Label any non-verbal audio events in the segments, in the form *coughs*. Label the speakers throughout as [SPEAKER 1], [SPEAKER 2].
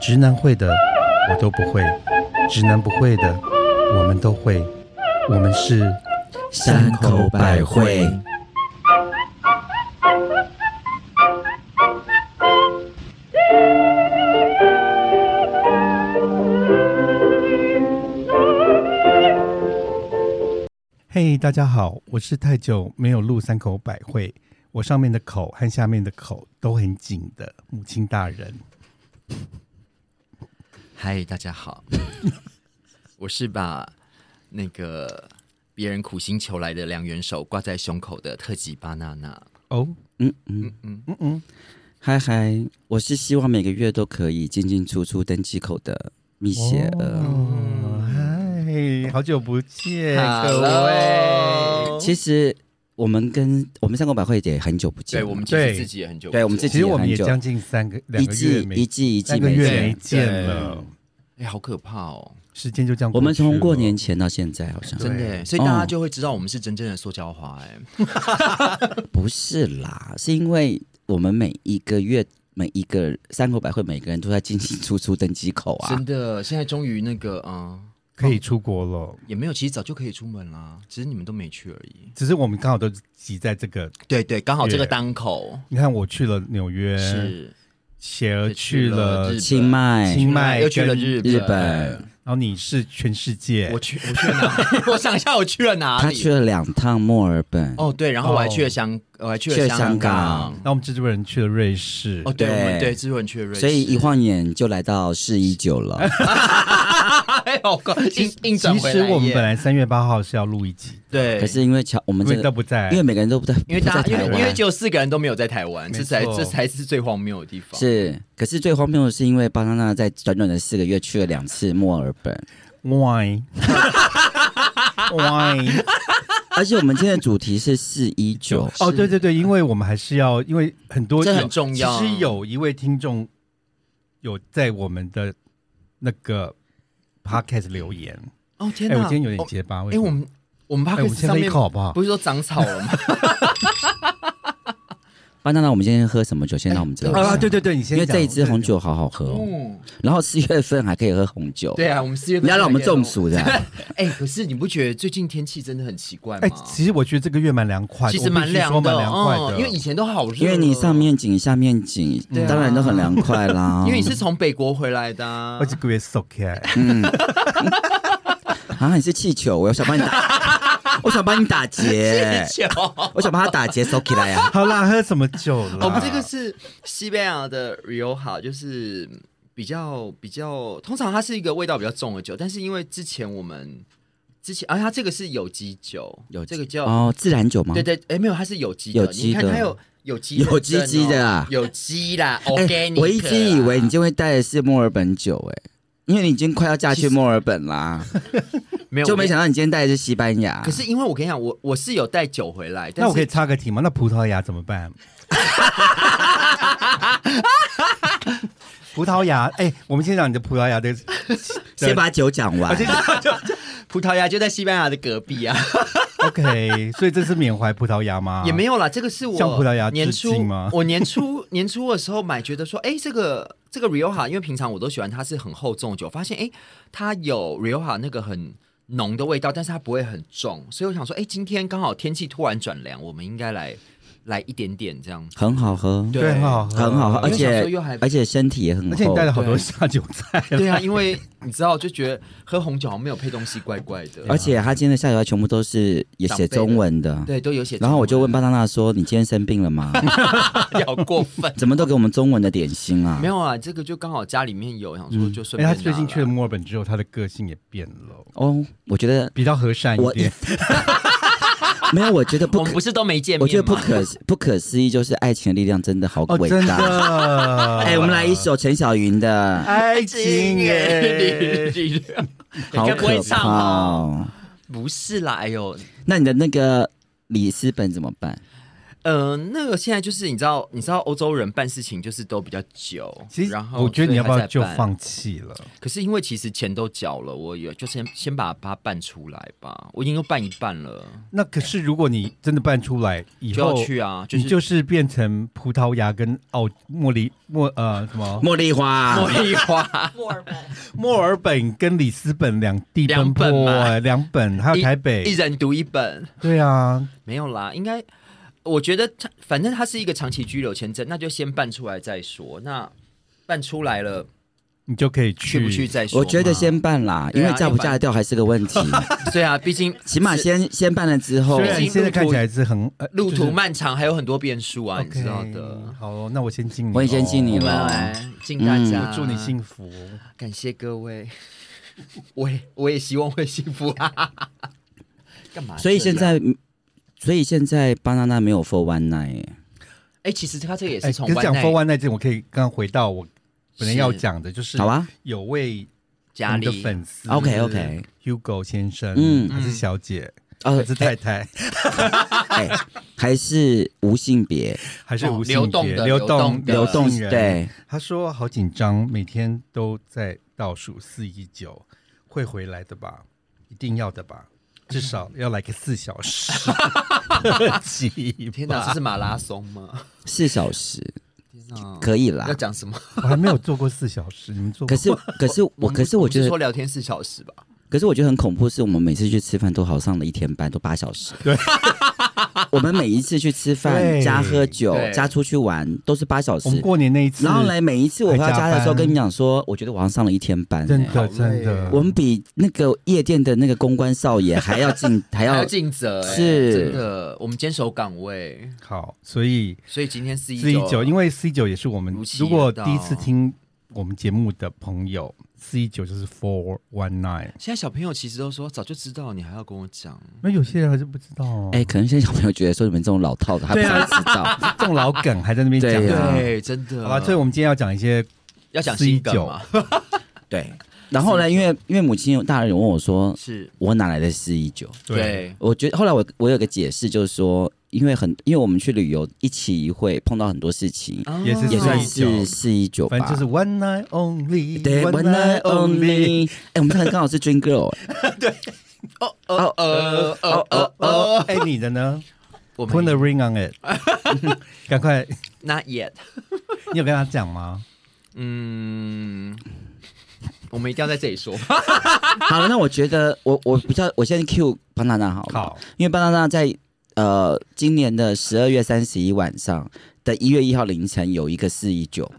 [SPEAKER 1] 直男会的我都不会，直男不会的我们都会，我们是
[SPEAKER 2] 山口百惠。
[SPEAKER 1] 嘿大家好，我是太久没有录三口百惠，我上面的口和下面的口都很紧的母亲大人。
[SPEAKER 2] 嗨，大家好， *laughs* 我是把那个别人苦心求来的两元手挂在胸口的特级巴娜娜。
[SPEAKER 1] 哦，
[SPEAKER 3] 嗯嗯，
[SPEAKER 2] 嗯，
[SPEAKER 1] 嗯嗯，
[SPEAKER 3] 嗨嗨，我是希望每个月都可以进进出出登机口的蜜雪
[SPEAKER 1] 哦
[SPEAKER 3] 儿。
[SPEAKER 1] 哦，嗨，好久不见各
[SPEAKER 2] Hello
[SPEAKER 1] 位。
[SPEAKER 3] 其实我们跟我们三个百惠也很久不见
[SPEAKER 2] 对，
[SPEAKER 3] 了，
[SPEAKER 2] 我们其
[SPEAKER 1] 对
[SPEAKER 2] 实自己也很久不见，
[SPEAKER 3] 对我们自
[SPEAKER 1] 其
[SPEAKER 3] 己
[SPEAKER 1] 实我们也
[SPEAKER 3] 很久
[SPEAKER 1] 将近三个两
[SPEAKER 3] 一
[SPEAKER 1] 个月
[SPEAKER 3] 季
[SPEAKER 1] 没
[SPEAKER 3] 一季一季
[SPEAKER 1] 三个
[SPEAKER 3] 没
[SPEAKER 1] 月
[SPEAKER 3] 见
[SPEAKER 1] 没见
[SPEAKER 2] 对
[SPEAKER 1] 了，
[SPEAKER 2] 哎，好可怕哦，
[SPEAKER 1] 时间就这样去了。
[SPEAKER 3] 我们从过年前到现在好像
[SPEAKER 1] 对
[SPEAKER 2] 真的耶，所以大家
[SPEAKER 3] 哦
[SPEAKER 2] 就会知道我们是真正的塑胶花，哎，
[SPEAKER 3] 不是啦，是因为我们每一个月每一个三口百惠每个人都在进进出出登机口啊
[SPEAKER 2] 真。的，现在终于那个，嗯，
[SPEAKER 1] 可以出国了，
[SPEAKER 2] 也没有，其实早就可以出门啦，只是你们都没去而已。
[SPEAKER 1] 只是我们刚好都挤在这个。
[SPEAKER 2] 对对，刚好这个
[SPEAKER 1] 对
[SPEAKER 2] 当口
[SPEAKER 1] 你看，我去了纽约，
[SPEAKER 2] 是
[SPEAKER 1] 雪儿去了
[SPEAKER 2] 日本
[SPEAKER 3] 清迈、
[SPEAKER 1] 清迈，
[SPEAKER 2] 又去了
[SPEAKER 1] 跟
[SPEAKER 2] 日
[SPEAKER 3] 日本，
[SPEAKER 1] 然后你是全世界，
[SPEAKER 2] 我去，我去了哪 *laughs* 里？我想一下，我去了哪里？
[SPEAKER 3] 他去了两趟墨尔本。
[SPEAKER 2] 哦，对，然后我还去了香，我还去了香
[SPEAKER 3] 去了香港
[SPEAKER 1] 然后我们制作人去了瑞士，
[SPEAKER 2] 哦，对，
[SPEAKER 3] 对
[SPEAKER 2] 我们对，智文去了瑞士，
[SPEAKER 3] 所以一晃眼就来到四一九了，
[SPEAKER 2] *laughs* 哎呦，硬硬转
[SPEAKER 1] 其
[SPEAKER 2] 回
[SPEAKER 1] 实
[SPEAKER 2] 来耶。
[SPEAKER 1] 我们本来三月八号是要录一集，
[SPEAKER 2] 对，
[SPEAKER 3] 可是因为乔我们
[SPEAKER 1] 因为
[SPEAKER 3] 这
[SPEAKER 1] 都
[SPEAKER 3] 个，
[SPEAKER 1] 不在，
[SPEAKER 3] 因为每个人都不在，
[SPEAKER 2] 因为大
[SPEAKER 3] 不
[SPEAKER 2] 家
[SPEAKER 3] 在
[SPEAKER 2] 因
[SPEAKER 3] 台
[SPEAKER 2] 为因为
[SPEAKER 3] 湾
[SPEAKER 2] 只有四个人都没有在台湾，
[SPEAKER 1] 没
[SPEAKER 2] 这才
[SPEAKER 1] 错
[SPEAKER 2] 这才是最荒谬的地方。
[SPEAKER 3] 是，可是最荒谬的是，因为巴娜娜在短短的四个月去了两次墨尔本，
[SPEAKER 1] *laughs*
[SPEAKER 2] *laughs*
[SPEAKER 1] why why
[SPEAKER 3] 而且我们今天的主题是四一九，
[SPEAKER 1] 哦，对对对，因为我们还是要，因为很多
[SPEAKER 2] 这
[SPEAKER 1] 有
[SPEAKER 2] 很重要
[SPEAKER 1] 其实有一位听众有在我们的那个 podcast 留言，
[SPEAKER 2] 哦天
[SPEAKER 1] 哎，
[SPEAKER 2] 哪，
[SPEAKER 1] 我今天有点
[SPEAKER 2] 哦
[SPEAKER 1] 结巴，为
[SPEAKER 2] 哎，
[SPEAKER 1] 什么
[SPEAKER 2] 我们我们 p
[SPEAKER 1] 哎，
[SPEAKER 2] o
[SPEAKER 1] 我
[SPEAKER 2] d
[SPEAKER 1] 们
[SPEAKER 2] c
[SPEAKER 1] 先
[SPEAKER 2] 上
[SPEAKER 1] 喝一
[SPEAKER 2] 面
[SPEAKER 1] 口好不好？
[SPEAKER 2] 不是说长草了吗？
[SPEAKER 3] 巴娜娜，我们今天喝什么酒？先让我
[SPEAKER 2] 哎
[SPEAKER 3] 们知道一下。
[SPEAKER 2] 哦
[SPEAKER 1] 啊，对对对，你先
[SPEAKER 3] 因
[SPEAKER 1] 讲，
[SPEAKER 3] 为这一支红酒好好喝哦、
[SPEAKER 2] 嗯，
[SPEAKER 3] 然后四月份还可以喝红酒，
[SPEAKER 2] 对啊，我们四月
[SPEAKER 3] 不
[SPEAKER 2] 份
[SPEAKER 3] 要让我们
[SPEAKER 2] 才可以
[SPEAKER 3] 中暑的啊。
[SPEAKER 2] *laughs* 哎，可是你不觉得最近天气真的很奇怪
[SPEAKER 1] 哎，
[SPEAKER 2] 吗？
[SPEAKER 1] 其实我觉得这个月蛮凉快的，
[SPEAKER 2] 其实
[SPEAKER 1] 我必
[SPEAKER 2] 蛮
[SPEAKER 1] 须
[SPEAKER 2] 凉
[SPEAKER 1] 说
[SPEAKER 2] 的，
[SPEAKER 1] 蛮凉快
[SPEAKER 2] 嗯
[SPEAKER 1] 的，
[SPEAKER 2] 因为以前都好热，
[SPEAKER 3] 因为你上。面紧下面紧，
[SPEAKER 2] 对啊
[SPEAKER 3] 当然都很凉快啦。
[SPEAKER 2] *laughs* 因为你是从北国回来的、啊 *laughs*
[SPEAKER 1] 我，这个月 so care。
[SPEAKER 3] 啊，你是气球，我想帮你打，
[SPEAKER 2] *laughs*
[SPEAKER 3] 我想帮你打 *laughs* 结，
[SPEAKER 2] 气球。
[SPEAKER 3] 我想把它打结收起来
[SPEAKER 2] *laughs*
[SPEAKER 3] 呀、
[SPEAKER 1] *laughs*
[SPEAKER 3] 啊。
[SPEAKER 1] 好啦，喝什么酒啦？
[SPEAKER 2] 我们这个哦是西班牙的 Rioja，就是比较比较，通常它是一个味道比较重的酒，但是因为之前我们之前，而、啊且它这个是有机酒，
[SPEAKER 3] 有机
[SPEAKER 2] 这个叫、
[SPEAKER 3] 哦，自然酒吗？
[SPEAKER 2] 对对，哎、没有，它是有机
[SPEAKER 3] 有
[SPEAKER 2] 的，
[SPEAKER 3] 机
[SPEAKER 2] 你看
[SPEAKER 3] 的
[SPEAKER 2] 它有有机
[SPEAKER 3] 有
[SPEAKER 2] 认证
[SPEAKER 3] 机
[SPEAKER 2] 哦
[SPEAKER 3] 机的啊
[SPEAKER 2] 有机
[SPEAKER 3] *laughs*
[SPEAKER 2] 啦
[SPEAKER 3] 哎
[SPEAKER 2] ，organic 啊啦。
[SPEAKER 3] 我一直以为你就会带的是墨尔本酒、哎，因为你已经快要嫁去墨尔本啦，
[SPEAKER 2] 没有，
[SPEAKER 3] 就没想
[SPEAKER 2] 到。
[SPEAKER 3] 到你今天带的是西班牙。
[SPEAKER 2] 可是因为我跟你讲，我我是有带酒回来，但
[SPEAKER 1] 那我可以
[SPEAKER 2] 是
[SPEAKER 1] 插个题吗？那葡萄牙怎么
[SPEAKER 2] *laughs*
[SPEAKER 1] 办？葡萄牙，哎、我们先讲你的葡萄牙
[SPEAKER 2] *laughs*
[SPEAKER 1] 的，
[SPEAKER 3] 先把酒讲完
[SPEAKER 1] 而。且
[SPEAKER 2] 葡萄牙就在西班牙的隔壁啊。
[SPEAKER 1] OK，所以这是缅怀葡萄牙吗？
[SPEAKER 2] 也没
[SPEAKER 1] 有，
[SPEAKER 2] 有啦，这个是我
[SPEAKER 1] 向啊葡萄牙致
[SPEAKER 2] 年初
[SPEAKER 1] 敬吗
[SPEAKER 2] 我年初 *laughs* 年初的时候买，觉得说，哎、这个这个 Rioja，因为平常我都喜欢它是很厚重的酒，发现哎、诶它有 Rioja 那个很浓的味道，但是它不会很重，所以我想说，哎、今天刚好天气突然转凉，我们应该来来一点点
[SPEAKER 1] *laughs*
[SPEAKER 2] 这样。
[SPEAKER 3] 很好喝，
[SPEAKER 2] 对
[SPEAKER 1] 对，很好喝，
[SPEAKER 3] 很好喝，而
[SPEAKER 2] 因为小时
[SPEAKER 3] 且哦
[SPEAKER 2] 候又还
[SPEAKER 3] 而且身体也很
[SPEAKER 1] 而且你
[SPEAKER 3] 厚
[SPEAKER 1] 带。了好多
[SPEAKER 2] 对
[SPEAKER 1] 下酒菜，
[SPEAKER 2] 对啊，因为你知道，就觉得喝红酒好像没有配东西，怪怪的。
[SPEAKER 3] *laughs* 而且他今天的下酒菜全部都是也写中文的。
[SPEAKER 2] 对，都有写中文。
[SPEAKER 3] 然后
[SPEAKER 1] *laughs*
[SPEAKER 3] 我
[SPEAKER 2] *laughs*
[SPEAKER 3] 就问巴娜娜说：“你今天生病了吗？。
[SPEAKER 2] 你好过分
[SPEAKER 3] 怎么都给我们中文的点心啊？”
[SPEAKER 2] 没有啊，这个就刚好家里面有，想说就顺
[SPEAKER 1] 因为哎
[SPEAKER 2] 便、
[SPEAKER 1] 他最近去了，墨尔本之后，他的个性也变了，
[SPEAKER 3] 哦，我觉得
[SPEAKER 1] 比较和善一
[SPEAKER 3] 我
[SPEAKER 1] 点。
[SPEAKER 3] 没有，我觉得
[SPEAKER 2] 我
[SPEAKER 3] 不
[SPEAKER 2] 们
[SPEAKER 3] 可，
[SPEAKER 2] 不是都没见面吗？
[SPEAKER 3] 我觉得不可不可思议，就是爱情的力量真的好
[SPEAKER 1] 哦，
[SPEAKER 3] 伟
[SPEAKER 1] 真
[SPEAKER 3] 大。
[SPEAKER 1] 的，
[SPEAKER 3] 哎，我们来一首陈小云的。
[SPEAKER 1] 爱情
[SPEAKER 2] *laughs*
[SPEAKER 1] 耶，
[SPEAKER 3] 好
[SPEAKER 2] 该不会
[SPEAKER 3] 可
[SPEAKER 2] 唱
[SPEAKER 3] 怕、
[SPEAKER 2] 哦
[SPEAKER 3] 哦！
[SPEAKER 2] 不是啦，哎呦，
[SPEAKER 3] 那你的那个里斯本怎么办？
[SPEAKER 2] 呃，那个现在就是你知道，你知道欧洲人办事情就是都比较久，
[SPEAKER 1] 其实
[SPEAKER 2] 然后
[SPEAKER 1] 我觉得你要不要
[SPEAKER 2] 所
[SPEAKER 1] 就
[SPEAKER 2] 以还在办？
[SPEAKER 1] 放弃了？
[SPEAKER 2] 可是因为其实钱都缴了，我也就先先把它办出来吧，我已经都办一半了，
[SPEAKER 1] 那可是如果你真的办出来以
[SPEAKER 2] 就要
[SPEAKER 1] 后，
[SPEAKER 2] 去啊，就
[SPEAKER 1] 你
[SPEAKER 2] 是
[SPEAKER 1] 就是变成葡萄牙跟澳莫里莫呃什
[SPEAKER 2] *laughs*
[SPEAKER 1] 么
[SPEAKER 3] 茉莉花，
[SPEAKER 2] 茉莉花
[SPEAKER 3] 啊
[SPEAKER 4] 墨尔本，
[SPEAKER 1] 墨尔本跟里斯本两地奔
[SPEAKER 2] 两
[SPEAKER 1] 波
[SPEAKER 2] 本嘛
[SPEAKER 1] 哎，两本还有台
[SPEAKER 2] *laughs* 一
[SPEAKER 1] 北，
[SPEAKER 2] 人读一本，
[SPEAKER 1] 对啊，
[SPEAKER 2] 没有啦，应该我觉得它反正它是一个长期居留签证，那就先办出来再说。那办出来了，
[SPEAKER 1] 你就可以
[SPEAKER 2] 去不去再说嘛？
[SPEAKER 3] 我觉得先办啦，因
[SPEAKER 2] 对啊
[SPEAKER 3] 为嫁不嫁得掉还是个问题。 *laughs*
[SPEAKER 2] 对啊，毕竟
[SPEAKER 3] 起码先先办了之后
[SPEAKER 1] 虽，然
[SPEAKER 2] 是
[SPEAKER 1] 现在看起来是很呃
[SPEAKER 2] 路
[SPEAKER 1] 就是
[SPEAKER 2] 途漫长，还有很多变数啊，你知道
[SPEAKER 1] OK，
[SPEAKER 2] 的。
[SPEAKER 1] 好哦，那我先敬你，
[SPEAKER 3] 我也先敬你
[SPEAKER 2] 我们
[SPEAKER 3] 了
[SPEAKER 2] 来敬大家，
[SPEAKER 1] 嗯我祝你幸福。
[SPEAKER 2] 感谢各位， *laughs* 我也我也希望会幸福啊。 *laughs* 干嘛这样？
[SPEAKER 3] 所以现在，所以现在巴娜娜没有 for one night，耶
[SPEAKER 2] 哎、其实他这个也
[SPEAKER 1] 哎，
[SPEAKER 2] 是
[SPEAKER 1] 可
[SPEAKER 2] 从
[SPEAKER 1] 是讲 For
[SPEAKER 2] 湾
[SPEAKER 1] One 那件，我可以刚刚回到我本来要讲的，就是
[SPEAKER 3] 好啊，
[SPEAKER 1] 有位
[SPEAKER 2] 家
[SPEAKER 1] 你的
[SPEAKER 2] 里，
[SPEAKER 1] 粉丝
[SPEAKER 3] OK，OK
[SPEAKER 1] ，Hugo 先生，嗯，
[SPEAKER 3] 嗯
[SPEAKER 1] 还是小姐，
[SPEAKER 3] 哦
[SPEAKER 1] 还是太太，
[SPEAKER 3] *laughs* 哎，还是无性别
[SPEAKER 1] 还是
[SPEAKER 2] 哦
[SPEAKER 1] 无性
[SPEAKER 2] 流动
[SPEAKER 1] 别
[SPEAKER 2] 的
[SPEAKER 1] 流
[SPEAKER 2] 流
[SPEAKER 1] 动
[SPEAKER 2] 动的
[SPEAKER 3] 流动
[SPEAKER 1] 性，人。
[SPEAKER 3] 对，
[SPEAKER 1] 他说好紧张，每天都在倒数四一九，会回来的吧？一定要的吧？至少要来个四小
[SPEAKER 3] *laughs*
[SPEAKER 1] 时特辑吧。
[SPEAKER 2] 天哪，这是马拉松吗？
[SPEAKER 3] 四小时
[SPEAKER 2] 天哪，
[SPEAKER 3] 可以
[SPEAKER 2] 要
[SPEAKER 3] 啦。
[SPEAKER 2] 讲什么？
[SPEAKER 1] 我还没有做过四小时，你们做过？
[SPEAKER 3] 可是可是我
[SPEAKER 2] 们
[SPEAKER 3] 可是我
[SPEAKER 2] 们
[SPEAKER 3] 觉
[SPEAKER 2] 说
[SPEAKER 3] 得
[SPEAKER 2] 聊天四小时吧。
[SPEAKER 3] 可是我觉得很恐怖，是我们每次去吃饭都好上了一天班，都八小时。对， *laughs* 我们每一次去吃饭
[SPEAKER 1] 对
[SPEAKER 3] 加喝酒
[SPEAKER 2] 对
[SPEAKER 3] 加出去玩都是八小
[SPEAKER 1] 我们
[SPEAKER 3] 时。
[SPEAKER 1] 过年那一次，
[SPEAKER 3] 然后来每一次我回到家的时
[SPEAKER 1] 还加
[SPEAKER 3] 候，
[SPEAKER 1] 班
[SPEAKER 3] 跟你讲说，我觉得我好像上了一天班、
[SPEAKER 1] 真
[SPEAKER 3] 哎
[SPEAKER 1] 的
[SPEAKER 2] 好
[SPEAKER 1] 真
[SPEAKER 2] 累
[SPEAKER 1] 的，
[SPEAKER 3] 我们比那个夜店的那个公关少爷还要进，
[SPEAKER 1] *laughs*
[SPEAKER 3] 还
[SPEAKER 2] 还要
[SPEAKER 3] 要
[SPEAKER 2] 尽责、欸，
[SPEAKER 3] 是
[SPEAKER 2] 真的，我们坚守岗位，
[SPEAKER 1] 好，所以
[SPEAKER 2] 所以今天四一
[SPEAKER 1] 四一九，因
[SPEAKER 2] 为
[SPEAKER 1] 为四一九也是我们
[SPEAKER 2] 如期
[SPEAKER 1] 如果
[SPEAKER 2] 而到
[SPEAKER 1] 第一次听我们节目的朋友，四一九就是 Four One
[SPEAKER 3] 嗯
[SPEAKER 1] Nine，
[SPEAKER 2] 现在小朋友其实都说早就知道，你还要跟我讲，
[SPEAKER 1] 那有些人还是不知道哦，
[SPEAKER 3] 哎、可能现在小朋友觉得说你们这种老套的，他不
[SPEAKER 1] 对啊
[SPEAKER 3] 太知道。
[SPEAKER 1] 这种老梗还在那边讲。
[SPEAKER 3] 对啊
[SPEAKER 2] 对，真的。
[SPEAKER 1] 好吧，所以我们今天要讲一些
[SPEAKER 2] 要讲新梗
[SPEAKER 1] 419
[SPEAKER 2] 嘛，
[SPEAKER 3] 对，然后呢，因为因为母亲有大人有问我说，
[SPEAKER 2] 是
[SPEAKER 3] 我哪来的四一九？
[SPEAKER 1] 对，
[SPEAKER 2] 对，
[SPEAKER 3] 我觉得后来我我有个解释，就是说，因为很因为我们去旅游一起会碰到很多事情，
[SPEAKER 2] 啊
[SPEAKER 1] 哦也是
[SPEAKER 3] 也算
[SPEAKER 1] 419
[SPEAKER 3] 是四一九吧
[SPEAKER 1] 反。正就是 One Night Only，
[SPEAKER 3] 对，One Night Only。哎、我们这个刚好是 Dream Girl， *laughs*
[SPEAKER 2] 哦哦哦哦哦哦，
[SPEAKER 1] 哦，哎，你的呢
[SPEAKER 2] 我
[SPEAKER 1] ？Put the
[SPEAKER 2] 们
[SPEAKER 1] ring on it，赶
[SPEAKER 3] *laughs*
[SPEAKER 1] 快，
[SPEAKER 2] not yet，
[SPEAKER 1] 你有跟他讲吗？
[SPEAKER 2] 嗯，我们一定要在这里说，
[SPEAKER 3] 好了，那我觉得我我比较，我先 Q 巴娜娜好了，
[SPEAKER 1] 好，
[SPEAKER 3] 因为巴娜娜在呃今年的十二月三十一晚上的一月一号凌晨有一个四一九，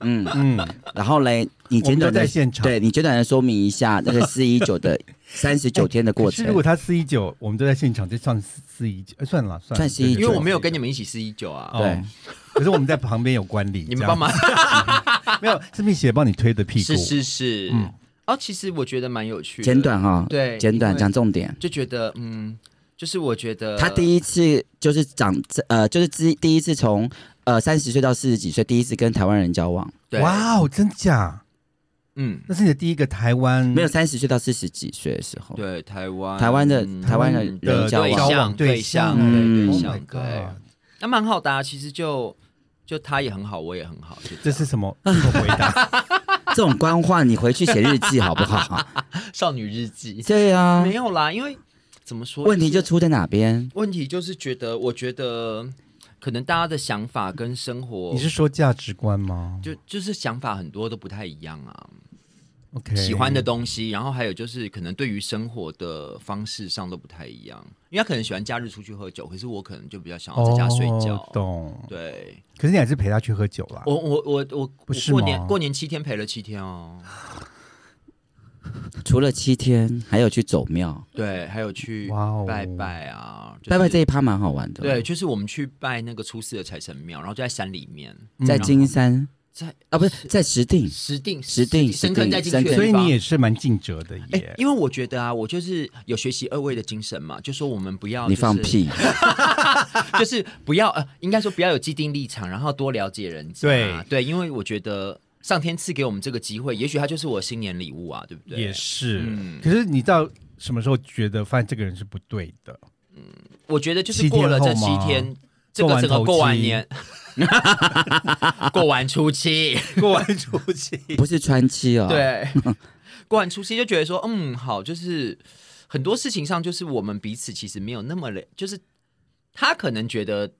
[SPEAKER 3] 嗯，
[SPEAKER 1] 嗯，
[SPEAKER 3] 然后嘞，你
[SPEAKER 1] 我
[SPEAKER 3] 简
[SPEAKER 1] 们都
[SPEAKER 3] 短
[SPEAKER 1] 在
[SPEAKER 3] 的
[SPEAKER 1] 现场。
[SPEAKER 3] 对你简短的说明一下那个四一九的三十九天的过
[SPEAKER 1] 可 *laughs* 是如果
[SPEAKER 3] 程。
[SPEAKER 1] 他四一九，我们都在现场，就算四四一九，呃算了算了，
[SPEAKER 3] 算419
[SPEAKER 1] 对
[SPEAKER 2] 因为我没有跟你们一起四一九啊，
[SPEAKER 3] 对
[SPEAKER 1] 哦，可是我们在旁边有管理，
[SPEAKER 2] 你
[SPEAKER 1] 这
[SPEAKER 2] 们
[SPEAKER 1] 样
[SPEAKER 2] 帮忙，
[SPEAKER 1] 没有？是蜜雪帮你推的屁股，
[SPEAKER 2] 是是是
[SPEAKER 1] 嗯，
[SPEAKER 2] 哦，其实我觉得蛮有趣的，
[SPEAKER 3] 简短哈、
[SPEAKER 2] 对
[SPEAKER 3] 简短
[SPEAKER 2] 因为呃
[SPEAKER 3] 讲重点。
[SPEAKER 2] 就觉得嗯，就是我觉得
[SPEAKER 3] 他第一次就是长呃，就是第第一次从呃三十岁到四十几岁，第一次跟台湾人交往，
[SPEAKER 2] 对，
[SPEAKER 1] 哇哦，真假？
[SPEAKER 2] 嗯，
[SPEAKER 1] 那是你的第一个台湾
[SPEAKER 3] 没有三十岁到四十几岁的时候，
[SPEAKER 2] 对，台湾
[SPEAKER 3] 台湾的
[SPEAKER 2] 嗯
[SPEAKER 3] 台湾的
[SPEAKER 1] 的
[SPEAKER 3] 人交
[SPEAKER 1] 交
[SPEAKER 3] 往，
[SPEAKER 2] 对
[SPEAKER 1] 往
[SPEAKER 2] 象
[SPEAKER 1] 对
[SPEAKER 2] 对象
[SPEAKER 3] 对
[SPEAKER 1] 嗯
[SPEAKER 3] 对
[SPEAKER 1] Oh my
[SPEAKER 2] 象对
[SPEAKER 1] God
[SPEAKER 2] 那蛮好的、啊，其实就就他也很好，我也很好，就
[SPEAKER 1] 这
[SPEAKER 2] 样
[SPEAKER 1] 是什么什么回答？
[SPEAKER 3] 这种官话你回去写日
[SPEAKER 2] *laughs*
[SPEAKER 3] 记好不好？
[SPEAKER 2] 少女日记。
[SPEAKER 3] 对啊
[SPEAKER 2] 没，有啦，因为怎么说，
[SPEAKER 3] 问题就出在哪边？
[SPEAKER 2] 问题就是觉得，我觉得可能大家的想法跟生活，
[SPEAKER 1] 你是说价值观吗
[SPEAKER 2] 就就是想法很多都不太一样啊，
[SPEAKER 1] ？OK，
[SPEAKER 2] 喜欢的东西，然后还有就是可能对于生活的方式上都不太一样，因为他可能喜欢假日出去喝酒，可是我可能就比较想要在家睡觉。
[SPEAKER 1] 哦懂。
[SPEAKER 2] 对
[SPEAKER 1] 可是你还是陪他去喝酒啦。
[SPEAKER 2] 我，我我我
[SPEAKER 1] 不
[SPEAKER 2] 我
[SPEAKER 1] 是
[SPEAKER 2] 过
[SPEAKER 1] 吗
[SPEAKER 2] 年过年七天陪了七天哦，
[SPEAKER 3] 除了七天，还有去走庙，
[SPEAKER 2] 对，还有去
[SPEAKER 1] 哇哦
[SPEAKER 2] 拜拜啊，就是
[SPEAKER 3] 拜拜这一趴蛮好玩的。
[SPEAKER 2] 对，，就是我们去拜那个出世的财神庙，然后就在山里面，
[SPEAKER 3] 在金山
[SPEAKER 2] 在
[SPEAKER 3] 啊，不是在石碇，
[SPEAKER 2] 石定
[SPEAKER 3] 石碇
[SPEAKER 2] 深坑再进
[SPEAKER 3] 石
[SPEAKER 2] 去
[SPEAKER 3] 碇
[SPEAKER 2] 的
[SPEAKER 1] 所以
[SPEAKER 2] 地方
[SPEAKER 1] 你也是蛮尽责的
[SPEAKER 2] 哎、
[SPEAKER 1] 耶。
[SPEAKER 2] 因为我觉得啊，我就是有学习二位的精神嘛，就说我们不要、
[SPEAKER 3] 你放，屁！
[SPEAKER 2] *laughs* 就是不要呃，应该说不要有既定立场，然后多了解人家。
[SPEAKER 1] 对
[SPEAKER 2] 对，因为我觉得上天赐给我们这个机会，也许它就是我新年礼物啊，对不对？
[SPEAKER 1] 也是
[SPEAKER 2] 嗯，
[SPEAKER 1] 可是你到什么时候觉得发现这个人是不对的？
[SPEAKER 2] 我觉得就
[SPEAKER 1] 七
[SPEAKER 2] 是
[SPEAKER 1] 天
[SPEAKER 2] 过了这
[SPEAKER 1] 后
[SPEAKER 2] 七
[SPEAKER 1] 吗
[SPEAKER 2] 天，这个
[SPEAKER 1] 完
[SPEAKER 2] 整个
[SPEAKER 1] 头
[SPEAKER 2] 过完
[SPEAKER 1] 七
[SPEAKER 2] 年， *laughs* 过完初七，
[SPEAKER 1] 过完除夕，
[SPEAKER 3] 不是川七哦，，
[SPEAKER 2] 对，过完除夕就觉得说，嗯，好，就是很多事情上，就是我们彼此其实没有那么了，就是他可能觉得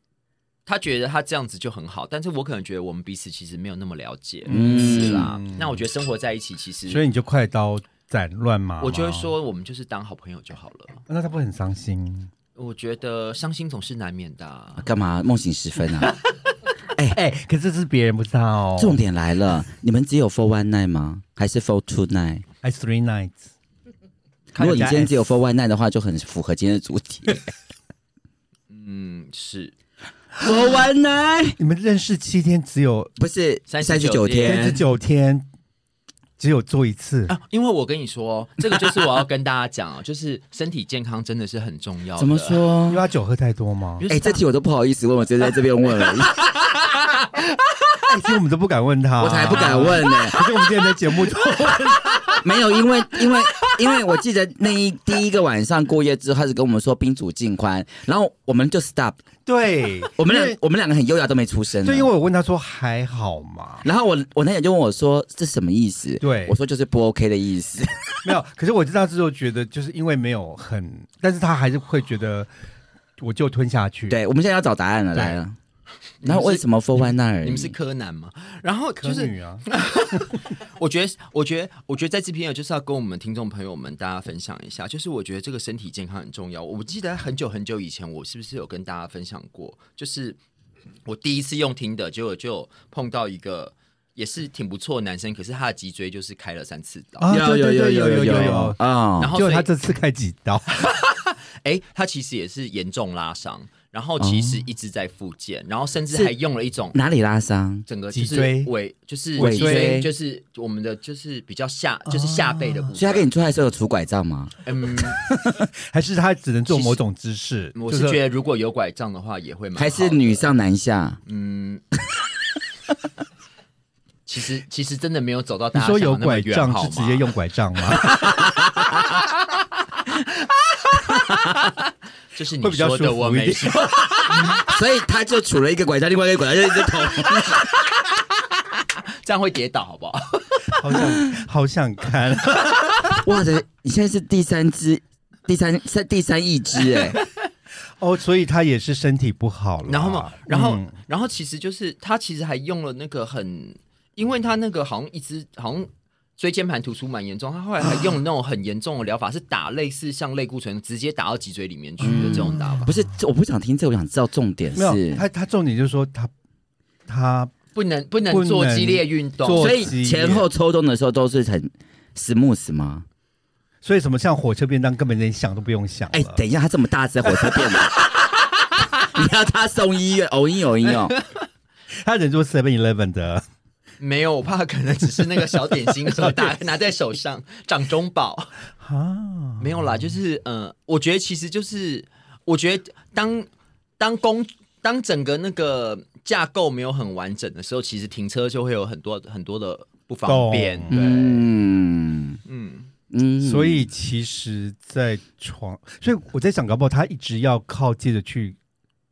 [SPEAKER 2] 他觉得他这样子就很好，但是我可能觉得我们彼此其实没有那么了解，
[SPEAKER 3] 嗯
[SPEAKER 2] 是啦
[SPEAKER 1] 嗯。
[SPEAKER 2] 那我觉得生活在一起，其实
[SPEAKER 1] 所以你就快刀斩乱麻嘛。
[SPEAKER 2] 我就会说，我们就是当好朋友就好了。
[SPEAKER 1] 那他不会很伤心？
[SPEAKER 2] 我觉得伤心总是难免的啊、
[SPEAKER 3] 干嘛梦醒时分啊？
[SPEAKER 1] 哎、可是这是别人不知道哦。
[SPEAKER 3] 重点来了，你们只有 for one night 吗？还是 for two night？
[SPEAKER 1] 还 three nights，
[SPEAKER 3] 如
[SPEAKER 1] 看
[SPEAKER 3] 果
[SPEAKER 1] 人
[SPEAKER 3] 你
[SPEAKER 1] 家
[SPEAKER 3] 今天只有 for one night 的话，就很符合今天的主
[SPEAKER 1] *laughs*
[SPEAKER 3] 题。
[SPEAKER 2] 嗯，是
[SPEAKER 3] for one night
[SPEAKER 1] 你们认识七天，只有
[SPEAKER 3] 不是
[SPEAKER 2] 39
[SPEAKER 3] 十九
[SPEAKER 2] 天
[SPEAKER 1] 三十
[SPEAKER 3] 天，
[SPEAKER 1] 九天，只有做一次。
[SPEAKER 2] 啊，因为我跟你说，这个就是我要跟大家讲啊，就是身体健康真的是很重要的。
[SPEAKER 3] 怎么？说
[SPEAKER 1] 因为？他酒喝太多吗？
[SPEAKER 2] 就是
[SPEAKER 3] 哎，这题我都不好意思问，我直接在这边问而已，
[SPEAKER 1] *laughs* 哎其实我们都不敢问他，
[SPEAKER 3] 我才不敢。问呢。
[SPEAKER 1] 可是我们今天在节目
[SPEAKER 2] *laughs*
[SPEAKER 1] 中，
[SPEAKER 3] 没有，因为因为因为我记得那一第一个晚上过夜之后，他是跟我们说宾主尽欢，然后我们就 stop，
[SPEAKER 1] 对
[SPEAKER 3] 我们
[SPEAKER 1] 因为
[SPEAKER 3] 两我们两个很优雅都没出声。
[SPEAKER 1] 对，因为我问他说还好吗？
[SPEAKER 3] 然后我我那天就问我说这什么意思？
[SPEAKER 1] 对
[SPEAKER 3] 我说就是不 OK 的意思。
[SPEAKER 1] 没有，可是我知道之后觉得就是因为没有很，但是他还是会觉得我就吞下去。，
[SPEAKER 3] 对，我们现在要找答案了，
[SPEAKER 1] 对
[SPEAKER 3] 来了。
[SPEAKER 2] 你们
[SPEAKER 3] 然后为
[SPEAKER 2] 是
[SPEAKER 3] 什么 for one night？而已
[SPEAKER 2] 你们是柯南吗？然后
[SPEAKER 1] 可
[SPEAKER 2] 就是
[SPEAKER 1] 女啊，
[SPEAKER 2] 我觉得，我觉得，我觉得在这篇就是要跟我们听众朋友们大家分享一下，就是我觉得这个身体健康很重要。我记得很久很久以前，我是不是有跟大家分享过？就是我第一次用听的，结果就有碰到一个也是挺不错的男生，可是他的脊椎就是开了三次刀。
[SPEAKER 1] 啊
[SPEAKER 3] 有有
[SPEAKER 1] 对
[SPEAKER 3] 有
[SPEAKER 1] 对
[SPEAKER 3] 有
[SPEAKER 1] 对有
[SPEAKER 3] 有
[SPEAKER 1] 有
[SPEAKER 3] 有
[SPEAKER 1] 有
[SPEAKER 3] 啊！
[SPEAKER 2] 然后
[SPEAKER 1] 就
[SPEAKER 2] 所以
[SPEAKER 1] 他这次开几刀？
[SPEAKER 2] 哎，他其实也是严重拉伤，然后其实一直在复健，然后甚
[SPEAKER 3] 哦
[SPEAKER 2] 至
[SPEAKER 3] 是
[SPEAKER 2] 还用了一种
[SPEAKER 3] 哪里拉伤？
[SPEAKER 2] 整个就是
[SPEAKER 1] 脊椎
[SPEAKER 2] 尾，就是
[SPEAKER 3] 尾
[SPEAKER 2] 脊
[SPEAKER 3] 椎
[SPEAKER 2] 椎，就是我们的就是比较下，就是下背的部分。
[SPEAKER 3] 哦所以他跟你出来的时候有拄拐杖吗？
[SPEAKER 2] 嗯，
[SPEAKER 1] 还是他只能做某种姿势？
[SPEAKER 2] 我
[SPEAKER 1] 就是
[SPEAKER 2] 觉得如果有拐杖的话也会蛮好的
[SPEAKER 3] 还是女上男下？
[SPEAKER 2] 嗯。其实其实真的没有走到
[SPEAKER 1] 你
[SPEAKER 2] 大家
[SPEAKER 1] 说
[SPEAKER 2] 想
[SPEAKER 1] 有
[SPEAKER 2] 的那么
[SPEAKER 1] 拐
[SPEAKER 2] 远，
[SPEAKER 1] 杖
[SPEAKER 2] 好
[SPEAKER 1] 是
[SPEAKER 2] 吗？
[SPEAKER 1] 直接用拐杖吗？
[SPEAKER 2] *laughs* 就是你
[SPEAKER 1] 会比较
[SPEAKER 2] 说的，
[SPEAKER 1] 舒服
[SPEAKER 2] 我
[SPEAKER 1] 一
[SPEAKER 2] 没
[SPEAKER 1] 点
[SPEAKER 2] 说。
[SPEAKER 3] 所以他就杵了一个拐杖，另外一个拐杖就一直捅。
[SPEAKER 2] 这样会跌倒，好不好？
[SPEAKER 1] *laughs*
[SPEAKER 2] *laughs*
[SPEAKER 1] 好想好想看， *laughs*
[SPEAKER 3] *laughs* 哇塞，你现在是第三只，第三三第三一只 *laughs* 哎、
[SPEAKER 1] 哦，所以他也是身体不好了。
[SPEAKER 2] 然后嘛，然后、
[SPEAKER 1] 嗯
[SPEAKER 2] 然后其实就是他其实还用了那个很，因为他那个好像一直好像椎间盘突出蛮严重，他后来
[SPEAKER 1] *clears throat*
[SPEAKER 2] 还用了那种很严重的疗法，是打类似像类固醇直接打到脊椎里面去的这种打法，
[SPEAKER 3] 不是，我不想听这，我想知道重点
[SPEAKER 1] 没有
[SPEAKER 3] 是。
[SPEAKER 1] 他，他重点就是说他他
[SPEAKER 2] 不能不能
[SPEAKER 1] 不能
[SPEAKER 2] 做激烈运动，
[SPEAKER 1] 做
[SPEAKER 3] 所以前后抽动的时候都是很 smooth 吗？
[SPEAKER 1] 所以什么像火车便当根本连想都不用想了。
[SPEAKER 3] 哎、等一下，他这么大只，火车变 *laughs* 的，你要他送医院？偶一偶一 *laughs* 哦，
[SPEAKER 1] 他人做 Seven Eleven 的， *laughs*
[SPEAKER 2] 没有，我怕可能只是那个小点心的时候打拿在手上，掌中宝啊，没有啦，就是嗯、呃我觉得其实就是，我觉得当当公当整个那个架构没有很完整的时候，其实停车就会有很多很多的不方便，
[SPEAKER 1] 懂
[SPEAKER 2] 对，
[SPEAKER 3] 嗯
[SPEAKER 2] 嗯，
[SPEAKER 3] 嗯，
[SPEAKER 1] 所以其实，在床，所以我在想，搞不好他一直要靠借着去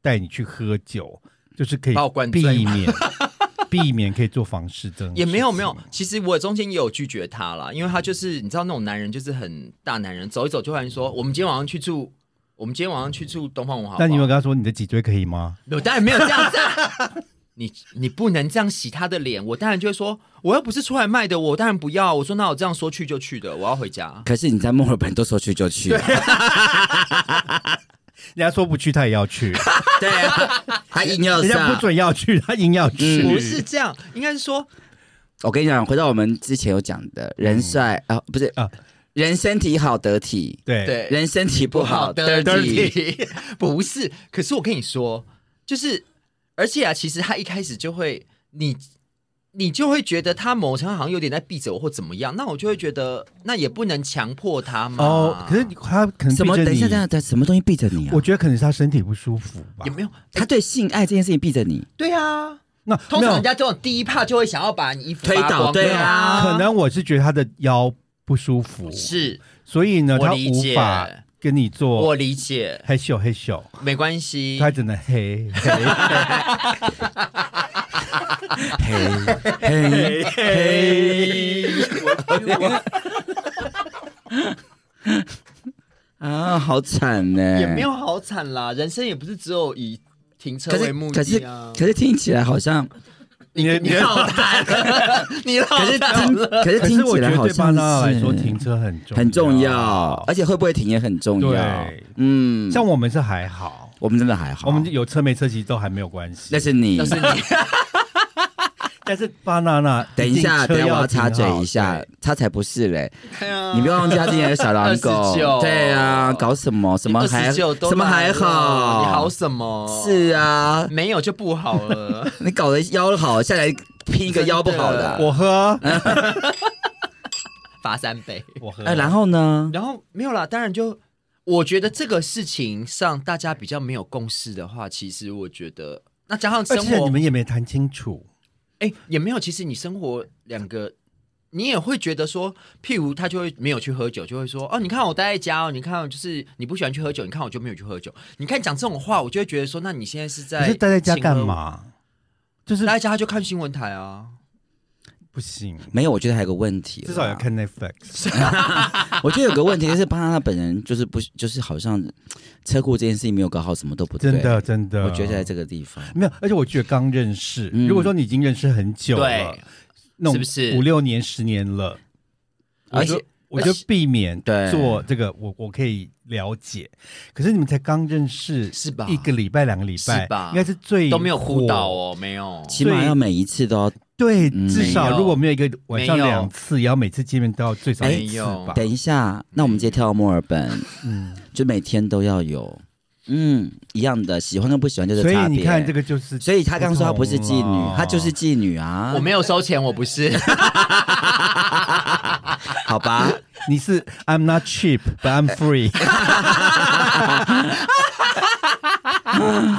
[SPEAKER 1] 带你去喝酒，就是可以
[SPEAKER 2] 把我灌
[SPEAKER 1] 避
[SPEAKER 2] 醉
[SPEAKER 1] 免 *laughs* 避免可以做房事这种
[SPEAKER 2] 也没有
[SPEAKER 1] 事情
[SPEAKER 2] 没有，其实我中间也有拒绝他啦，因为他就是你知道那种男人就是很大男人，走一走就突然说，我们今天晚上去住，我们今天晚上去住东方文华，
[SPEAKER 1] 那你有没有跟他说你的脊椎可以吗？
[SPEAKER 2] 我当然没有这样子、啊。 *laughs* 你你不能这样洗他的脸，我当然就会说，我又不是出来卖的，我当然不要。我说那我这样说去就去的，我要回家。
[SPEAKER 3] 可是你在墨尔本都说去就去，
[SPEAKER 1] 人家说不去，他也要去；
[SPEAKER 3] 对啊，他硬要
[SPEAKER 1] 人家
[SPEAKER 3] 上
[SPEAKER 1] 不。准要去，他硬要去。
[SPEAKER 2] 嗯不是这样，应该是说
[SPEAKER 3] 我跟你讲，回到我们之前有讲的，人帅、啊，不是
[SPEAKER 1] 啊
[SPEAKER 3] 人身体好得体，
[SPEAKER 1] 对
[SPEAKER 2] 对
[SPEAKER 3] 人身体不好得体。
[SPEAKER 2] dirty *laughs* 不是。可是我跟你说，就是而且啊，其实他一开始就会你。你就会觉得他某程度好像有点在避着我或怎么样，那我就会觉得那也不能强迫他嘛。
[SPEAKER 1] 哦，可是你他可能
[SPEAKER 3] 什么？
[SPEAKER 1] 逼着
[SPEAKER 3] 等一下，
[SPEAKER 1] 你
[SPEAKER 3] 等一下，等一下什么东西避着你啊
[SPEAKER 1] 我？觉得可能是他身体不舒服吧
[SPEAKER 2] 也。没有哎
[SPEAKER 3] 他对性爱这件事情避着你，
[SPEAKER 2] 对啊，
[SPEAKER 1] 那
[SPEAKER 2] 通
[SPEAKER 1] 没有
[SPEAKER 2] 常人家这种第一怕就会想要把你衣服
[SPEAKER 3] 推
[SPEAKER 2] 扒
[SPEAKER 3] 倒
[SPEAKER 2] 光
[SPEAKER 3] 对啊
[SPEAKER 1] 可能我是觉得他的腰不舒服，
[SPEAKER 2] 是
[SPEAKER 1] 所以呢，
[SPEAKER 2] 我
[SPEAKER 1] 他
[SPEAKER 2] 理
[SPEAKER 1] 无
[SPEAKER 2] 解。
[SPEAKER 1] 法跟你做
[SPEAKER 2] 我理解，
[SPEAKER 1] 嘿咻嘿咻，
[SPEAKER 2] 没关系。
[SPEAKER 1] 他真的嘿嘿
[SPEAKER 3] 嘿，
[SPEAKER 1] 哎嘿，
[SPEAKER 3] *laughs* 啊，好惨呢，
[SPEAKER 2] 也没有好惨啦，人生也不是只有以停车
[SPEAKER 3] 可
[SPEAKER 2] 为
[SPEAKER 3] 是
[SPEAKER 2] 目
[SPEAKER 3] 可是
[SPEAKER 2] 的啊。
[SPEAKER 3] 可是听起来好像，
[SPEAKER 1] 你的你
[SPEAKER 2] 你
[SPEAKER 1] 的
[SPEAKER 2] 好惨，你老
[SPEAKER 3] 可是听可是
[SPEAKER 1] 可是
[SPEAKER 3] 听
[SPEAKER 1] 我觉
[SPEAKER 3] 起来
[SPEAKER 1] 得
[SPEAKER 3] 好
[SPEAKER 1] 对巴
[SPEAKER 3] 像
[SPEAKER 1] 拿来
[SPEAKER 3] 是
[SPEAKER 1] 说停车很重
[SPEAKER 3] 很重要，而且会不会停也很重要
[SPEAKER 1] 对。
[SPEAKER 3] 嗯，
[SPEAKER 1] 像我们是还好，
[SPEAKER 3] 我们真的还好，
[SPEAKER 1] 我们有车没车其实都还没有关系
[SPEAKER 3] 那。是你
[SPEAKER 2] 就。是你， *laughs*
[SPEAKER 1] 但是巴娜娜，
[SPEAKER 3] 等一下，
[SPEAKER 1] 定
[SPEAKER 3] 等
[SPEAKER 1] 车
[SPEAKER 3] 一下我
[SPEAKER 1] 要
[SPEAKER 3] 要
[SPEAKER 1] 停
[SPEAKER 3] 插
[SPEAKER 1] 啊
[SPEAKER 3] 嘴
[SPEAKER 1] 好
[SPEAKER 3] 一下
[SPEAKER 1] 对，嗯
[SPEAKER 3] 他才不是嘞！
[SPEAKER 2] 哎呀
[SPEAKER 3] 你不要忘记他之前是小
[SPEAKER 1] *laughs*
[SPEAKER 3] 狼
[SPEAKER 2] 29
[SPEAKER 3] 狗，对啊，搞什么什么还
[SPEAKER 2] 29都
[SPEAKER 3] 什么还
[SPEAKER 2] 来了
[SPEAKER 3] 好，
[SPEAKER 2] 你好什么？
[SPEAKER 3] 是啊，
[SPEAKER 2] 没有就不好了。
[SPEAKER 3] 你搞得腰好，下来拼一个腰不好的啊。
[SPEAKER 1] 我喝，
[SPEAKER 2] 罚三倍。
[SPEAKER 1] 我喝。
[SPEAKER 3] 哎，然后呢？
[SPEAKER 2] *laughs* 然后没有啦，当然就我觉得这个事情上大家比较没有共识的话，其实我觉得那加上
[SPEAKER 1] 而
[SPEAKER 2] 生
[SPEAKER 1] 且你
[SPEAKER 2] 活，
[SPEAKER 1] 们也没谈清楚，
[SPEAKER 2] 哎，也没有。其实你生活两个。你也会觉得说，譬如他就会没有去喝酒，就会说哦，你看我待在家哦，你看就是你不喜欢去喝酒，你看我就没有去喝酒。你看讲这种话，我就会觉得说，那你现在是在
[SPEAKER 1] 可是待在家
[SPEAKER 2] 请喝
[SPEAKER 1] 干？嘛？就是
[SPEAKER 2] 待在家就看新闻台啊。
[SPEAKER 1] 不行，
[SPEAKER 3] 没有，我觉得还有个问题啦，
[SPEAKER 1] 至少要看 Netflix。
[SPEAKER 3] 我觉得有个问题就是，巴拿他本人就是不就是好像车库这件事情没有搞好，什么都不对。
[SPEAKER 1] 真，的，真的，
[SPEAKER 3] 我觉得在这个地方，
[SPEAKER 1] 没有。而且我觉得刚认识，
[SPEAKER 3] 嗯
[SPEAKER 1] 如果说你已经认识很久了
[SPEAKER 2] 对，，
[SPEAKER 1] 那种
[SPEAKER 2] 是不是
[SPEAKER 1] 五六年、十年了？
[SPEAKER 3] 而且
[SPEAKER 1] 我就我就避免
[SPEAKER 3] 对
[SPEAKER 1] 做这个，我我可以了解。可是你们才刚认识
[SPEAKER 2] 是吧
[SPEAKER 1] 一个礼拜、两个礼拜
[SPEAKER 2] 是吧
[SPEAKER 1] 应该是最
[SPEAKER 2] 都没有
[SPEAKER 1] 火
[SPEAKER 2] 哭到。哦，没有。
[SPEAKER 3] 起码要每一次都要。
[SPEAKER 1] 对，
[SPEAKER 3] 嗯
[SPEAKER 1] 至
[SPEAKER 2] 没
[SPEAKER 1] 少
[SPEAKER 2] 有
[SPEAKER 1] 如果没有一个晚上
[SPEAKER 2] 没有
[SPEAKER 1] 两次，也要每次见面都要最少一
[SPEAKER 2] 没
[SPEAKER 1] 次
[SPEAKER 2] 有
[SPEAKER 1] 吧？
[SPEAKER 3] 等一下，那我们直接跳到墨尔本，
[SPEAKER 1] 嗯，
[SPEAKER 3] 就每天都要有，嗯，一样的，喜欢跟不喜欢就是
[SPEAKER 1] 所以
[SPEAKER 3] 差别。
[SPEAKER 1] 你看这，个就是，
[SPEAKER 3] 所以他刚说他不是妓
[SPEAKER 1] 不同哦
[SPEAKER 3] 女
[SPEAKER 1] 了，
[SPEAKER 3] 他就是妓女啊
[SPEAKER 2] 我，没有收钱，我不是。
[SPEAKER 3] 好
[SPEAKER 1] *laughs*
[SPEAKER 3] 吧？
[SPEAKER 1] 你是 I'm not cheap but I'm
[SPEAKER 2] *laughs*
[SPEAKER 1] free，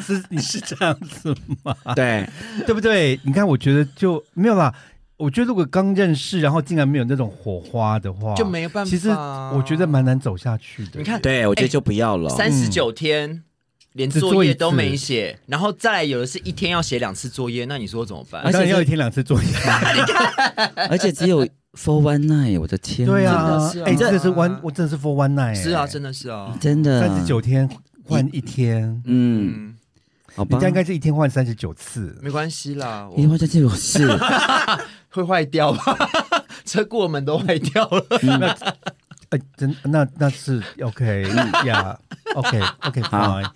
[SPEAKER 1] 是你是这样子吗？
[SPEAKER 3] 对，
[SPEAKER 1] 对不对？你看，我觉得就没有啦。我觉得如果刚认识，然后竟然没有那种火花的话，
[SPEAKER 2] *laughs* 就没有办法
[SPEAKER 1] 其实我觉得蛮难走下去的。
[SPEAKER 2] 你看
[SPEAKER 3] 对，我觉得就不要了。
[SPEAKER 2] 三十九天，连
[SPEAKER 1] 只
[SPEAKER 2] 作
[SPEAKER 1] 做一
[SPEAKER 2] 业都
[SPEAKER 1] 次
[SPEAKER 2] 没写，然后再来有的是一天要写两次作业，那你说怎么办
[SPEAKER 1] 我？当然要一天两次作业。
[SPEAKER 2] *laughs*
[SPEAKER 3] *laughs* 而且只有 for one night，我的天哪，
[SPEAKER 1] 对啊
[SPEAKER 2] 真的是，啊
[SPEAKER 1] 哎，这是 one，我真的是 for one night，
[SPEAKER 2] 是啊，真的是啊，
[SPEAKER 3] 真的
[SPEAKER 1] 三十，九天换一天，
[SPEAKER 3] 嗯，
[SPEAKER 2] 嗯，
[SPEAKER 3] 好吧
[SPEAKER 1] 人家，应该是一天换三十九次。
[SPEAKER 2] 没关系啦，
[SPEAKER 3] 因
[SPEAKER 2] 我
[SPEAKER 3] 为这这种事， *laughs*
[SPEAKER 2] 会坏掉吧？ *laughs* 车过门都坏掉了，
[SPEAKER 1] 哎，真那那
[SPEAKER 3] *laughs*
[SPEAKER 1] 是 OK 呀，OK OK
[SPEAKER 3] 好
[SPEAKER 1] fine，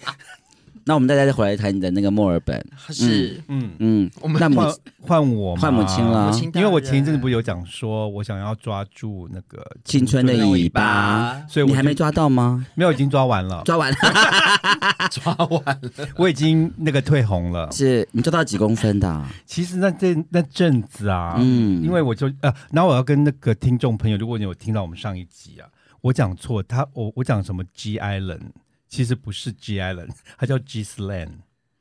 [SPEAKER 3] 那我们大家再回来谈你的那个墨尔本，
[SPEAKER 2] *laughs* 是
[SPEAKER 1] 嗯，
[SPEAKER 3] 嗯，
[SPEAKER 2] 我们
[SPEAKER 3] 那母
[SPEAKER 1] 换换我吗
[SPEAKER 3] 换母亲了
[SPEAKER 2] 母亲大
[SPEAKER 1] 因
[SPEAKER 2] 人，
[SPEAKER 1] 为我前一阵子不是有讲说，我想要抓住那个
[SPEAKER 3] 青春的尾巴，
[SPEAKER 1] 所以我
[SPEAKER 3] 你还
[SPEAKER 1] 就
[SPEAKER 3] 没抓到吗？
[SPEAKER 1] 没有已经抓完了，
[SPEAKER 3] 抓完了，
[SPEAKER 2] 抓完了，
[SPEAKER 1] 我已经那个退红了。
[SPEAKER 3] *laughs* 是你抓到几公分的啊？
[SPEAKER 1] 其实那这那阵子啊，
[SPEAKER 3] 嗯
[SPEAKER 1] 因为我就呃，然后我要跟那个听众朋友，如果你有听到我们上一集啊，我讲错，他我我讲什么 G Island，其实不是 G Island，它叫 G Sland，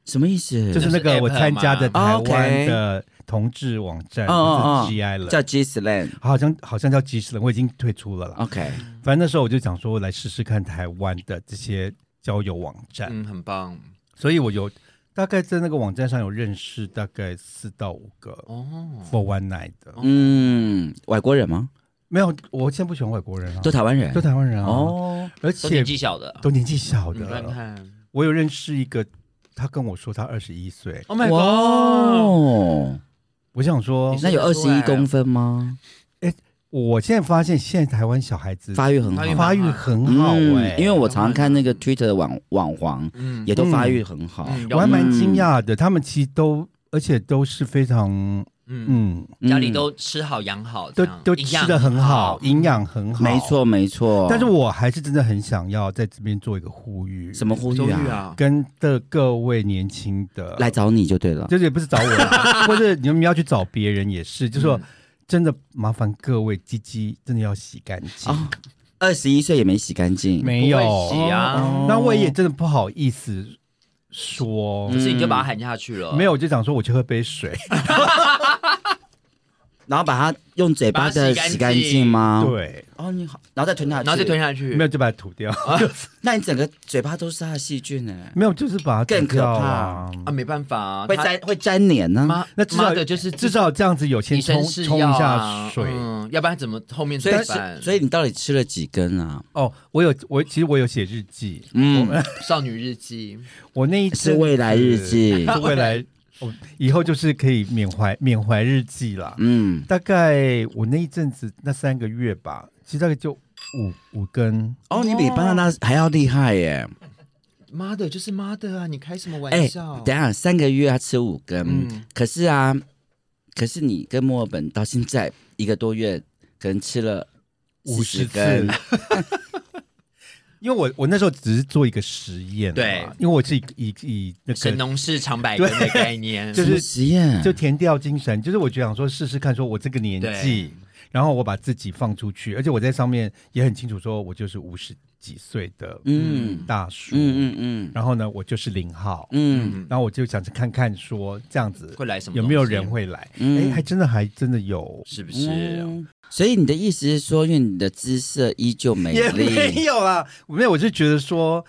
[SPEAKER 3] 什么意思？
[SPEAKER 1] 就是那
[SPEAKER 2] 就是
[SPEAKER 1] 个
[SPEAKER 2] app
[SPEAKER 1] 我参加的
[SPEAKER 3] 嘛
[SPEAKER 1] 台
[SPEAKER 3] 哦
[SPEAKER 1] 湾
[SPEAKER 3] ，OK
[SPEAKER 1] 的同志网站，
[SPEAKER 3] 哦哦哦
[SPEAKER 1] 就是 G Island，
[SPEAKER 3] 叫 G slang。
[SPEAKER 1] 好像好像叫 G Sland，我已经退出了啦。
[SPEAKER 3] OK，
[SPEAKER 1] 反正那时候我就想说，我来试试看台湾的这些交友网站，
[SPEAKER 2] 嗯，很棒
[SPEAKER 1] 所以我有大概在那个网站上有认识大概四到五个
[SPEAKER 2] 哦，
[SPEAKER 1] for one night 的。
[SPEAKER 3] 嗯，外国人吗？
[SPEAKER 1] 没有，我现在不喜欢外国人啊，
[SPEAKER 3] 都台湾人
[SPEAKER 1] 都。台湾人啊。哦，
[SPEAKER 3] 哦，
[SPEAKER 1] 而
[SPEAKER 2] 都
[SPEAKER 1] 且
[SPEAKER 2] 年纪小的，
[SPEAKER 1] 都年纪小嗯
[SPEAKER 2] 你看
[SPEAKER 1] 的。
[SPEAKER 2] 看
[SPEAKER 1] 我有认识一个，他跟我说他二十一岁，
[SPEAKER 2] ，Oh my God，
[SPEAKER 3] 哦，
[SPEAKER 1] 我想说
[SPEAKER 2] 你，是
[SPEAKER 3] 那有二
[SPEAKER 2] 看得
[SPEAKER 3] 十
[SPEAKER 2] 出来
[SPEAKER 3] 一
[SPEAKER 2] 啊
[SPEAKER 3] 公分吗？
[SPEAKER 1] 我现在发现现在台湾小孩子
[SPEAKER 3] 发育很好
[SPEAKER 2] 发育，蛮
[SPEAKER 1] 发育很好哎、
[SPEAKER 3] 嗯，因为我常看那个 Twitter 的网网黄
[SPEAKER 2] 嗯
[SPEAKER 3] 也都发育很好。
[SPEAKER 2] 嗯
[SPEAKER 1] 我还蛮
[SPEAKER 3] 嗯
[SPEAKER 1] 惊讶的，他们其实都。而且都是非常，
[SPEAKER 2] 嗯，
[SPEAKER 1] 嗯，
[SPEAKER 2] 家里
[SPEAKER 3] 嗯
[SPEAKER 2] 都吃好养好，
[SPEAKER 1] 都
[SPEAKER 2] 这样
[SPEAKER 1] 都
[SPEAKER 2] 营
[SPEAKER 1] 吃
[SPEAKER 2] 养
[SPEAKER 1] 的很好，营养很好，
[SPEAKER 3] 嗯没。错没错。
[SPEAKER 1] 但是我还是真的很想要在这边做一个呼吁，
[SPEAKER 3] 什么呼
[SPEAKER 2] 周
[SPEAKER 3] 吁
[SPEAKER 2] 玉
[SPEAKER 3] 啊？
[SPEAKER 2] 啊，
[SPEAKER 1] 跟的各位年轻的
[SPEAKER 3] 来找你就对了。
[SPEAKER 1] 就是也不是找我
[SPEAKER 3] *laughs*
[SPEAKER 1] 啦，或者你们要去找别人也是，就说
[SPEAKER 2] 嗯
[SPEAKER 1] 真的麻烦各位鸡鸡真的要洗干净，
[SPEAKER 3] 啊，二十一岁也没洗干净。
[SPEAKER 1] 没有
[SPEAKER 2] 不会洗啊
[SPEAKER 1] 哦那我也真的不好意思说嗯
[SPEAKER 2] 可，是你就把他喊下去了，
[SPEAKER 1] 没有，我就想说我去喝杯水，
[SPEAKER 3] 然后把它用嘴巴的
[SPEAKER 2] 把它洗干
[SPEAKER 3] 洗
[SPEAKER 2] 净
[SPEAKER 3] 干净吗？。
[SPEAKER 1] *laughs* 对，
[SPEAKER 3] 哦，你好，然后再吞下去，
[SPEAKER 2] 然后再吞，下去
[SPEAKER 1] 没，有就把它吐掉，
[SPEAKER 3] 啊那你整个嘴巴都是它的细菌哎、
[SPEAKER 1] 没有就是把它
[SPEAKER 3] 更
[SPEAKER 1] 吐掉
[SPEAKER 3] 可怕
[SPEAKER 1] 啊。
[SPEAKER 2] 啊，没办法啊，
[SPEAKER 3] 会
[SPEAKER 2] 他
[SPEAKER 3] 粘会粘黏呢、
[SPEAKER 2] 妈
[SPEAKER 1] 那至
[SPEAKER 2] 妈
[SPEAKER 1] 少
[SPEAKER 2] 的就是
[SPEAKER 1] 至少这样子有先
[SPEAKER 2] 医
[SPEAKER 1] 冲
[SPEAKER 2] 生是
[SPEAKER 1] 冲
[SPEAKER 2] 药
[SPEAKER 1] 一
[SPEAKER 2] 啊
[SPEAKER 1] 下水
[SPEAKER 2] 嗯，要不然怎么后面
[SPEAKER 3] 所
[SPEAKER 2] 怎
[SPEAKER 3] 以
[SPEAKER 2] 么
[SPEAKER 3] 是
[SPEAKER 2] 办？
[SPEAKER 3] 所以你到底吃了几根啊？
[SPEAKER 1] 哦。我有我其实我有写日记，
[SPEAKER 3] 嗯，
[SPEAKER 2] 少女日记，
[SPEAKER 1] 我那一
[SPEAKER 3] 是
[SPEAKER 1] 阵
[SPEAKER 3] 未来日
[SPEAKER 1] 子
[SPEAKER 3] 记，
[SPEAKER 1] 是未来，我以后就是可以缅怀缅怀日记啦。
[SPEAKER 3] 嗯，
[SPEAKER 1] 大概我那一阵子那三个月吧，其实大概就五五根，
[SPEAKER 3] 哦，你比巴拿那还要厉害耶！
[SPEAKER 2] 妈的，就是妈的啊！你开什么
[SPEAKER 3] 哎、
[SPEAKER 2] 玩笑？
[SPEAKER 3] 等一下三个月他吃五根、
[SPEAKER 2] 嗯
[SPEAKER 3] 可是啊，可是你跟墨尔本到现在一个多月，可能吃了
[SPEAKER 1] 五十
[SPEAKER 3] 40
[SPEAKER 1] 次
[SPEAKER 3] 根，。
[SPEAKER 1] 因为我我那时候只是做一个实验嘛，
[SPEAKER 2] 对
[SPEAKER 1] 因为我是以以以那
[SPEAKER 2] 神
[SPEAKER 1] 个
[SPEAKER 2] 农氏尝百根的概念，
[SPEAKER 1] *laughs* 就
[SPEAKER 3] 什
[SPEAKER 1] 是
[SPEAKER 3] 么实验？
[SPEAKER 1] 就填掉精神，就是我就想说试试看，说我这个年纪，然后我把自己放出去，而且我在上面也很清楚，说我就是五十几岁的
[SPEAKER 3] 嗯
[SPEAKER 1] 大叔，
[SPEAKER 3] 嗯嗯嗯
[SPEAKER 1] 然后呢，我就是零号，
[SPEAKER 3] 嗯
[SPEAKER 1] 然后我就想去看看说这样子
[SPEAKER 2] 会来什么？啊
[SPEAKER 1] 有没有人？会来，哎，
[SPEAKER 3] 嗯，
[SPEAKER 1] 还真的还真的有，
[SPEAKER 2] 是不是？
[SPEAKER 3] 嗯所以你的意思是说，因为你的姿色依旧美
[SPEAKER 1] 也没
[SPEAKER 3] 丽，
[SPEAKER 1] 有啦，没有，我就觉得说，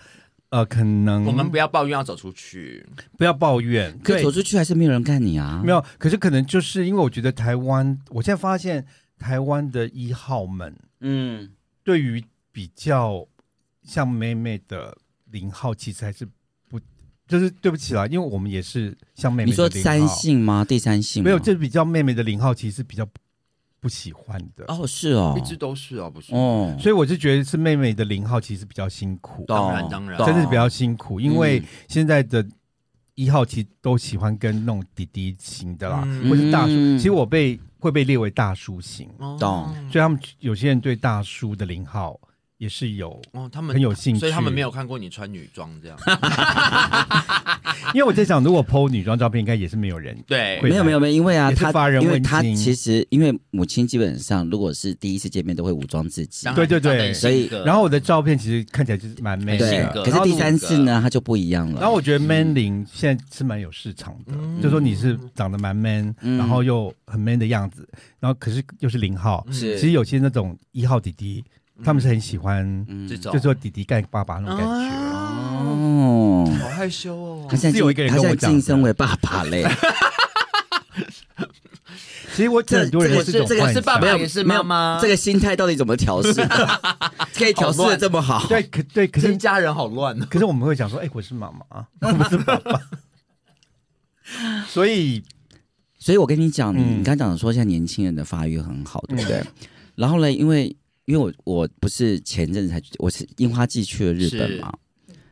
[SPEAKER 1] 呃，可能
[SPEAKER 2] 我们不要抱怨，要走出去。
[SPEAKER 1] 不要抱怨，
[SPEAKER 3] 可
[SPEAKER 1] 对
[SPEAKER 3] 走，出去还是没有人看你啊？
[SPEAKER 1] 没有，可是可能就是因为我觉得台湾，我现在发现台湾的一号们
[SPEAKER 3] 嗯，
[SPEAKER 1] 对于比较像妹妹的零号，其实还是不，就是对不起啦，因为我们也是像妹妹
[SPEAKER 3] 你
[SPEAKER 1] 的
[SPEAKER 3] 说
[SPEAKER 1] 零号
[SPEAKER 3] 三性吗？第三
[SPEAKER 2] 啊
[SPEAKER 3] 性哦吗
[SPEAKER 1] 没有，就是比较妹妹的零号，其实是比较不不喜欢的。
[SPEAKER 2] 嗯
[SPEAKER 3] 哦，是哦
[SPEAKER 2] 一，直都是哦，不是？
[SPEAKER 3] 哦，
[SPEAKER 1] 所以我就觉得是妹妹的零号其实比较辛苦，
[SPEAKER 3] 懂
[SPEAKER 2] 当然当然
[SPEAKER 3] 懂
[SPEAKER 1] 真的是比较辛苦，因为
[SPEAKER 3] 嗯
[SPEAKER 1] 现在的一号其实都喜欢跟那种弟弟型的啦，
[SPEAKER 2] 嗯
[SPEAKER 1] 或是大叔。
[SPEAKER 3] 嗯
[SPEAKER 1] 其实我被会被列为大叔型，
[SPEAKER 2] 哦
[SPEAKER 3] 懂
[SPEAKER 1] 所以他们有些人对大叔的零号也是有，
[SPEAKER 2] 哦，他们
[SPEAKER 1] 很有兴趣
[SPEAKER 2] 所以他们没有看过你穿女装
[SPEAKER 3] *laughs*
[SPEAKER 2] 这样。
[SPEAKER 1] *laughs* 因为我在想，如果 PO 女装照片，应该也是没有人。
[SPEAKER 2] 对
[SPEAKER 1] 会，
[SPEAKER 3] 没有没有没有，因为啊，
[SPEAKER 1] 也是
[SPEAKER 3] 他
[SPEAKER 1] 发人
[SPEAKER 3] 因为
[SPEAKER 1] 问
[SPEAKER 3] 他
[SPEAKER 1] 津
[SPEAKER 3] 其实因为母亲基本上如果是第一次见面都会武装自己
[SPEAKER 2] 当，然
[SPEAKER 1] 对对对
[SPEAKER 3] 所以
[SPEAKER 2] 长得很性格
[SPEAKER 1] 然后我的照片其实看起来就是蛮 man
[SPEAKER 2] 很
[SPEAKER 3] 对
[SPEAKER 2] 性
[SPEAKER 1] 的，嗯
[SPEAKER 2] 格
[SPEAKER 3] 可
[SPEAKER 1] 然
[SPEAKER 3] 是
[SPEAKER 1] 后
[SPEAKER 3] 第三次呢他就不一样了。
[SPEAKER 1] 然后我觉得 man 零现在是蛮有市场的，
[SPEAKER 2] 嗯
[SPEAKER 1] 就说你是长得蛮 man，、
[SPEAKER 3] 嗯
[SPEAKER 1] 然后又很 man 的样子，然后可是又是零号，
[SPEAKER 3] 嗯是
[SPEAKER 1] 其实有些那种一号弟弟，他们是很喜欢，
[SPEAKER 3] 嗯
[SPEAKER 2] 这种
[SPEAKER 1] 就说弟弟干爸爸那种感觉。
[SPEAKER 2] 啊，
[SPEAKER 3] 哦，
[SPEAKER 2] 好害羞哦
[SPEAKER 3] 他。现在
[SPEAKER 1] 是
[SPEAKER 3] 晋
[SPEAKER 1] 有一个人
[SPEAKER 3] 他
[SPEAKER 1] 跟
[SPEAKER 3] 现在
[SPEAKER 1] 我讲
[SPEAKER 3] 晋升
[SPEAKER 1] 的
[SPEAKER 3] 为爸爸嘞，
[SPEAKER 2] *laughs*
[SPEAKER 1] 其实我
[SPEAKER 3] 这
[SPEAKER 1] 很多人
[SPEAKER 3] 这
[SPEAKER 1] 有
[SPEAKER 3] 个
[SPEAKER 1] 这种
[SPEAKER 3] 这个
[SPEAKER 1] 幻
[SPEAKER 2] 是爸
[SPEAKER 1] 想，
[SPEAKER 2] 爸
[SPEAKER 1] 没有
[SPEAKER 2] 也是
[SPEAKER 3] 没有
[SPEAKER 2] 妈妈
[SPEAKER 3] 这个心态到底怎么调
[SPEAKER 2] *laughs*
[SPEAKER 3] 试的？可以调试的这么好？
[SPEAKER 1] 对，可对，可
[SPEAKER 2] 这一
[SPEAKER 1] 是
[SPEAKER 2] 家人好乱哦。
[SPEAKER 1] 可是我们会讲说，哎，我是妈妈， *laughs* 我不是爸
[SPEAKER 3] *laughs*
[SPEAKER 1] 爸，所以
[SPEAKER 3] 所以我跟你讲，你
[SPEAKER 1] 嗯
[SPEAKER 3] 你刚讲说现在年轻人的发育很好，对不对？然后呢，因为因为我我不是前阵子才去，我是樱花季去了日本嘛。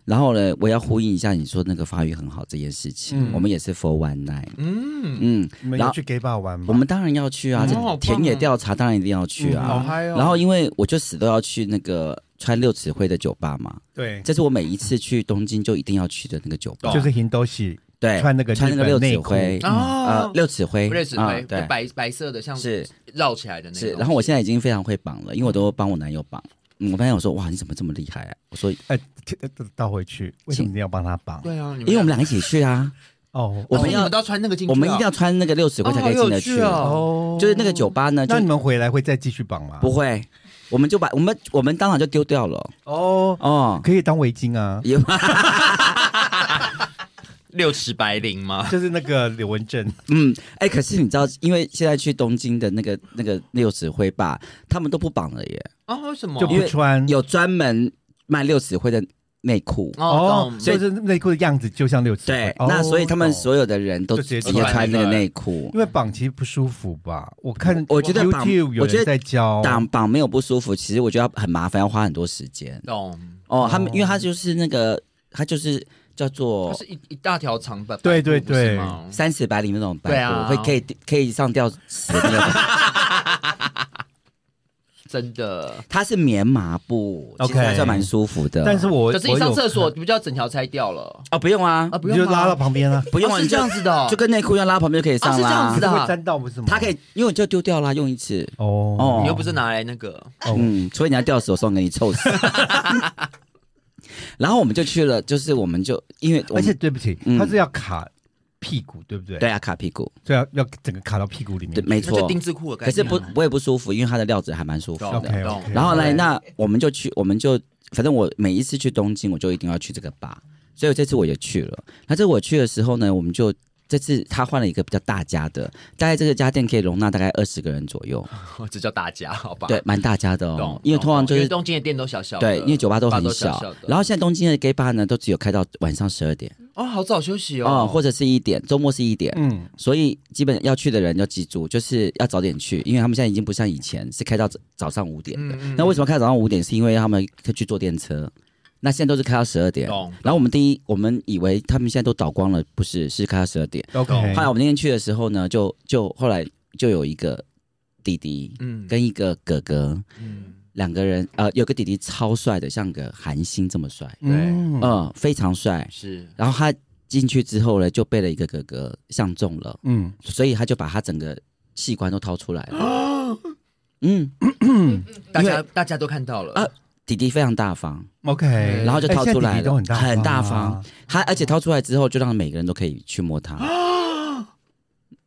[SPEAKER 3] 然后呢，我要呼应一下你说那个发育很好这件事情，
[SPEAKER 1] 嗯
[SPEAKER 3] 我们也是 for one night，
[SPEAKER 2] 嗯，
[SPEAKER 3] 嗯，
[SPEAKER 1] 你们有
[SPEAKER 3] 然后
[SPEAKER 1] 去 gay bar 玩吗？
[SPEAKER 3] 我们当然要去啊，
[SPEAKER 1] 嗯
[SPEAKER 3] 这
[SPEAKER 2] 哦好棒
[SPEAKER 3] 田野
[SPEAKER 2] 哦
[SPEAKER 3] 调查当然一定要去
[SPEAKER 1] 嗯
[SPEAKER 3] 啊。
[SPEAKER 2] 好嗨哦。
[SPEAKER 3] 然后因为我就死都要去那个穿六尺灰的酒吧嘛，
[SPEAKER 1] 对，
[SPEAKER 3] 这是我每一次去东京就一定要去的那个酒吧，
[SPEAKER 1] 就是 Hindoshi
[SPEAKER 3] 对
[SPEAKER 1] 穿那个
[SPEAKER 3] 穿那个
[SPEAKER 1] 日
[SPEAKER 3] 六
[SPEAKER 1] 本
[SPEAKER 3] 尺
[SPEAKER 1] 内裤
[SPEAKER 3] 灰，呃
[SPEAKER 2] 哦，
[SPEAKER 3] 六尺灰，
[SPEAKER 2] 瑞士
[SPEAKER 3] 啊
[SPEAKER 2] 灰，
[SPEAKER 3] 对，
[SPEAKER 2] 白白色的，像
[SPEAKER 3] 是
[SPEAKER 2] 绕起来的那
[SPEAKER 3] 是，
[SPEAKER 2] 种。
[SPEAKER 3] 然后我现在已经非常会绑了，因为我都帮我男友绑。嗯我发现我说哇，你怎么这么厉害啊？我说，
[SPEAKER 2] 嗯
[SPEAKER 3] 因
[SPEAKER 1] 哎，倒回去，为什么一定要帮他绑？
[SPEAKER 2] 对啊，因
[SPEAKER 3] 为我们两个一起去啊，
[SPEAKER 1] 哦，
[SPEAKER 3] 我们要
[SPEAKER 2] 们都要穿那 *laughs* 个进去啊，
[SPEAKER 3] 我们一定要穿那个六尺
[SPEAKER 2] 哦
[SPEAKER 3] 灰才可以进得去。
[SPEAKER 2] 好有趣哦
[SPEAKER 1] 哦，
[SPEAKER 3] 就是那个酒吧呢，就
[SPEAKER 1] 那你们回来会再继续绑吗？
[SPEAKER 3] 不会，我们就把我们我们当场就丢掉了
[SPEAKER 1] 哦，
[SPEAKER 3] 哦。
[SPEAKER 1] 可以当围巾
[SPEAKER 3] *laughs*
[SPEAKER 1] 啊，
[SPEAKER 3] 也
[SPEAKER 2] 六尺白绫吗？
[SPEAKER 1] 就是那个刘文正，
[SPEAKER 3] 嗯，哎、可是你知道，因为现在去东京的那个那个六尺灰吧，他们都不绑了耶，
[SPEAKER 2] 啊，为什么？
[SPEAKER 1] 就不穿
[SPEAKER 3] 哦有专门卖六尺灰的内裤。
[SPEAKER 2] 哦，懂
[SPEAKER 1] 就是内裤的样子就像六尺
[SPEAKER 3] 对
[SPEAKER 1] 灰，哦
[SPEAKER 3] 那所以他们
[SPEAKER 1] 懂
[SPEAKER 3] 所有的人都
[SPEAKER 1] 就
[SPEAKER 3] 直
[SPEAKER 1] 直接
[SPEAKER 3] 接
[SPEAKER 2] 穿
[SPEAKER 3] 穿那
[SPEAKER 2] 那
[SPEAKER 3] 个
[SPEAKER 2] 个
[SPEAKER 3] 内裤
[SPEAKER 1] 因。为绑其实不舒服吧？我看
[SPEAKER 3] 我觉得绑
[SPEAKER 1] YouTube 有
[SPEAKER 3] 我觉
[SPEAKER 1] 人
[SPEAKER 3] 得
[SPEAKER 1] 在教，
[SPEAKER 2] 哦
[SPEAKER 3] 绑绑没有不舒服，其实我觉得很麻烦，要花很多时间。
[SPEAKER 2] 懂，
[SPEAKER 3] 哦，他们因为他就是那个，他就是叫
[SPEAKER 2] 它
[SPEAKER 3] 做
[SPEAKER 2] 是嗯一一大条长板，
[SPEAKER 1] 对对
[SPEAKER 2] 不是
[SPEAKER 1] 对
[SPEAKER 2] 吗
[SPEAKER 3] 三尺白绫那种白布，
[SPEAKER 2] 对啊
[SPEAKER 3] 会可以可以上吊死的那
[SPEAKER 2] *laughs*
[SPEAKER 3] 种。
[SPEAKER 2] 真的。
[SPEAKER 3] 它是棉麻布
[SPEAKER 1] OK
[SPEAKER 3] 其实还算蛮舒服的。
[SPEAKER 1] 但是我
[SPEAKER 2] 可是你上厕所，
[SPEAKER 1] 我
[SPEAKER 2] 不就要整条拆掉了
[SPEAKER 3] 哦，不用啊
[SPEAKER 2] 啊？，不
[SPEAKER 1] 有看
[SPEAKER 2] 用
[SPEAKER 1] 你就
[SPEAKER 2] 吗
[SPEAKER 1] 拉到旁边啊，
[SPEAKER 3] *laughs* 不用啊，
[SPEAKER 2] 哦是
[SPEAKER 3] 你就
[SPEAKER 2] 这样子的哦，
[SPEAKER 3] 就跟内裤一样拉旁边就可以上
[SPEAKER 2] 啊是这样
[SPEAKER 3] 啦
[SPEAKER 2] 子。的啊
[SPEAKER 1] 可会沾到不是吗？
[SPEAKER 3] 它可以，因为就丢掉啦，用一次。
[SPEAKER 1] 哦
[SPEAKER 3] 哦
[SPEAKER 2] 你又不是拿来那个，
[SPEAKER 3] 嗯，除非你要吊死我送给你臭
[SPEAKER 2] *laughs*
[SPEAKER 3] 死。 *laughs* 然后我们就去了，就是我们就因为我
[SPEAKER 1] 而
[SPEAKER 3] 们
[SPEAKER 1] 且对不起，
[SPEAKER 3] 嗯
[SPEAKER 1] 它是要卡屁股，对不对？
[SPEAKER 3] 对，啊，卡屁股，
[SPEAKER 1] 所以要要整个卡到屁股里面
[SPEAKER 3] 对，
[SPEAKER 1] 去。
[SPEAKER 3] 没
[SPEAKER 2] 嗯那就
[SPEAKER 3] 错。
[SPEAKER 2] 丁字裤的概
[SPEAKER 3] 可是
[SPEAKER 2] 念啊
[SPEAKER 3] 不，我也不舒服，因为它的料子还蛮舒服
[SPEAKER 2] 懂
[SPEAKER 3] 的。
[SPEAKER 1] OK，OK
[SPEAKER 2] 懂
[SPEAKER 3] 然后呢，
[SPEAKER 2] 对
[SPEAKER 3] 那我们就去，我们就反正我每一次去东京，我就一定要去这个吧，所以这次我也去了。那这次我去的时候呢，我们就这次他换了一个比较大家的，大概这个家店可以容纳大概二十个人左右，
[SPEAKER 2] 哦 *laughs* 这叫大家，好吧？
[SPEAKER 3] 对，蛮大家的哦
[SPEAKER 2] 懂，。
[SPEAKER 3] 因为通常
[SPEAKER 2] 懂
[SPEAKER 3] 就
[SPEAKER 2] 因
[SPEAKER 3] 是
[SPEAKER 2] 为东京的店都小小的，
[SPEAKER 3] 对，因为酒吧都很
[SPEAKER 2] 小
[SPEAKER 3] 小，
[SPEAKER 2] 的
[SPEAKER 3] 然后现在东京的 gay bar 呢，都只有开到晚上十二点
[SPEAKER 2] 哦，好早休息
[SPEAKER 3] 哦、
[SPEAKER 2] 哦，
[SPEAKER 3] 或者是一点，周末是一点。
[SPEAKER 1] 嗯，
[SPEAKER 3] 所以基本要去的人要记住，就是要早点去，因为他们现在已经不像以前是开到早早上五点的。
[SPEAKER 2] 嗯
[SPEAKER 3] 那为什么开到早上五点？是因为他们可以去坐电车。那现在都是开到十二点
[SPEAKER 2] 懂懂，
[SPEAKER 3] 然后我们第一，我们以为他们现在都倒光了，不是，是开到十二点。
[SPEAKER 1] OK，
[SPEAKER 2] 哎
[SPEAKER 3] 后来我们那天去的时候呢，就就后来就有一个弟弟
[SPEAKER 2] 嗯
[SPEAKER 3] 跟一个哥哥
[SPEAKER 2] 嗯
[SPEAKER 3] 两个人，呃，有个弟弟超帅的，像个韩星这么帅，
[SPEAKER 1] 嗯，
[SPEAKER 3] 嗯，非常帅。
[SPEAKER 2] 是
[SPEAKER 3] 然后他进去之后呢，就被了一个哥哥相中了，
[SPEAKER 1] 嗯，
[SPEAKER 3] 所以他就把他整个器官都掏出来了。
[SPEAKER 2] *gasps*
[SPEAKER 3] 嗯，
[SPEAKER 2] 大家大家都看到了
[SPEAKER 3] 啊弟弟非常大方，
[SPEAKER 1] OK，
[SPEAKER 3] 然后就掏出来
[SPEAKER 1] 哎现在弟弟都很大
[SPEAKER 3] 了，
[SPEAKER 1] 方啊
[SPEAKER 3] 很大方。他而且掏出来之后，就让每个人都可以去
[SPEAKER 1] *gasps*
[SPEAKER 3] 摸它。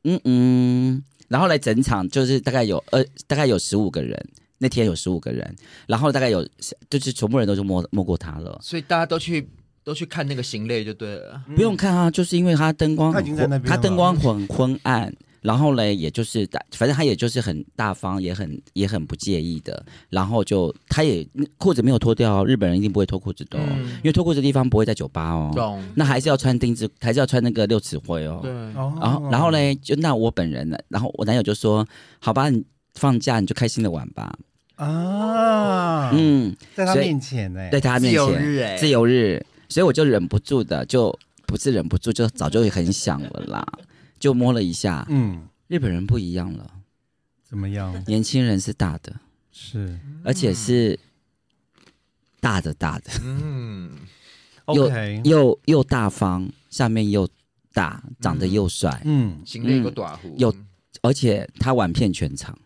[SPEAKER 3] 嗯嗯，然后来整场就是大概有呃，大概有十五个人。那天有十五个人，然后大概有就是全部人都是摸摸过他了，
[SPEAKER 2] 所以大家都去都去看那个行类就对了。
[SPEAKER 1] 嗯
[SPEAKER 3] 不用看啊，就是因为他灯光
[SPEAKER 1] 他
[SPEAKER 3] 很
[SPEAKER 1] 已经在那
[SPEAKER 3] 昏，
[SPEAKER 1] 边了
[SPEAKER 3] 他灯光很昏暗，然后嘞，也就是大，反正他也就是很大方，也很也很不介意的，然后就他也裤子没有脱掉哦，日本人一定不会脱裤子的、哦，
[SPEAKER 2] 嗯
[SPEAKER 3] 因为脱裤子的地方不会在酒吧哦，
[SPEAKER 2] 懂
[SPEAKER 3] 那还是要穿丁字，还是要穿那个六尺灰哦。
[SPEAKER 2] 对，
[SPEAKER 1] 哦
[SPEAKER 3] 然后然后嘞，就那我本人呢，然后我男友就说，好吧，你放假你就开心的玩吧，
[SPEAKER 1] 啊，
[SPEAKER 3] 嗯，
[SPEAKER 1] 在他
[SPEAKER 3] 所以
[SPEAKER 1] 面前呢，
[SPEAKER 3] 在他面前
[SPEAKER 2] 哎自由日哎
[SPEAKER 3] 自由日，所以我就忍不住的，就不是忍不住，就早就很想了啦，
[SPEAKER 2] 嗯
[SPEAKER 3] 就摸了一下。
[SPEAKER 1] 嗯，
[SPEAKER 3] 日本人不一样了，
[SPEAKER 1] 怎么样？
[SPEAKER 3] 年轻人是大的，
[SPEAKER 1] 是
[SPEAKER 3] 而且是大的大的，
[SPEAKER 2] 嗯，
[SPEAKER 3] 又
[SPEAKER 1] OK，
[SPEAKER 3] 又又大方，下面又大，长得又帅，
[SPEAKER 1] 嗯，
[SPEAKER 2] 行类有短裤，
[SPEAKER 3] 有而且他玩遍全场，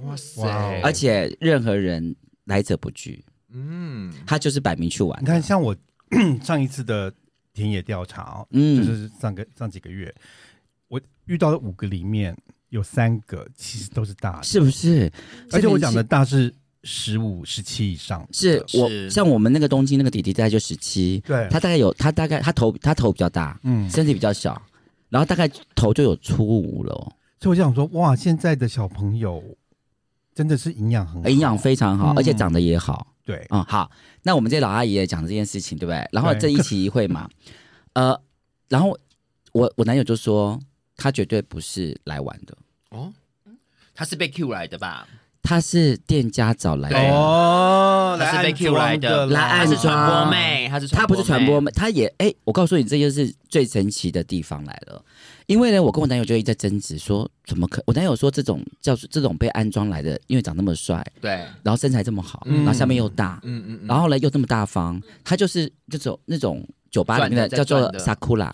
[SPEAKER 2] 哇
[SPEAKER 1] 哇
[SPEAKER 2] 塞
[SPEAKER 1] 哦，
[SPEAKER 3] 而且任何人来者不拒，
[SPEAKER 2] 嗯，
[SPEAKER 3] 他就是摆明去玩
[SPEAKER 1] 你
[SPEAKER 3] 的。
[SPEAKER 1] 看，像我 *clears throat* 上一次的田野调查哦，就
[SPEAKER 3] 嗯，
[SPEAKER 1] 是上个上几个月，我遇到的五个里面有三个其实都是大的，
[SPEAKER 3] 是不是？
[SPEAKER 1] 而且我讲
[SPEAKER 3] 这
[SPEAKER 1] 的
[SPEAKER 3] 年纪
[SPEAKER 1] 大是十五、十七以上，
[SPEAKER 3] 是我
[SPEAKER 2] 是
[SPEAKER 3] 像我们那个东京那个弟弟大概就十七，
[SPEAKER 1] 对，
[SPEAKER 3] 他大概有他大概他头他头比较大，
[SPEAKER 1] 嗯，所
[SPEAKER 3] 身体比较小，然后大概头就有出五了哦，
[SPEAKER 1] 以我就想说，哇，现在的小朋友真的是营养很好，
[SPEAKER 3] 哎营养非常好，
[SPEAKER 1] 嗯
[SPEAKER 3] 而且长得也好。
[SPEAKER 1] 对，
[SPEAKER 3] 嗯，好，那我们这些老阿姨也讲这件事情，对不对？然后
[SPEAKER 1] 对
[SPEAKER 3] 这一期一会嘛，
[SPEAKER 1] *laughs*
[SPEAKER 3] 呃，然后我我男友就说他绝对不是来玩的，
[SPEAKER 2] 哦，他是被 Q 来的吧？
[SPEAKER 3] 他是店家找来
[SPEAKER 2] 对
[SPEAKER 3] 的，
[SPEAKER 1] 哦
[SPEAKER 2] 他是被 Q 来的，
[SPEAKER 3] 啦来
[SPEAKER 2] 他
[SPEAKER 3] 暗
[SPEAKER 2] 是
[SPEAKER 3] 装
[SPEAKER 2] 传播妹，他是
[SPEAKER 3] 他不是传播
[SPEAKER 2] 妹，
[SPEAKER 3] 妹，他也哎、我告诉你，这就是最神奇的地方来了。因为呢，我跟我男友就一直在争执说，怎么可？我男友说这种叫这种被安装来的，因为长那么帅，
[SPEAKER 2] 对，
[SPEAKER 3] 然后身材这么好，
[SPEAKER 2] 嗯
[SPEAKER 3] 然后下面又大，
[SPEAKER 2] 嗯嗯嗯，
[SPEAKER 3] 然后呢又这么大方，他就是这种那种酒吧里面的
[SPEAKER 2] 赚的
[SPEAKER 3] 叫
[SPEAKER 2] 在
[SPEAKER 3] 做
[SPEAKER 2] 赚的
[SPEAKER 3] sakura。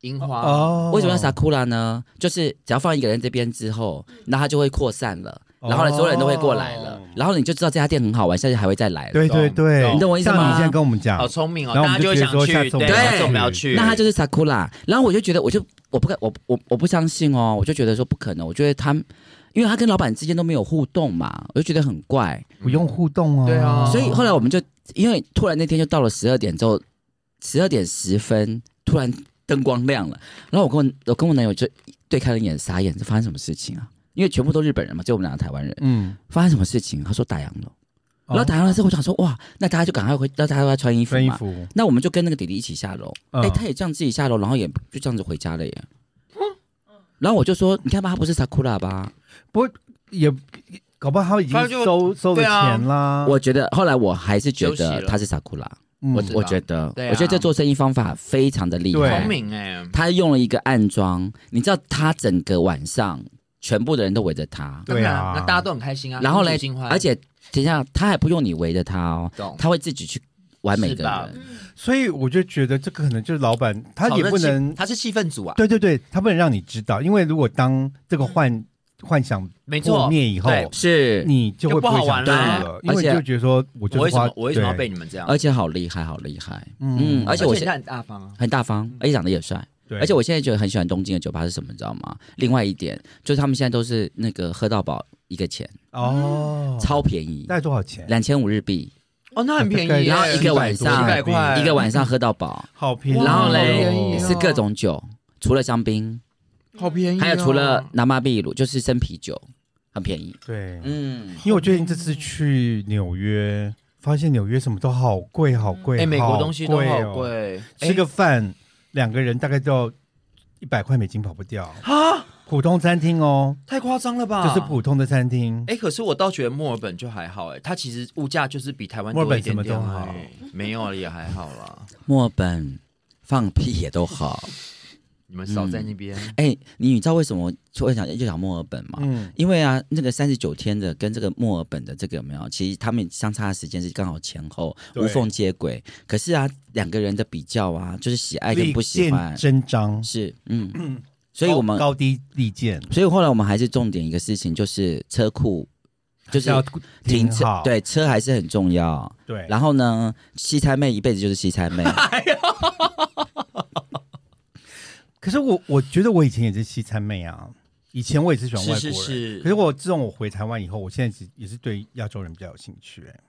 [SPEAKER 2] 樱花，
[SPEAKER 1] 哦，
[SPEAKER 3] 为什么叫 sakura 呢？就是只要放一个人这边之后，那他就会扩散了，
[SPEAKER 1] 哦
[SPEAKER 3] 然后呢所有人都会过来了，然后你就知道这家店很好玩，下次还会再来了。
[SPEAKER 1] 对对对，
[SPEAKER 2] 懂
[SPEAKER 3] 哦你懂我意思吗
[SPEAKER 1] 像你现在跟我们讲
[SPEAKER 2] 好，聪明哦，
[SPEAKER 1] 然后
[SPEAKER 2] 大
[SPEAKER 1] 我们
[SPEAKER 2] 家
[SPEAKER 1] 就
[SPEAKER 2] 会想
[SPEAKER 1] 觉得说下
[SPEAKER 2] 去，
[SPEAKER 1] 次我们
[SPEAKER 2] 对，
[SPEAKER 3] 要
[SPEAKER 2] 下
[SPEAKER 3] 去
[SPEAKER 2] 次我们要去，
[SPEAKER 3] 那他就是 sakura，然后我就觉得，我就我不敢，我我我不相信哦，我就觉得说不可能，我觉得他，因为他跟老板之间都没有互动嘛，我就觉得很怪，
[SPEAKER 1] 不用互动哦，
[SPEAKER 2] 对啊
[SPEAKER 3] 所以后来我们就因为突然那天就到了十二点之后，十二点十分突然灯光亮了，然后我跟我我跟我男友就对看了一眼，傻眼，这发生什么事情啊？因为全部都日本人嘛，就我们两个台湾人，
[SPEAKER 1] 嗯，
[SPEAKER 3] 发生什么事情？他说打烊了，
[SPEAKER 1] 哦
[SPEAKER 3] 然后打烊了之后，我想说哇，那大家就赶快回，那大家都要穿衣服
[SPEAKER 1] 穿衣
[SPEAKER 3] 嘛。
[SPEAKER 1] 服，
[SPEAKER 3] 那我们就跟那个弟弟一起下楼，哎、
[SPEAKER 1] 嗯
[SPEAKER 3] 他也这样自己下楼，然后也就这样子回家了耶。然后我就说，你看吧，他不是 sakura 吧？
[SPEAKER 1] 也搞不好他已
[SPEAKER 2] 他
[SPEAKER 1] 经
[SPEAKER 2] 就
[SPEAKER 1] 收收了
[SPEAKER 2] 对啊
[SPEAKER 1] 钱啦，
[SPEAKER 3] 我觉得后来我还是觉
[SPEAKER 2] 休息
[SPEAKER 3] 得
[SPEAKER 2] 了
[SPEAKER 3] 他是 sakura，
[SPEAKER 1] 嗯
[SPEAKER 3] 我
[SPEAKER 2] 知道
[SPEAKER 3] 我觉得，
[SPEAKER 2] 对啊
[SPEAKER 3] 我觉得这做生意方法非常的厉
[SPEAKER 1] 对啊
[SPEAKER 3] 害
[SPEAKER 2] 聪。明哎，
[SPEAKER 3] 他用了一个暗装，你知道，他整个晚上全部的人都围着他，
[SPEAKER 1] 对啊
[SPEAKER 2] 当然那大家都很开心啊，
[SPEAKER 3] 然后
[SPEAKER 2] 呢
[SPEAKER 3] 嘞，，而且等一下，他还不用你围着他哦，
[SPEAKER 2] 懂
[SPEAKER 3] 他会自己去玩每
[SPEAKER 2] 是
[SPEAKER 3] 个
[SPEAKER 2] 吧
[SPEAKER 3] 人。
[SPEAKER 1] 所以我就觉得这个可能就是老板他也不能，
[SPEAKER 2] 他是气氛组啊，
[SPEAKER 1] 对对对，他不能让你知道，因为如果当这个幻幻想
[SPEAKER 2] 没错
[SPEAKER 1] 破，灭以后，
[SPEAKER 2] 对
[SPEAKER 3] 是，
[SPEAKER 1] 你就会
[SPEAKER 2] 就不
[SPEAKER 1] 会
[SPEAKER 2] 好
[SPEAKER 1] 想
[SPEAKER 2] 玩
[SPEAKER 1] 去
[SPEAKER 2] 啦
[SPEAKER 1] 了，因为
[SPEAKER 3] 而
[SPEAKER 1] 你
[SPEAKER 3] 且
[SPEAKER 1] 就觉得说我就
[SPEAKER 2] 我
[SPEAKER 1] 是
[SPEAKER 2] 为什
[SPEAKER 1] 花
[SPEAKER 2] 么我为什么要
[SPEAKER 1] 对
[SPEAKER 2] 被你们这样？
[SPEAKER 3] 而且好厉害，好厉害，
[SPEAKER 1] 嗯
[SPEAKER 3] 嗯，而且我
[SPEAKER 2] 现
[SPEAKER 3] 现
[SPEAKER 2] 在很大方啊，
[SPEAKER 3] 很大方，而且长得也帅。
[SPEAKER 1] 对，
[SPEAKER 3] 而且我现在觉得很喜欢东京的酒吧是什么，你知道吗？另外一点就是他们现在都是那个喝到饱一个钱，
[SPEAKER 1] 哦，
[SPEAKER 3] 超便宜，
[SPEAKER 1] 大概多少钱？
[SPEAKER 3] 两千五日币，
[SPEAKER 2] 哦，那很便宜耶，
[SPEAKER 1] 大
[SPEAKER 3] 然后
[SPEAKER 1] 概
[SPEAKER 3] 一个晚上
[SPEAKER 1] 700多
[SPEAKER 2] 一百块
[SPEAKER 1] 币
[SPEAKER 3] 一个晚上喝到饱，
[SPEAKER 1] 好便宜哦，
[SPEAKER 3] 哎然后嘞
[SPEAKER 2] 哦
[SPEAKER 3] 是各种酒，除了香槟，
[SPEAKER 2] 好便宜哦，
[SPEAKER 3] 还有除了南马秘鲁就是生啤酒，很便宜。
[SPEAKER 1] 对，
[SPEAKER 3] 嗯，
[SPEAKER 1] 因为我最近这次去纽约，发现纽约什么都好贵，好贵，
[SPEAKER 2] 哎，美国
[SPEAKER 1] 好
[SPEAKER 2] 东西都好
[SPEAKER 1] 哦，
[SPEAKER 2] 贵，哎
[SPEAKER 1] 吃个饭两个人大概都要一百块美金跑不掉，
[SPEAKER 2] 啊，
[SPEAKER 1] 普通餐厅哦，
[SPEAKER 2] 太夸张了吧？
[SPEAKER 1] 就是普通的餐厅，
[SPEAKER 2] 哎、可是我倒觉得墨尔本就还好哎、它其实物价就是比台湾
[SPEAKER 1] 墨尔
[SPEAKER 2] 多
[SPEAKER 1] 本
[SPEAKER 2] 一点点
[SPEAKER 1] 什么都好
[SPEAKER 2] 哎，没有了也还好啦。
[SPEAKER 3] 墨尔本放屁也都好。
[SPEAKER 2] 你们少在那边、
[SPEAKER 3] 哎、你知道为什么就会想就讲墨尔本吗？
[SPEAKER 1] 嗯，
[SPEAKER 3] 因为啊，那个三十九天的跟这个墨尔本的这个有没有，其实他们相差的时间是刚好前后
[SPEAKER 1] 对
[SPEAKER 3] 无缝接轨。可是啊，两个人的比较啊，就是喜爱跟
[SPEAKER 1] 利
[SPEAKER 3] 不喜
[SPEAKER 1] 剑
[SPEAKER 3] 欢
[SPEAKER 1] 真章，
[SPEAKER 3] 是嗯，所以我们
[SPEAKER 1] 高高低利剑
[SPEAKER 3] 所以后来我们还是重点一个事情，就是车库，就是
[SPEAKER 1] 要
[SPEAKER 3] 停
[SPEAKER 1] 停
[SPEAKER 3] 车
[SPEAKER 1] 好，
[SPEAKER 3] 对车还是很重要。
[SPEAKER 1] 对，
[SPEAKER 3] 然后呢，西餐妹一辈子就是西
[SPEAKER 1] *laughs*
[SPEAKER 3] 餐妹，
[SPEAKER 1] 可是我我觉得我以前也是西餐妹啊，以前我也是喜欢外国
[SPEAKER 2] 是
[SPEAKER 1] 人。
[SPEAKER 2] 是
[SPEAKER 1] 可
[SPEAKER 2] 是
[SPEAKER 1] 是，我自从我回台湾以后，我现在是也是对亚洲人比较有兴趣、哎，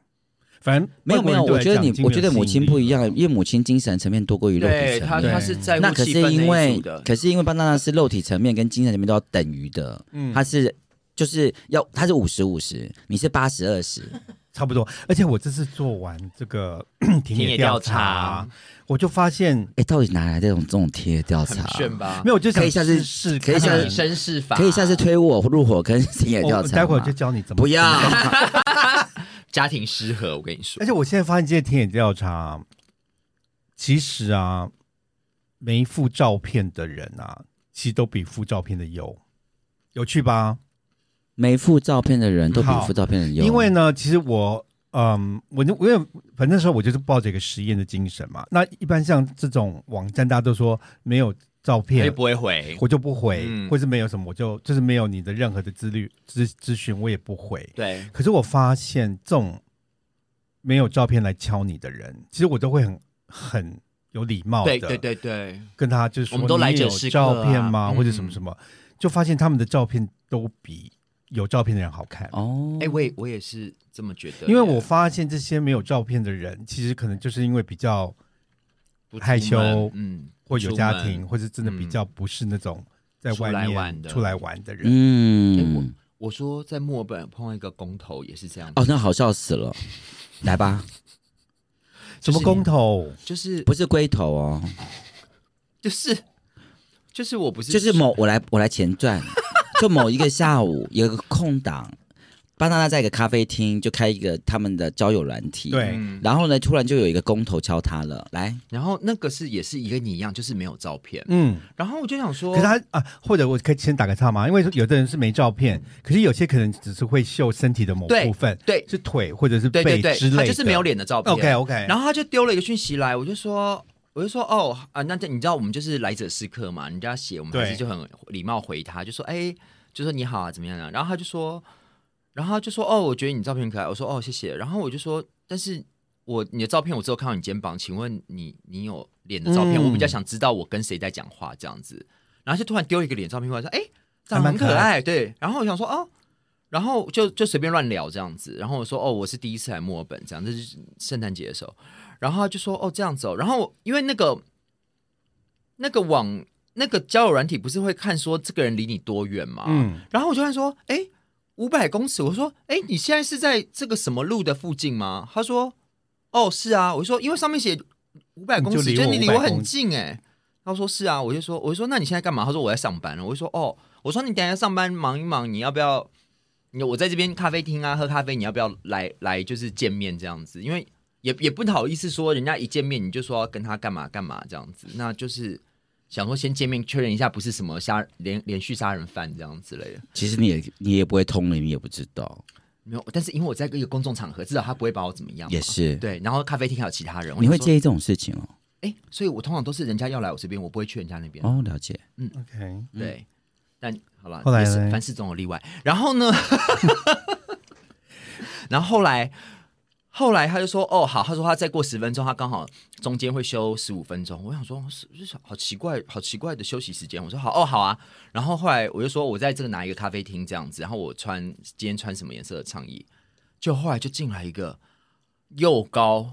[SPEAKER 1] 反正
[SPEAKER 3] 没有
[SPEAKER 1] 外国
[SPEAKER 3] 没
[SPEAKER 1] 人
[SPEAKER 3] 有，
[SPEAKER 1] 对
[SPEAKER 3] 我觉得
[SPEAKER 1] 讲
[SPEAKER 3] 你
[SPEAKER 1] 已经
[SPEAKER 3] 我
[SPEAKER 1] 没有
[SPEAKER 3] 觉得母
[SPEAKER 1] 吸引
[SPEAKER 3] 亲
[SPEAKER 1] 力
[SPEAKER 3] 不一样
[SPEAKER 1] 了，
[SPEAKER 3] 因为母亲精神层面多过于肉体
[SPEAKER 2] 对
[SPEAKER 3] 层
[SPEAKER 2] 他
[SPEAKER 3] 面
[SPEAKER 2] 他
[SPEAKER 1] 对。
[SPEAKER 2] 是在
[SPEAKER 3] 那
[SPEAKER 2] 乎
[SPEAKER 3] 可
[SPEAKER 2] 气
[SPEAKER 3] 是
[SPEAKER 2] 氛
[SPEAKER 3] 因
[SPEAKER 2] 那一
[SPEAKER 3] 为
[SPEAKER 2] 组的，，
[SPEAKER 3] 可是因为巴娜娜是肉体层面跟精神层面都要等于的，
[SPEAKER 1] 嗯
[SPEAKER 3] 它是就是要它是五十五十，你是八十二十，
[SPEAKER 2] *laughs*
[SPEAKER 1] 差不多。而且我这次做完这个田
[SPEAKER 2] *coughs* 田野
[SPEAKER 1] 野
[SPEAKER 2] 调
[SPEAKER 1] 调查
[SPEAKER 2] 查，
[SPEAKER 1] 我就发现
[SPEAKER 3] 哎，到底哪来这种这种贴调
[SPEAKER 2] 很
[SPEAKER 3] 查？
[SPEAKER 2] 炫吧？
[SPEAKER 1] 没有，我就想
[SPEAKER 3] 可以下次
[SPEAKER 1] 试试
[SPEAKER 3] 可以
[SPEAKER 1] 看，
[SPEAKER 3] 下次
[SPEAKER 2] 有绅士法，
[SPEAKER 3] 可以下次推我入火跟田野调
[SPEAKER 1] 我
[SPEAKER 3] 查吗，
[SPEAKER 1] 待会儿就教你怎么
[SPEAKER 3] 不要。
[SPEAKER 1] 做 *laughs*
[SPEAKER 2] 家庭失和，我跟你说
[SPEAKER 1] 而，且我现在发现这些田野调查，其实啊，没附照片的人啊，其实都比附照片的有有趣吧？
[SPEAKER 3] 没附照片的人都比
[SPEAKER 1] 好
[SPEAKER 3] 附照片的人有，
[SPEAKER 1] 因为呢，其实我，嗯，我就我也反正那时候我就是抱着一个实验的精神嘛。那一般像这种网站，大家都说没有照
[SPEAKER 2] 他就
[SPEAKER 1] 片，
[SPEAKER 2] 不会回。
[SPEAKER 1] 我就不回，
[SPEAKER 2] 嗯
[SPEAKER 1] 或是没有什么，我就就是没有你的任何的资律资咨询，我也不回。
[SPEAKER 2] 对，
[SPEAKER 1] 可是我发现这种没有照片来敲你的人，其实我都会很很有礼貌的，
[SPEAKER 2] 对对对对，
[SPEAKER 1] 跟他就是说
[SPEAKER 2] 我们都来
[SPEAKER 1] 你也有
[SPEAKER 2] 者是客啊
[SPEAKER 1] 照片吗，
[SPEAKER 2] 嗯
[SPEAKER 1] 或者什么什么，就发现他们的照片都比有照片的人好看。
[SPEAKER 3] 哦，
[SPEAKER 2] 哎、我也我也是这么觉得耶，
[SPEAKER 1] 因为我发现这些没有照片的人，其实可能就是因为比较
[SPEAKER 2] 不出
[SPEAKER 1] 害羞
[SPEAKER 2] 门嗯，
[SPEAKER 1] 或有家庭，
[SPEAKER 2] 出门。嗯
[SPEAKER 1] 或者真的比较不是那种在外面
[SPEAKER 2] 出来玩的
[SPEAKER 1] 出来玩的人。
[SPEAKER 2] 哎我
[SPEAKER 3] 嗯，
[SPEAKER 2] 我说在墨尔本碰到一个工头也是这样子，
[SPEAKER 3] 哦，那好笑死了，来吧，
[SPEAKER 1] 什么公头？
[SPEAKER 2] 就是
[SPEAKER 3] 不是龟头哦，
[SPEAKER 2] 就是就是我不是
[SPEAKER 3] 就是某我来我来
[SPEAKER 1] *laughs*
[SPEAKER 3] 前传，就某一个下午有一个空档，巴娜娜在一个咖啡厅就开一个他们的交友软体，
[SPEAKER 1] 对
[SPEAKER 2] 嗯
[SPEAKER 3] 然后呢，突然就有一个工头敲他了，来，
[SPEAKER 2] 然后那个是也是一个你一样，就是没有照片。
[SPEAKER 1] 嗯，
[SPEAKER 2] 然后我就想说，
[SPEAKER 1] 可是他啊，或者我可以先打个岔嘛，因为有的人是没照片，可是有些可能只是会秀身体的某
[SPEAKER 2] 嗯对
[SPEAKER 1] 部分，
[SPEAKER 2] 对
[SPEAKER 1] 是腿或者是
[SPEAKER 2] 对
[SPEAKER 1] 背
[SPEAKER 2] 对
[SPEAKER 1] 之
[SPEAKER 2] 对，
[SPEAKER 1] 类
[SPEAKER 2] 他
[SPEAKER 1] 的，
[SPEAKER 2] 就是没有。脸的照片。
[SPEAKER 1] OK OK，
[SPEAKER 2] 然后他就丢了一个讯息来，我就说，我就说哦啊，那这你知道我们就是来者是客嘛，人家写我们还是
[SPEAKER 1] 对
[SPEAKER 2] 就很礼貌回他，就说哎，就说你好啊，怎么样啊？然后他就说，然后他就说哦，我觉得你照片很可爱，我说哦谢谢。然后我就说，但是。我你的照片我只有看到你肩膀，请问你你有脸的照片？
[SPEAKER 1] 嗯
[SPEAKER 2] 我比较想知道我跟谁在讲话这样子，然后就突然丢了一个脸照片过来，说哎、
[SPEAKER 1] 还
[SPEAKER 2] 长得很
[SPEAKER 1] 蛮
[SPEAKER 2] 可
[SPEAKER 1] 可
[SPEAKER 2] 爱，对。然后我想说哦，然后就就随便乱聊这样子，然后我说哦，我是第一次来墨尔本，这样这是圣诞节的时候，然后他就说哦这样子哦，然后因为那个那个网那个交友软体不是会看说这个人离你多远吗？
[SPEAKER 1] 嗯，
[SPEAKER 2] 然后我就看说哎五百公尺，我说哎你现在是在这个什么路的附近吗？他说哦是啊，我就说因为上面写五百
[SPEAKER 1] 你就
[SPEAKER 2] 公尺，
[SPEAKER 1] 离
[SPEAKER 2] 就是
[SPEAKER 1] 我
[SPEAKER 2] 你离
[SPEAKER 1] 500
[SPEAKER 2] 我很
[SPEAKER 1] 公
[SPEAKER 2] 近哎、他说是啊，我就说我就说那你现在干嘛？他说我在上班了，我就说哦，我说你等一下上班忙一忙，你要不要？你我在这边咖啡厅啊，喝咖啡，你要不要来来就是见面这样子？因为也也不好意思说人家一见面你就说要跟他干嘛干嘛这样子，那就是想说先见面确认一下，不是什么杀连连续杀人犯这样之类的。
[SPEAKER 3] 其实你也你也不会通灵，你也不知道，
[SPEAKER 2] 没有，但是因为我在一个公众场合，至少他不会把我怎么样嘛。
[SPEAKER 3] 也是，
[SPEAKER 2] 对，然后咖啡厅还有其他人，我
[SPEAKER 3] 你
[SPEAKER 2] 就
[SPEAKER 3] 会
[SPEAKER 2] 说
[SPEAKER 3] 介意这种事情哦，
[SPEAKER 2] 哎、所以我通常都是人家要来我这边，我不会去人家那边。
[SPEAKER 3] 哦，了解，
[SPEAKER 1] OK，
[SPEAKER 2] 对，但好了，
[SPEAKER 1] 后来
[SPEAKER 2] 也是
[SPEAKER 1] 嘞
[SPEAKER 2] *laughs* 凡事总有例外。然后呢，然后后来后来他就说：“哦，好。”他说他再过十分钟，他刚好中间会休十五分钟。我想说，是是好奇怪，好奇怪的休息时间。我说好哦，好啊。然后后来我就说我在这个拿一个咖啡厅这样子，然后我穿今天穿什么颜色的上衣，就后来就进来一个又高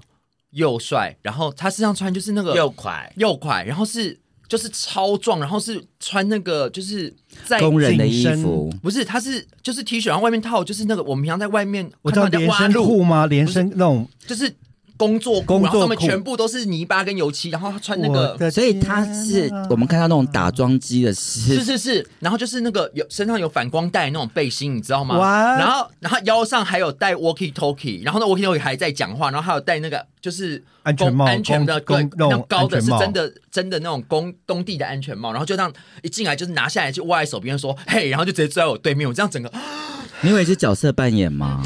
[SPEAKER 2] 又帅，然后他身上穿就是那个
[SPEAKER 4] 又快，
[SPEAKER 2] 又快，然后是就是超壮，然后是穿那个就是在
[SPEAKER 3] 工人的
[SPEAKER 1] 紧
[SPEAKER 3] 衣
[SPEAKER 1] 身
[SPEAKER 3] 服，
[SPEAKER 2] 不是，他是就是 T 恤，然后外面套就是那个我们平常在外面
[SPEAKER 1] 我知
[SPEAKER 2] 看
[SPEAKER 1] 道
[SPEAKER 2] 到人
[SPEAKER 1] 连
[SPEAKER 2] 家挖
[SPEAKER 1] 身
[SPEAKER 2] 路，
[SPEAKER 1] 裤吗？连身那种，
[SPEAKER 2] 就是工作裤，
[SPEAKER 1] 工作
[SPEAKER 2] 然后上面
[SPEAKER 1] 裤
[SPEAKER 2] 全部都是泥巴跟油漆，然后他穿那
[SPEAKER 1] 我
[SPEAKER 2] 个。
[SPEAKER 1] 的
[SPEAKER 3] 所以他是
[SPEAKER 1] 天啊
[SPEAKER 3] 我们看到那种打桩机的
[SPEAKER 2] 是
[SPEAKER 3] 师
[SPEAKER 2] 是是，然后就是那个有身上有反光带那种背心，你知道吗？
[SPEAKER 1] What？
[SPEAKER 2] 然后然后腰上还有带 walkie talkie，然后呢 walkie talkie 还在讲话，然后还有戴那个就是
[SPEAKER 1] 安全
[SPEAKER 2] 工
[SPEAKER 1] 帽
[SPEAKER 2] 安全的
[SPEAKER 1] 工
[SPEAKER 2] 对
[SPEAKER 1] 工
[SPEAKER 2] 那
[SPEAKER 1] 那
[SPEAKER 2] 种
[SPEAKER 1] 种
[SPEAKER 2] 高的
[SPEAKER 1] 安
[SPEAKER 2] 是
[SPEAKER 1] 全帽
[SPEAKER 2] 真的真的那种工工地的安全帽，然后就这样一进来就是拿下来就握在手边说嘿，然后就直接坐在我对面，我这样整个
[SPEAKER 3] 你以为是角色扮演
[SPEAKER 1] *laughs*
[SPEAKER 3] 吗？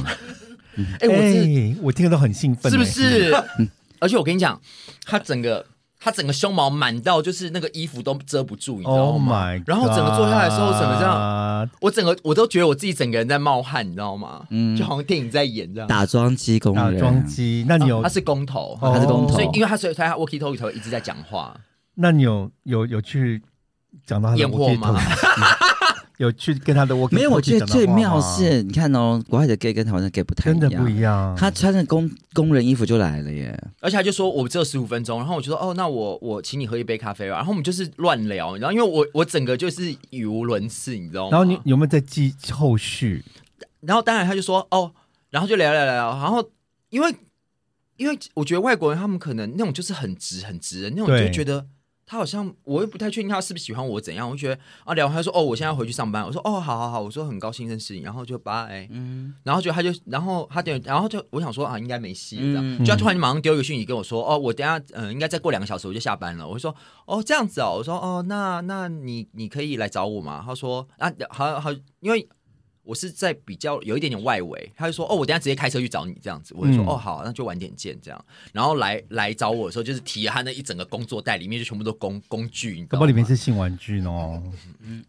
[SPEAKER 2] 哎、我这
[SPEAKER 1] 哎，我听得都很兴奋，哎
[SPEAKER 2] 是不？是？
[SPEAKER 1] *laughs*
[SPEAKER 2] 而且我跟你讲，他整个他整个胸毛满到就是那个衣服都遮不住，你知道
[SPEAKER 1] Oh
[SPEAKER 2] 吗
[SPEAKER 1] my！
[SPEAKER 2] 然后整个坐下来的时候，整个这样，
[SPEAKER 1] 样，
[SPEAKER 2] 我整个我都觉得我自己整个人在冒汗，你知道吗？就好像电影在演这
[SPEAKER 3] 嗯
[SPEAKER 2] 样。啊
[SPEAKER 3] 打桩机工
[SPEAKER 1] 嗯打
[SPEAKER 3] 人，
[SPEAKER 1] 桩机，那你有
[SPEAKER 2] 他是工头，
[SPEAKER 1] 哦
[SPEAKER 3] 他是工头
[SPEAKER 2] 所以因为他所以他 walkie talkie 才会一直在讲话。
[SPEAKER 1] 那你有有有去讲到他的
[SPEAKER 2] 验货
[SPEAKER 1] walkie
[SPEAKER 2] 吗 *laughs*
[SPEAKER 1] talkie- 有去跟他的 walkie
[SPEAKER 3] 没有，我
[SPEAKER 1] talkie
[SPEAKER 3] 觉得
[SPEAKER 1] 讲到话
[SPEAKER 3] 最妙
[SPEAKER 1] 吗
[SPEAKER 3] 是，你看哦，国外的 gay 跟台湾的 gay 不太
[SPEAKER 1] 真的不一样，
[SPEAKER 3] 他穿着工工人衣服就来了耶，
[SPEAKER 2] 而且他就说我只有十五分钟，然后我就说哦，那我我请你喝一杯咖啡吧。然后我们就是乱聊，然后因为我我整个就是语无伦次，你知道吗？
[SPEAKER 1] 然后你有没有在记后续？
[SPEAKER 2] 然后当然他就说哦，然后就聊聊聊聊，然后因为因为我觉得外国人他们可能那种就是很直很直的那种，
[SPEAKER 1] 对
[SPEAKER 2] 就觉得他好像我也不太确定他是不是喜欢我怎样，我就觉得啊聊完他说哦我现在要回去上班，我说哦好好好，我说很高兴认识你，然后就拜，
[SPEAKER 3] 嗯，
[SPEAKER 2] 然后就他就然后他点然后就我想说啊应该没戏了这样，
[SPEAKER 3] 嗯
[SPEAKER 2] 就他突然马上丢一个讯息跟我说哦我等一下嗯、呃应该再过两个小时我就下班了，我就说哦这样子哦，我说哦那那你你可以来找我吗？他说啊好好因为。我是在比较有一点点外围，他就说哦，我等一下直接开车去找你这样子，我就说、
[SPEAKER 1] 嗯
[SPEAKER 2] 哦好，那就晚点见这样。然后来来找我的时候，就是提了他那一整个工作袋，里面就全部都工工具，你知
[SPEAKER 1] 搞不
[SPEAKER 2] 道
[SPEAKER 1] 好
[SPEAKER 2] 吗？
[SPEAKER 1] 里面是性玩具呢。
[SPEAKER 2] 啊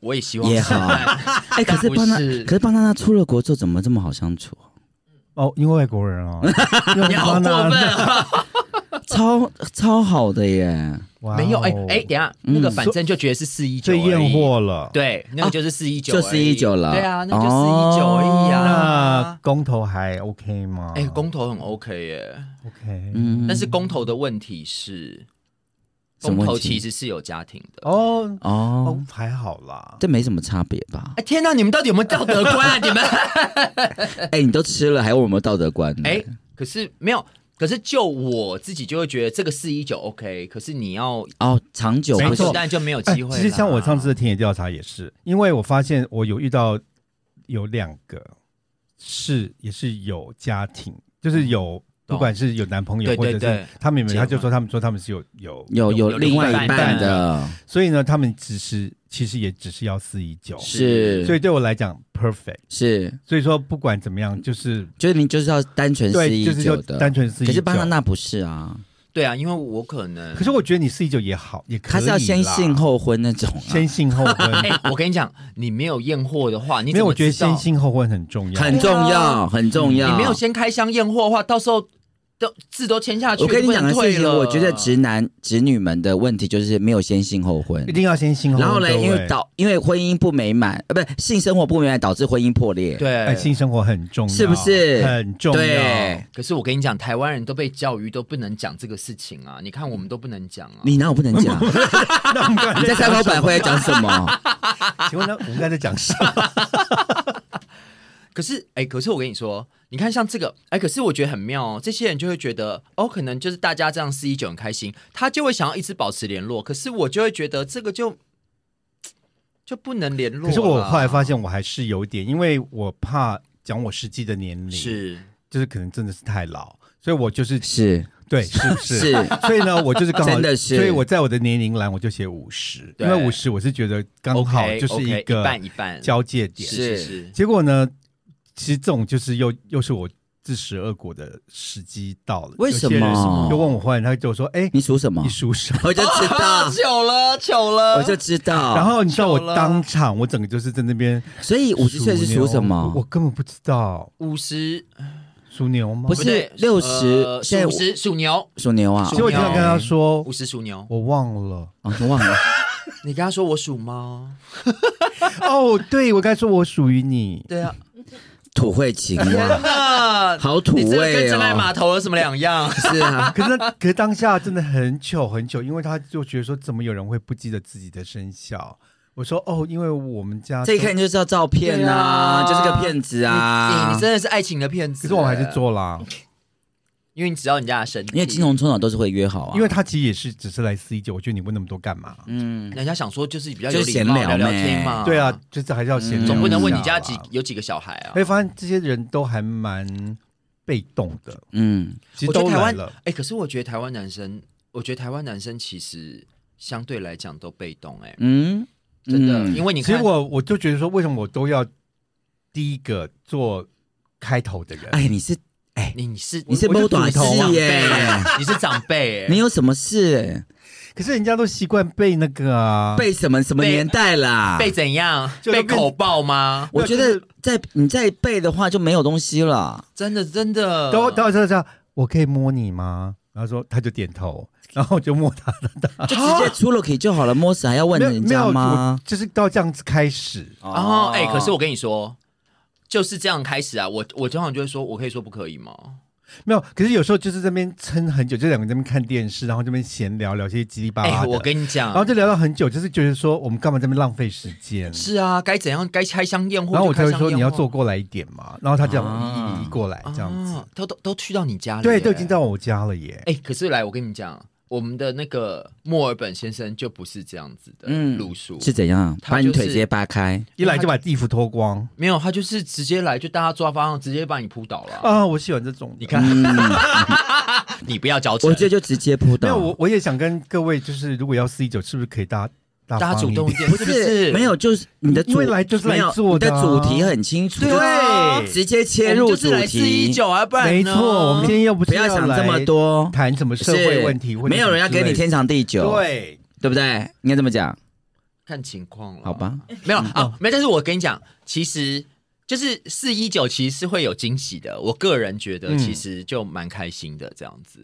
[SPEAKER 2] 我也希望
[SPEAKER 3] 也好哎、可是
[SPEAKER 2] 但不
[SPEAKER 3] 巴纳，
[SPEAKER 2] 是
[SPEAKER 3] 可是巴纳纳出了国之后怎么这么好相
[SPEAKER 2] *laughs*
[SPEAKER 3] 处？
[SPEAKER 1] 哦，因为外国人哦，因为
[SPEAKER 2] *laughs* 你好
[SPEAKER 1] 巴
[SPEAKER 2] 过
[SPEAKER 1] 拿
[SPEAKER 2] 分啊！
[SPEAKER 3] 超超好的耶，
[SPEAKER 1] 哇
[SPEAKER 2] *laughs* 没有哎
[SPEAKER 1] 哦
[SPEAKER 2] 哎，等一下那个反正就觉得是四一九，
[SPEAKER 1] 最验，货了。
[SPEAKER 2] 对，那
[SPEAKER 1] 哦
[SPEAKER 2] 个就是四一九，
[SPEAKER 3] 就419了
[SPEAKER 2] 对啊，那就四一九而已
[SPEAKER 1] 那
[SPEAKER 2] 啊。
[SPEAKER 1] 公投还 OK 吗？
[SPEAKER 2] 哎，公投很 OK 耶，
[SPEAKER 1] OK，
[SPEAKER 3] 嗯，
[SPEAKER 2] 但是公投的问题是，
[SPEAKER 3] 什么
[SPEAKER 2] 公
[SPEAKER 3] 问
[SPEAKER 2] 投
[SPEAKER 3] 题
[SPEAKER 2] 其实是有家庭的。
[SPEAKER 1] 哦
[SPEAKER 3] 哦
[SPEAKER 2] 嗯
[SPEAKER 1] 哦，，还好啦。
[SPEAKER 3] 这没什么差别吧？
[SPEAKER 2] 哎天哪，你们到底有没有道德观
[SPEAKER 1] *laughs*
[SPEAKER 2] 啊？你们
[SPEAKER 3] 哎、你都吃了，还问我们道德观呢？
[SPEAKER 2] 哎、可是没有，可是就我自己就会觉得这个四一九 OK，可是你要
[SPEAKER 3] 哦，长久
[SPEAKER 1] 没
[SPEAKER 3] 不
[SPEAKER 1] 错
[SPEAKER 2] 长
[SPEAKER 3] 是
[SPEAKER 2] 久当然就没有
[SPEAKER 1] 哎
[SPEAKER 2] 机会、
[SPEAKER 1] 其实像我上次的田野调查也是，因为我发现我有遇到有两个是也是有家庭，就是有
[SPEAKER 2] 懂
[SPEAKER 1] 不管是有男朋友
[SPEAKER 2] 对
[SPEAKER 1] 或
[SPEAKER 2] 嗯对
[SPEAKER 1] 者
[SPEAKER 2] 对
[SPEAKER 1] 是他们有没
[SPEAKER 2] 结
[SPEAKER 1] 有，他就
[SPEAKER 2] 婚
[SPEAKER 1] 说他们说他们是有有
[SPEAKER 3] 有有
[SPEAKER 2] 有
[SPEAKER 3] 另外
[SPEAKER 2] 另外
[SPEAKER 3] 一
[SPEAKER 2] 一
[SPEAKER 3] 半
[SPEAKER 2] 半
[SPEAKER 3] 的，
[SPEAKER 1] 所以呢，他们只是其实也只是要四一九，
[SPEAKER 3] 是
[SPEAKER 1] 所以对我来讲 perfect。
[SPEAKER 3] 是，
[SPEAKER 1] 所以说不管怎么样，就是
[SPEAKER 3] 就是你就是要单纯是
[SPEAKER 1] 对，
[SPEAKER 3] 嗯一
[SPEAKER 1] 就是
[SPEAKER 3] 九
[SPEAKER 1] 就
[SPEAKER 3] 的，
[SPEAKER 1] 单纯四一
[SPEAKER 3] 可
[SPEAKER 1] 九。
[SPEAKER 3] 是巴纳纳不是啊，
[SPEAKER 2] 对啊，因为我可能
[SPEAKER 1] 可是我觉得你四一九也好，也可以
[SPEAKER 3] 他是要先
[SPEAKER 1] 啦
[SPEAKER 3] 性后婚那种、啊，
[SPEAKER 1] 先性后
[SPEAKER 2] 哎、
[SPEAKER 3] *laughs*
[SPEAKER 1] 婚。
[SPEAKER 2] 我跟你讲，你没有验货的话，你
[SPEAKER 1] 因
[SPEAKER 2] 怎
[SPEAKER 1] 为
[SPEAKER 2] 么
[SPEAKER 1] 我觉得
[SPEAKER 2] 知道
[SPEAKER 1] 先性后婚很重要。
[SPEAKER 3] 很重要，很重要。
[SPEAKER 2] 你没有先开箱验货的话，到时候都字都签下去，
[SPEAKER 3] 我跟你讲的
[SPEAKER 2] 不能
[SPEAKER 3] 事
[SPEAKER 2] 退
[SPEAKER 3] 情，
[SPEAKER 2] 了
[SPEAKER 3] 我觉得直男直女们的问题就是没有先性后婚
[SPEAKER 1] 一，定要先性后婚。
[SPEAKER 3] 然后呢，
[SPEAKER 1] 各位
[SPEAKER 3] 因为导因为婚姻不美满，呃，不性生活不美满导致婚姻破裂，
[SPEAKER 2] 对。
[SPEAKER 1] 哎，性生活很重要，
[SPEAKER 3] 呃是不是
[SPEAKER 1] 很重要
[SPEAKER 3] 对？
[SPEAKER 2] 哎可是我跟你讲，台湾人都被教育都不能讲这个事情啊！你看我们都不能讲啊。
[SPEAKER 3] 你哪有不能
[SPEAKER 1] *laughs*
[SPEAKER 3] 讲？你在三口百回来讲什么？
[SPEAKER 1] *laughs* 请问呢，我们刚才在
[SPEAKER 3] *laughs*
[SPEAKER 1] 讲什么？
[SPEAKER 2] 可是，哎、可是我跟你说，你看像这个，哎、可是我觉得很妙哦，这些人就会觉得，哦，可能就是大家这样四一九很开心，他就会想要一直保持联络。可是我就会觉得这个就就不能联络啦。
[SPEAKER 1] 可是我后来发现，我还是有点，因为我怕讲我实际的年龄，
[SPEAKER 2] 是
[SPEAKER 1] 就是可能真的是太老，所以我就是
[SPEAKER 3] 是
[SPEAKER 1] 对，
[SPEAKER 3] *laughs*
[SPEAKER 1] 是不是？
[SPEAKER 3] 是，
[SPEAKER 1] 所以呢，我就是刚好，
[SPEAKER 3] 真的是
[SPEAKER 1] 所以我在我的年龄栏我就写五十，因
[SPEAKER 2] 对
[SPEAKER 1] 为五十我是觉得刚
[SPEAKER 2] OK，
[SPEAKER 1] 好就是
[SPEAKER 2] OK，
[SPEAKER 1] 一
[SPEAKER 2] 一
[SPEAKER 1] 个
[SPEAKER 2] 半一半，
[SPEAKER 1] 交界点。
[SPEAKER 2] 是是
[SPEAKER 3] 是
[SPEAKER 2] 是，
[SPEAKER 1] 结果呢，其实这种就是又又是我自食恶果的时机到了。
[SPEAKER 3] 为什么
[SPEAKER 1] 有些人就问我，忽然他就说：“哎，
[SPEAKER 3] 你属什么
[SPEAKER 1] 你？属什么
[SPEAKER 3] 我就知道，
[SPEAKER 2] 啊糗了糗了，
[SPEAKER 3] 我就知道。
[SPEAKER 1] 然后你知道我
[SPEAKER 2] 糗了
[SPEAKER 1] 当场，我整个就是在那边
[SPEAKER 3] 所以五十岁是属什
[SPEAKER 1] 牛我
[SPEAKER 3] 么？
[SPEAKER 1] 根本不知道。
[SPEAKER 2] 五十
[SPEAKER 1] 属牛吗？
[SPEAKER 3] 不是
[SPEAKER 2] 对
[SPEAKER 3] 六十
[SPEAKER 2] 呃
[SPEAKER 3] 现在
[SPEAKER 2] 属
[SPEAKER 3] 我
[SPEAKER 2] 十属牛，
[SPEAKER 3] 属牛啊
[SPEAKER 1] 其，实我经常跟他说，
[SPEAKER 2] 五十属牛。
[SPEAKER 1] 我忘了。
[SPEAKER 3] 啊，我忘了，
[SPEAKER 2] 你跟他说我属猫，
[SPEAKER 1] 哦，对，我该说我属于你。
[SPEAKER 2] 对啊，
[SPEAKER 3] 土会情啊，
[SPEAKER 2] 那
[SPEAKER 3] 好土
[SPEAKER 2] 你这个
[SPEAKER 3] 味
[SPEAKER 2] 跟真爱
[SPEAKER 3] 哦，
[SPEAKER 2] 码头有什么两样？
[SPEAKER 3] 是啊，
[SPEAKER 1] *laughs* 可是那，可是当下真的很糗很糗，因为他就觉得说，怎么有人会不记得自己的生肖？我说哦，因为我们家
[SPEAKER 3] 这一看就知道照片啊，
[SPEAKER 2] 对
[SPEAKER 3] 就
[SPEAKER 2] 啊
[SPEAKER 3] 是个骗子
[SPEAKER 2] *laughs* 你
[SPEAKER 3] 啊
[SPEAKER 2] 你。真的是爱情的骗
[SPEAKER 1] 可
[SPEAKER 2] 子。
[SPEAKER 1] 是我还是，做啦，
[SPEAKER 2] 因为你只要人家的身体，
[SPEAKER 3] 因为金融冲脑都是会约好啊，
[SPEAKER 1] 因为他其实也是只是来四一九，我觉得你问那么多干嘛？
[SPEAKER 3] 嗯，
[SPEAKER 2] 人家想说就是比较
[SPEAKER 3] 就
[SPEAKER 2] 有
[SPEAKER 3] 是
[SPEAKER 2] 礼貌
[SPEAKER 3] 闲聊嗯
[SPEAKER 2] 聊聊
[SPEAKER 3] 呗
[SPEAKER 2] 天嘛。
[SPEAKER 1] 对啊，，就是还是要闲聊一下啦，
[SPEAKER 2] 嗯总不能问你家几有几个小孩啊
[SPEAKER 1] 哎，？发现这些人都还蛮被动的，
[SPEAKER 3] 嗯，
[SPEAKER 1] 其实
[SPEAKER 2] 我觉
[SPEAKER 1] 都
[SPEAKER 2] 得台
[SPEAKER 1] 来
[SPEAKER 2] 湾，
[SPEAKER 1] 了
[SPEAKER 2] 哎、。可是我觉得台湾男生，我觉得台湾男生其实相对来讲都被动、哎、
[SPEAKER 3] 嗯，
[SPEAKER 2] 真的，
[SPEAKER 3] 嗯
[SPEAKER 2] 因为你
[SPEAKER 1] 其实
[SPEAKER 2] 看，
[SPEAKER 1] 我我就觉得说，为什么我都要第一个做开头的人？
[SPEAKER 3] 哎，你是
[SPEAKER 2] 你你是
[SPEAKER 3] 你是
[SPEAKER 2] 我就
[SPEAKER 3] 某短
[SPEAKER 2] 你是
[SPEAKER 3] 视
[SPEAKER 2] 长
[SPEAKER 3] 耶
[SPEAKER 2] 辈， *laughs* 你是长辈、
[SPEAKER 3] *laughs*
[SPEAKER 2] 哎
[SPEAKER 3] 你有什么事？
[SPEAKER 1] 可是人家都习惯被那个啊，
[SPEAKER 3] 被什么什么
[SPEAKER 2] 被
[SPEAKER 3] 年代啦？
[SPEAKER 2] 被怎样？
[SPEAKER 1] *laughs* 就
[SPEAKER 2] 被
[SPEAKER 1] 变成
[SPEAKER 2] 口爆吗？
[SPEAKER 3] 我觉得在你再背的话就没有东西了。
[SPEAKER 2] 真的真的，
[SPEAKER 1] 都都这样，我可以摸你吗？然后说他就点头，然后我就摸他， *laughs*
[SPEAKER 3] 就直接出了 K 就好了，摸死还要问
[SPEAKER 1] 没有
[SPEAKER 3] 人
[SPEAKER 1] 啊没
[SPEAKER 3] 家
[SPEAKER 1] 有，
[SPEAKER 3] 吗
[SPEAKER 1] 我？就是到这样子开始。
[SPEAKER 2] 哦，哎、可是我跟你说。就是这样开始啊！我我通常就会说，我可以说不可以吗？
[SPEAKER 1] 没有，可是有时候就是这边撑很久，就两个人在那边看电视，然后这边闲聊聊些叽
[SPEAKER 3] 啊
[SPEAKER 1] 里巴
[SPEAKER 2] 哎、
[SPEAKER 1] 拉的，
[SPEAKER 2] 我跟你讲
[SPEAKER 1] 然，后就聊到很久，就是觉得说我们干嘛这边浪费时间？
[SPEAKER 2] 是啊，该怎样该开箱验货，
[SPEAKER 1] 然后我才
[SPEAKER 2] 就
[SPEAKER 1] 会
[SPEAKER 2] 开箱
[SPEAKER 1] 说
[SPEAKER 2] 验
[SPEAKER 1] 你要
[SPEAKER 2] 货
[SPEAKER 1] 坐过来一点嘛，然后他这
[SPEAKER 3] 啊
[SPEAKER 1] 样移移过来这样子，
[SPEAKER 2] 啊，都都都去到你家了耶，
[SPEAKER 1] 对，都已经到我家了耶。
[SPEAKER 2] 哎、可是来，我跟你讲，我们的那个墨尔本先生就不是这样子的
[SPEAKER 3] 嗯
[SPEAKER 2] 路数，
[SPEAKER 3] 是怎样？把
[SPEAKER 2] 他就是
[SPEAKER 3] 你腿直接扒开？
[SPEAKER 1] 一来就把衣服脱光
[SPEAKER 2] 没有，他就是直接来，就大家抓方向，直接把你扑倒了。
[SPEAKER 1] 啊！我喜欢这种。
[SPEAKER 2] 你，看，
[SPEAKER 1] 嗯
[SPEAKER 2] *laughs* 你不要矫情，
[SPEAKER 3] 我觉得就直接扑
[SPEAKER 1] 没有
[SPEAKER 3] 倒。
[SPEAKER 1] 我我也想跟各位，就是如果要 C 九，是不是可以大大
[SPEAKER 2] 大家
[SPEAKER 1] 方
[SPEAKER 2] 主
[SPEAKER 1] 一
[SPEAKER 2] 动一
[SPEAKER 1] 点？
[SPEAKER 2] 点，是不是？
[SPEAKER 3] 没有，就是你的主
[SPEAKER 1] 因为来就是来
[SPEAKER 3] 没有
[SPEAKER 1] 做的啊
[SPEAKER 3] 你的主题很清楚，
[SPEAKER 2] 对啊
[SPEAKER 3] 就是直接切
[SPEAKER 2] 我们
[SPEAKER 3] 入
[SPEAKER 2] 就是
[SPEAKER 3] 主
[SPEAKER 2] 来吃一
[SPEAKER 3] 题，
[SPEAKER 2] 九啊，不然呢
[SPEAKER 1] 没错，我们今天又不
[SPEAKER 3] 不
[SPEAKER 1] 是
[SPEAKER 3] 要想
[SPEAKER 1] 来
[SPEAKER 3] 这么多。
[SPEAKER 1] 谈什么社会问题，
[SPEAKER 3] 是
[SPEAKER 1] 或者
[SPEAKER 3] 没有人要
[SPEAKER 1] 什么之
[SPEAKER 3] 给
[SPEAKER 1] 类
[SPEAKER 3] 你
[SPEAKER 1] 的
[SPEAKER 3] 天长地久，
[SPEAKER 1] 对，
[SPEAKER 3] 对不对？应该这么讲，
[SPEAKER 2] 看情况了，
[SPEAKER 3] 好？吧？
[SPEAKER 1] 哦
[SPEAKER 2] 没
[SPEAKER 1] 嗯
[SPEAKER 2] 有啊，没有。但是我跟你讲，其实。就是四一九其实是会有惊喜的，我个人觉得
[SPEAKER 1] 嗯
[SPEAKER 2] 其实就蛮开心的这样子。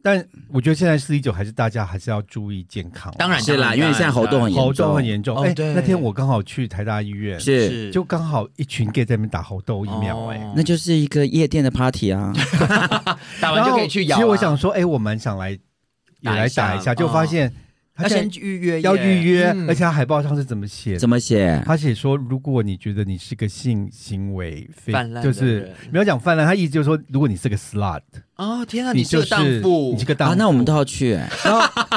[SPEAKER 1] 但我觉得现在四一九还是大家还是要注意健康啊，
[SPEAKER 2] 当然
[SPEAKER 3] 是啦，因为现在喉动很严重，
[SPEAKER 1] 喉痘很严重。
[SPEAKER 2] 哦
[SPEAKER 1] 哎，
[SPEAKER 2] 对
[SPEAKER 1] 那天我刚好去台大医院，
[SPEAKER 3] 是，
[SPEAKER 1] 就刚好一群 gay 在那边打猴痘疫苗，哎。
[SPEAKER 2] 哦
[SPEAKER 3] 那就是一个夜店的 party
[SPEAKER 1] *laughs*
[SPEAKER 3] 啊。
[SPEAKER 2] 打
[SPEAKER 1] 然
[SPEAKER 2] 完
[SPEAKER 1] 后
[SPEAKER 2] 就可以去咬啊。
[SPEAKER 1] 其实我想说，哎，我蛮想来也来打一
[SPEAKER 2] 打
[SPEAKER 1] 下，
[SPEAKER 2] 一下
[SPEAKER 1] 就发现他
[SPEAKER 2] 要
[SPEAKER 1] 现
[SPEAKER 2] 先
[SPEAKER 1] 在
[SPEAKER 2] 预约耶，
[SPEAKER 1] 要预约，
[SPEAKER 2] 嗯
[SPEAKER 1] 而且他海报上是怎么写的？
[SPEAKER 3] 怎么写？啊
[SPEAKER 1] 他写说，如果你觉得你是个性行为非
[SPEAKER 2] 泛滥的
[SPEAKER 1] 就是
[SPEAKER 2] 人
[SPEAKER 1] 没有讲泛滥，他意思就是说，如果你是个 slut，
[SPEAKER 2] 哦，天啊，
[SPEAKER 1] 你
[SPEAKER 2] 是
[SPEAKER 1] 就
[SPEAKER 2] 个
[SPEAKER 1] 是
[SPEAKER 2] 荡妇，
[SPEAKER 1] 你是个荡
[SPEAKER 3] 啊，
[SPEAKER 1] 妇。
[SPEAKER 3] 那我们都要去、欸，
[SPEAKER 1] *laughs*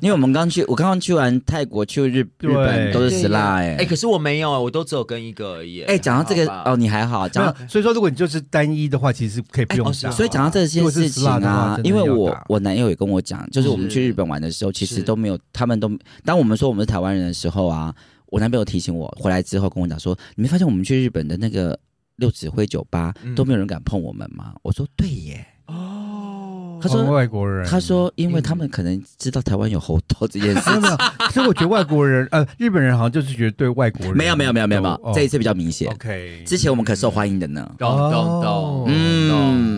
[SPEAKER 3] 因为我们刚去，我刚刚去完泰国，去日
[SPEAKER 1] 对
[SPEAKER 3] 日本都是
[SPEAKER 2] 对
[SPEAKER 3] 死辣、
[SPEAKER 2] 呀
[SPEAKER 3] 欸，
[SPEAKER 2] 哎，可是我没有，我都只有跟一个而已。
[SPEAKER 3] 哎、讲到这个
[SPEAKER 2] 好吧
[SPEAKER 3] 哦，，你还好，讲
[SPEAKER 1] 没有
[SPEAKER 3] 到，
[SPEAKER 1] 所以说如果你就是单一的话，其实可以不用
[SPEAKER 2] 哎哦是
[SPEAKER 1] 打。
[SPEAKER 2] 啊
[SPEAKER 3] 所以讲到这件事情
[SPEAKER 1] 如果是死辣的话
[SPEAKER 3] 啊，
[SPEAKER 1] 真的
[SPEAKER 3] 因为
[SPEAKER 1] 要
[SPEAKER 3] 我
[SPEAKER 1] 打
[SPEAKER 3] 我男友也跟我讲，就是我们
[SPEAKER 2] 是
[SPEAKER 3] 去日本玩的时候，其实
[SPEAKER 2] 是
[SPEAKER 3] 都没有，他们都当我们说我们是台湾人的时候啊，我男朋友提醒我，回来之后跟我讲说，你没发现我们去日本的那个六指挥酒吧、
[SPEAKER 2] 嗯
[SPEAKER 3] 都没有人敢碰我们吗？我说对耶，
[SPEAKER 2] 哦，
[SPEAKER 3] 他说、
[SPEAKER 1] 我们外国人，*laughs*
[SPEAKER 3] 他说因为他们可能知道台湾有猴头这件事
[SPEAKER 2] 嗯
[SPEAKER 1] 没有没有，所以我觉得外国人呃，日本人好像就是觉得对外国人
[SPEAKER 3] *laughs*
[SPEAKER 1] 哦
[SPEAKER 3] 没有没有没有没有没
[SPEAKER 2] 哦
[SPEAKER 3] 有，这一次比较明显。
[SPEAKER 1] OK
[SPEAKER 3] 之前我们可受欢迎的呢，
[SPEAKER 2] 懂懂
[SPEAKER 1] 哦
[SPEAKER 2] 懂，
[SPEAKER 3] 嗯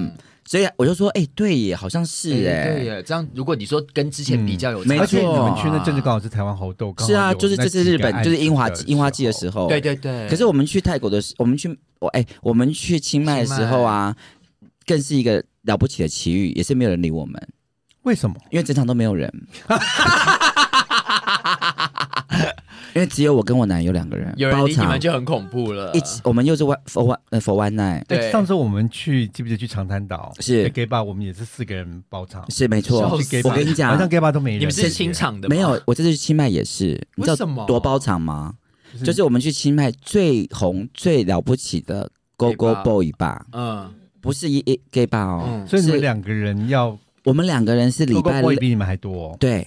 [SPEAKER 2] 懂，
[SPEAKER 3] 所以我就说，哎，对耶，好像是
[SPEAKER 2] 哎对
[SPEAKER 3] 哎，
[SPEAKER 2] 耶，这样如果你说跟之前比较有差距，
[SPEAKER 3] 没
[SPEAKER 1] 而且你
[SPEAKER 3] 错啊
[SPEAKER 1] 们去那阵子刚好是台湾猴痘，刚好
[SPEAKER 3] 是啊，
[SPEAKER 1] 有
[SPEAKER 3] 就是
[SPEAKER 1] 那
[SPEAKER 3] 这次
[SPEAKER 1] 几个
[SPEAKER 3] 日本
[SPEAKER 1] 案
[SPEAKER 3] 就是樱花
[SPEAKER 1] 子
[SPEAKER 3] 季樱花季的时候，
[SPEAKER 2] 对。对对。
[SPEAKER 3] 可是我们去泰国的时，我们去我哎，我们去清迈的时候啊，更是一个了不起的奇遇，也是没有人理我们，
[SPEAKER 1] 为什么？
[SPEAKER 3] 因为整场都没有
[SPEAKER 2] *laughs*
[SPEAKER 3] 人，因为只有我跟我男友两个人，
[SPEAKER 2] 有人
[SPEAKER 3] 包
[SPEAKER 2] 理你
[SPEAKER 3] 场
[SPEAKER 2] 们就呃很恐怖了，
[SPEAKER 3] 一起，我们又是 one for one 呃 for one night，
[SPEAKER 2] 对
[SPEAKER 1] 哎上次我们去记不记得去长滩岛
[SPEAKER 3] 是
[SPEAKER 1] 在 gay bar，我们也是四个人包场，
[SPEAKER 3] 是没错
[SPEAKER 2] 笑，
[SPEAKER 1] 去 gay
[SPEAKER 2] 死
[SPEAKER 1] bar，
[SPEAKER 3] 我跟你讲
[SPEAKER 1] 晚上 gay bar 都没人，
[SPEAKER 2] 你们是清场的吗
[SPEAKER 3] 没有，，我这次去清迈也是，你知
[SPEAKER 2] 为什么
[SPEAKER 3] 道多包场吗？
[SPEAKER 1] 嗯
[SPEAKER 3] 就是我们去清迈最红、最了不起的 Go Go
[SPEAKER 2] Gay bar
[SPEAKER 3] Boy 吧，
[SPEAKER 2] 嗯
[SPEAKER 3] 不是一一 gay bar 哦，
[SPEAKER 2] 嗯，
[SPEAKER 1] 所以你们
[SPEAKER 3] 是
[SPEAKER 1] 两个人要
[SPEAKER 3] 我们两个人是礼
[SPEAKER 1] 够够
[SPEAKER 3] 拜
[SPEAKER 1] 不
[SPEAKER 3] 六
[SPEAKER 1] 会，比你们还多，
[SPEAKER 3] 对，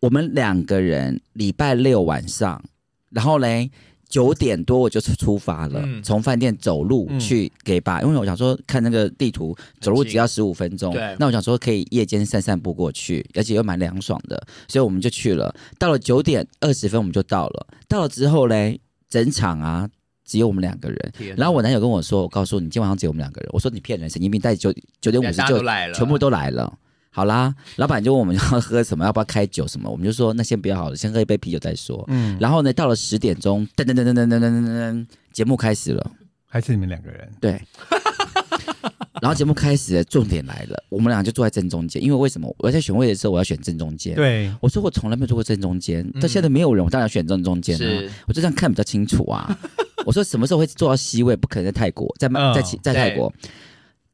[SPEAKER 3] 我们两个人礼拜六晚上，然后嘞。九点多我就出发了，
[SPEAKER 2] 嗯
[SPEAKER 3] 从饭店走路
[SPEAKER 1] 嗯
[SPEAKER 3] 去 gay bar，因为我想说看那个地图，走路只要十五分钟
[SPEAKER 2] 嗯对，
[SPEAKER 3] 那我想说可以夜间散散步过去，而且又蛮凉爽的，所以我们就去了。到了九点二十分我们就到了，到了之后嘞，整场啊只有我们两个人。
[SPEAKER 2] 天哪
[SPEAKER 3] 然后我男友跟我说：“我告诉你，今晚上只有我们两个人。”我说：“你骗人，神经病！带九九点五十
[SPEAKER 2] 大家
[SPEAKER 3] 就
[SPEAKER 2] 都来了，
[SPEAKER 3] 全部都来了。好啦，老板就问我们要喝什么，要不要开酒什么，我们就说那先不要好了，先喝一杯啤酒再说。
[SPEAKER 1] 嗯，
[SPEAKER 3] 然后呢，到了十点钟，噔噔噔噔噔噔噔噔噔，节目开始了。
[SPEAKER 1] 还是你们两个人，
[SPEAKER 3] 对， *laughs* 然后节目开始了，重点来了，我们俩就坐在正中间，因为为什么我在选位的时候我要选正中间？，
[SPEAKER 1] 对，
[SPEAKER 3] 我说我从来没有坐过正中间，
[SPEAKER 2] 嗯
[SPEAKER 3] 到现在没有人，我当然选正中间啊
[SPEAKER 2] 是，
[SPEAKER 3] 我就这样看比较清楚
[SPEAKER 1] *laughs*
[SPEAKER 3] 啊。我说什么时候会坐到 C 位？不可能在泰国，在曼
[SPEAKER 1] 嗯
[SPEAKER 3] 在其在泰国。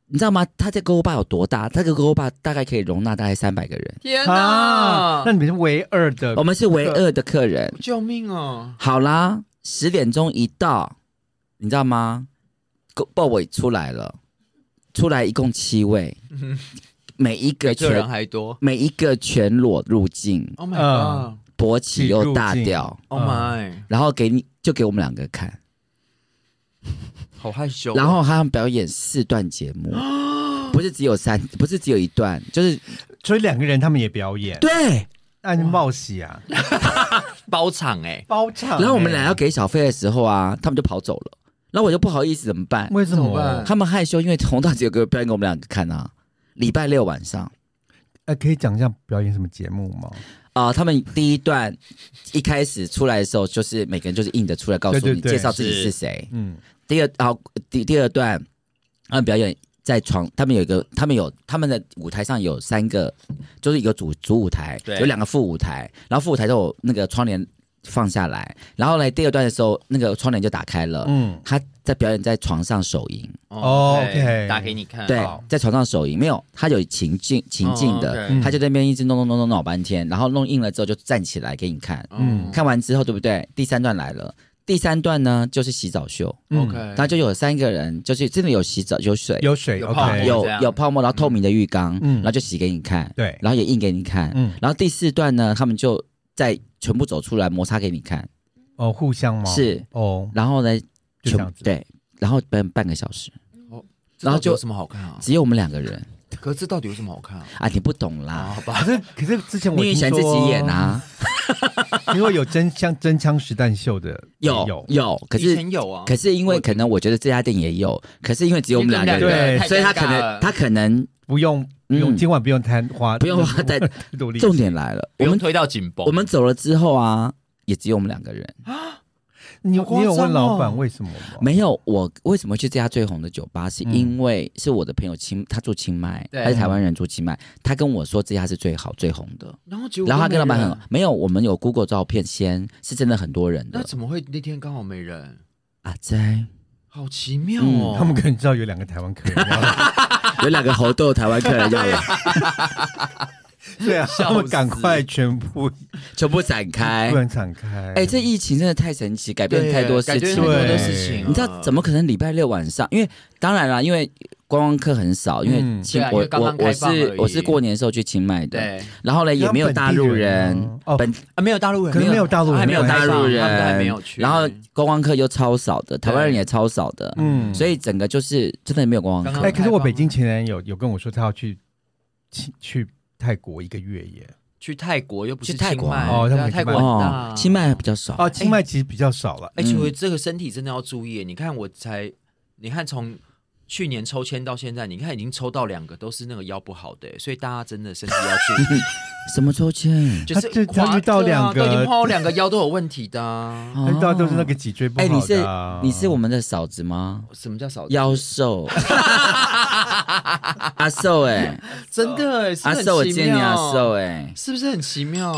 [SPEAKER 3] 你知道吗？他这个欧巴有多大？他这个欧巴大概可以容纳大概三百个人，
[SPEAKER 2] 天
[SPEAKER 1] 啊
[SPEAKER 2] 哪，
[SPEAKER 1] 那！你们是唯二的
[SPEAKER 3] 我，们是唯二的客人。
[SPEAKER 2] 救命哦！
[SPEAKER 3] 好啦，十点钟一到，你知道吗？狗鲍尾出来了，出来一共七位，
[SPEAKER 1] 嗯
[SPEAKER 3] 每一个
[SPEAKER 2] 比这人
[SPEAKER 3] 全
[SPEAKER 2] 还多。
[SPEAKER 3] 每一个全裸入境，
[SPEAKER 2] Oh my
[SPEAKER 1] 嗯
[SPEAKER 2] god！
[SPEAKER 3] 勃起又大
[SPEAKER 1] 入境
[SPEAKER 3] 掉，
[SPEAKER 2] Oh my！
[SPEAKER 3] 然后给你就给我们两个看，
[SPEAKER 2] 好害羞哦。
[SPEAKER 3] 然后他们表演四段节 *gasps* 目，不是只有三，不是只有一段，就是
[SPEAKER 1] 所以两个人他们也表演，
[SPEAKER 3] 对。
[SPEAKER 1] 那你冒喜啊，
[SPEAKER 2] 包场哎，
[SPEAKER 1] 包场欸。
[SPEAKER 3] 然后我们俩要给小费的时候啊，他们就跑走了，然后我就不好意思怎么办？
[SPEAKER 1] 为什
[SPEAKER 2] 怎么
[SPEAKER 1] 么
[SPEAKER 2] 办？
[SPEAKER 3] 他们害羞，因为红大姐有个表演给我们两个看啊，礼拜六晚上。
[SPEAKER 1] 呃，可以讲一下表演什么节目吗？
[SPEAKER 3] 啊、他们第一段一开始出来的时候，就是每个人就是硬着出来告诉你
[SPEAKER 1] 对对对
[SPEAKER 3] 介绍自己
[SPEAKER 2] 是
[SPEAKER 3] 是谁。
[SPEAKER 1] 嗯，
[SPEAKER 3] 第二，好、第第二段，他们表演在床，他们有一个，他们有他们的舞台上有三个，就是一个主主舞台，
[SPEAKER 2] 对
[SPEAKER 3] 有两个副舞台，然后副舞台都有那个窗帘放下来，然后来第二段的时候，那个窗帘就打开了。
[SPEAKER 1] 嗯，
[SPEAKER 3] 他在表演在床上手淫，
[SPEAKER 1] 哦
[SPEAKER 2] 对
[SPEAKER 1] OK
[SPEAKER 2] 打给你看。
[SPEAKER 3] 对
[SPEAKER 2] 好，
[SPEAKER 3] 在床上手淫没有，他有情境情境的，
[SPEAKER 2] 哦，OK
[SPEAKER 1] 嗯
[SPEAKER 3] 他就在那边一直弄弄弄弄弄半天，然后弄硬了之后就站起来给你看，
[SPEAKER 2] 哦
[SPEAKER 1] 嗯
[SPEAKER 3] 看完之后对不对？第三段来了，第三段呢就是洗澡秀，
[SPEAKER 1] 嗯
[SPEAKER 2] OK，
[SPEAKER 3] 它就有三个人，就是真的有洗澡有水，
[SPEAKER 1] 有水
[SPEAKER 2] 有
[SPEAKER 1] ，OK，
[SPEAKER 2] 泡沫
[SPEAKER 3] 有
[SPEAKER 2] 这样
[SPEAKER 3] 有泡沫，然后透明的浴缸，
[SPEAKER 1] 嗯
[SPEAKER 3] 然后就洗给你看，
[SPEAKER 1] 对
[SPEAKER 3] 然后也印给你看，
[SPEAKER 1] 嗯，
[SPEAKER 3] 然后第四段呢，他们就在全部走出来摩擦给你看，
[SPEAKER 1] 哦，互相吗？
[SPEAKER 3] 是
[SPEAKER 1] 哦，
[SPEAKER 3] 然后呢，
[SPEAKER 1] 就
[SPEAKER 3] 全
[SPEAKER 1] 这样子
[SPEAKER 3] 对，然后半半个小时，
[SPEAKER 2] 这到底
[SPEAKER 3] 然后就
[SPEAKER 2] 有什么好看啊？
[SPEAKER 3] 只有我们两个人
[SPEAKER 2] 可是这到底有什么好看啊？哦
[SPEAKER 3] 啊，你不懂啦，
[SPEAKER 2] 好吧
[SPEAKER 1] 可，是可是之哦前我
[SPEAKER 3] 你也
[SPEAKER 1] 听
[SPEAKER 3] 喜欢自己
[SPEAKER 1] 说
[SPEAKER 3] 演，啊，
[SPEAKER 1] 因为有真枪真枪实弹秀的也
[SPEAKER 3] 有
[SPEAKER 1] 有，
[SPEAKER 3] 有，可
[SPEAKER 2] 以
[SPEAKER 3] 是
[SPEAKER 2] 前有啊，
[SPEAKER 3] 可是因为可能我觉得这家店也有，可是因为只有我们两个
[SPEAKER 1] 对
[SPEAKER 3] 人，
[SPEAKER 2] 太尴尬
[SPEAKER 3] 所以他可
[SPEAKER 2] 了
[SPEAKER 3] 能他可能
[SPEAKER 1] 不用不用
[SPEAKER 3] 嗯
[SPEAKER 1] 今晚不用贪花，
[SPEAKER 3] 不用花在
[SPEAKER 1] 努力。
[SPEAKER 3] 重点来了，
[SPEAKER 2] 不
[SPEAKER 3] 我
[SPEAKER 2] 用
[SPEAKER 3] 们
[SPEAKER 2] 推到紧绷。
[SPEAKER 3] 我们走了之后啊，也只有我们两个人，
[SPEAKER 1] 你
[SPEAKER 2] 好夸
[SPEAKER 1] 你有问
[SPEAKER 2] 张
[SPEAKER 1] 老
[SPEAKER 2] 哦
[SPEAKER 1] 板为什么吗？
[SPEAKER 3] 没有我为什么去这家最红的酒吧，是因为是我的朋友清，他住清迈，
[SPEAKER 2] 嗯对
[SPEAKER 3] 他是台湾人住清迈，他跟我说这家是最好最红的，
[SPEAKER 2] 然后结果
[SPEAKER 3] 然后他
[SPEAKER 2] 都没
[SPEAKER 3] 跟老板
[SPEAKER 2] 人
[SPEAKER 3] 很没有，我们有 Google 照片先，是真的很多人
[SPEAKER 2] 啊那
[SPEAKER 3] 的
[SPEAKER 2] 怎么会那天刚好没人？
[SPEAKER 3] 啊，在
[SPEAKER 2] 好奇妙
[SPEAKER 3] 嗯
[SPEAKER 2] 哦！
[SPEAKER 1] 他们可能知道有两个台湾
[SPEAKER 3] *laughs*
[SPEAKER 1] 客人，
[SPEAKER 3] 有两个猴豆台湾客人要
[SPEAKER 2] *laughs*
[SPEAKER 3] 来，
[SPEAKER 1] 对
[SPEAKER 3] *laughs*
[SPEAKER 1] 啊，
[SPEAKER 2] 笑
[SPEAKER 1] 他们
[SPEAKER 2] 死
[SPEAKER 1] 赶快全部
[SPEAKER 3] 全部展开
[SPEAKER 1] 突。然敞开。
[SPEAKER 3] 哎、这疫情真的太神奇，改变
[SPEAKER 2] 对
[SPEAKER 3] 太多事
[SPEAKER 2] 感觉
[SPEAKER 3] 情
[SPEAKER 2] 很
[SPEAKER 3] 了，
[SPEAKER 2] 多
[SPEAKER 1] 对
[SPEAKER 2] 的事情，啊
[SPEAKER 3] 你知道怎
[SPEAKER 2] 么？
[SPEAKER 3] 么可能礼拜六晚上？因为当然啦，因为观光客很少，因为
[SPEAKER 1] 嗯
[SPEAKER 3] 清、
[SPEAKER 2] 对啊因
[SPEAKER 3] 我
[SPEAKER 2] 为刚
[SPEAKER 3] 我
[SPEAKER 2] 刚
[SPEAKER 3] 我
[SPEAKER 2] 开放而
[SPEAKER 3] 是
[SPEAKER 2] 已
[SPEAKER 3] 我是过年的时候去清迈的，
[SPEAKER 2] 对
[SPEAKER 3] 然后呢也没有大陆人
[SPEAKER 1] 那本地人啊，哦
[SPEAKER 3] 本
[SPEAKER 2] 啊，没有大陆人，
[SPEAKER 1] 可能没有大陆人
[SPEAKER 2] 还没有
[SPEAKER 1] 没有
[SPEAKER 2] 大
[SPEAKER 3] 大
[SPEAKER 2] 陆
[SPEAKER 3] 陆
[SPEAKER 2] 人，他们都还
[SPEAKER 3] 人
[SPEAKER 2] 没有去。
[SPEAKER 3] 然后观光客又超少的，台湾人也超少的，
[SPEAKER 1] 嗯
[SPEAKER 3] 所以整个就是真的没有观光
[SPEAKER 2] 刚
[SPEAKER 3] 客。
[SPEAKER 2] 刚
[SPEAKER 1] 哎，可是
[SPEAKER 2] 开
[SPEAKER 1] 我
[SPEAKER 2] 放
[SPEAKER 1] 北
[SPEAKER 2] 吗
[SPEAKER 1] 京前男友有跟我说他要去去去泰国一个月耶。
[SPEAKER 2] 去泰国又不是
[SPEAKER 3] 去泰国
[SPEAKER 2] 清迈
[SPEAKER 1] 哦他
[SPEAKER 2] 对
[SPEAKER 1] 们
[SPEAKER 2] 啊
[SPEAKER 1] 去
[SPEAKER 2] 泰国嗯
[SPEAKER 1] 蛮
[SPEAKER 2] 很
[SPEAKER 3] 哦
[SPEAKER 2] 大，
[SPEAKER 3] 清迈比较少。哎
[SPEAKER 1] 哦，清迈其实比较少了。
[SPEAKER 2] 而且我这个身体真的要注意。你看，我才，你看从去年抽签到现在，你看已经抽到两个都是那个腰不好的，所以大家真的身体要 *laughs* 注意。
[SPEAKER 3] 什么抽签？
[SPEAKER 2] 就
[SPEAKER 1] 他
[SPEAKER 2] 是
[SPEAKER 1] 这他
[SPEAKER 2] 滑
[SPEAKER 1] 遇到
[SPEAKER 2] 对啊
[SPEAKER 1] 两个
[SPEAKER 2] 都已经碰到两个腰都有问题的啊。
[SPEAKER 1] 哎，大家都是那个脊椎不
[SPEAKER 3] 哎、你
[SPEAKER 1] 好
[SPEAKER 3] 是
[SPEAKER 1] 的啊。
[SPEAKER 3] 你是我们的嫂子吗？
[SPEAKER 2] 什么叫少？
[SPEAKER 3] 妖
[SPEAKER 2] *laughs*
[SPEAKER 3] 兽，阿寿哎，
[SPEAKER 2] 真的哎，是
[SPEAKER 3] 阿
[SPEAKER 2] 不是
[SPEAKER 3] 啊寿，我
[SPEAKER 2] 很奇
[SPEAKER 3] 见你阿
[SPEAKER 2] 妙，
[SPEAKER 3] 寿哎，
[SPEAKER 2] 是不是很奇妙？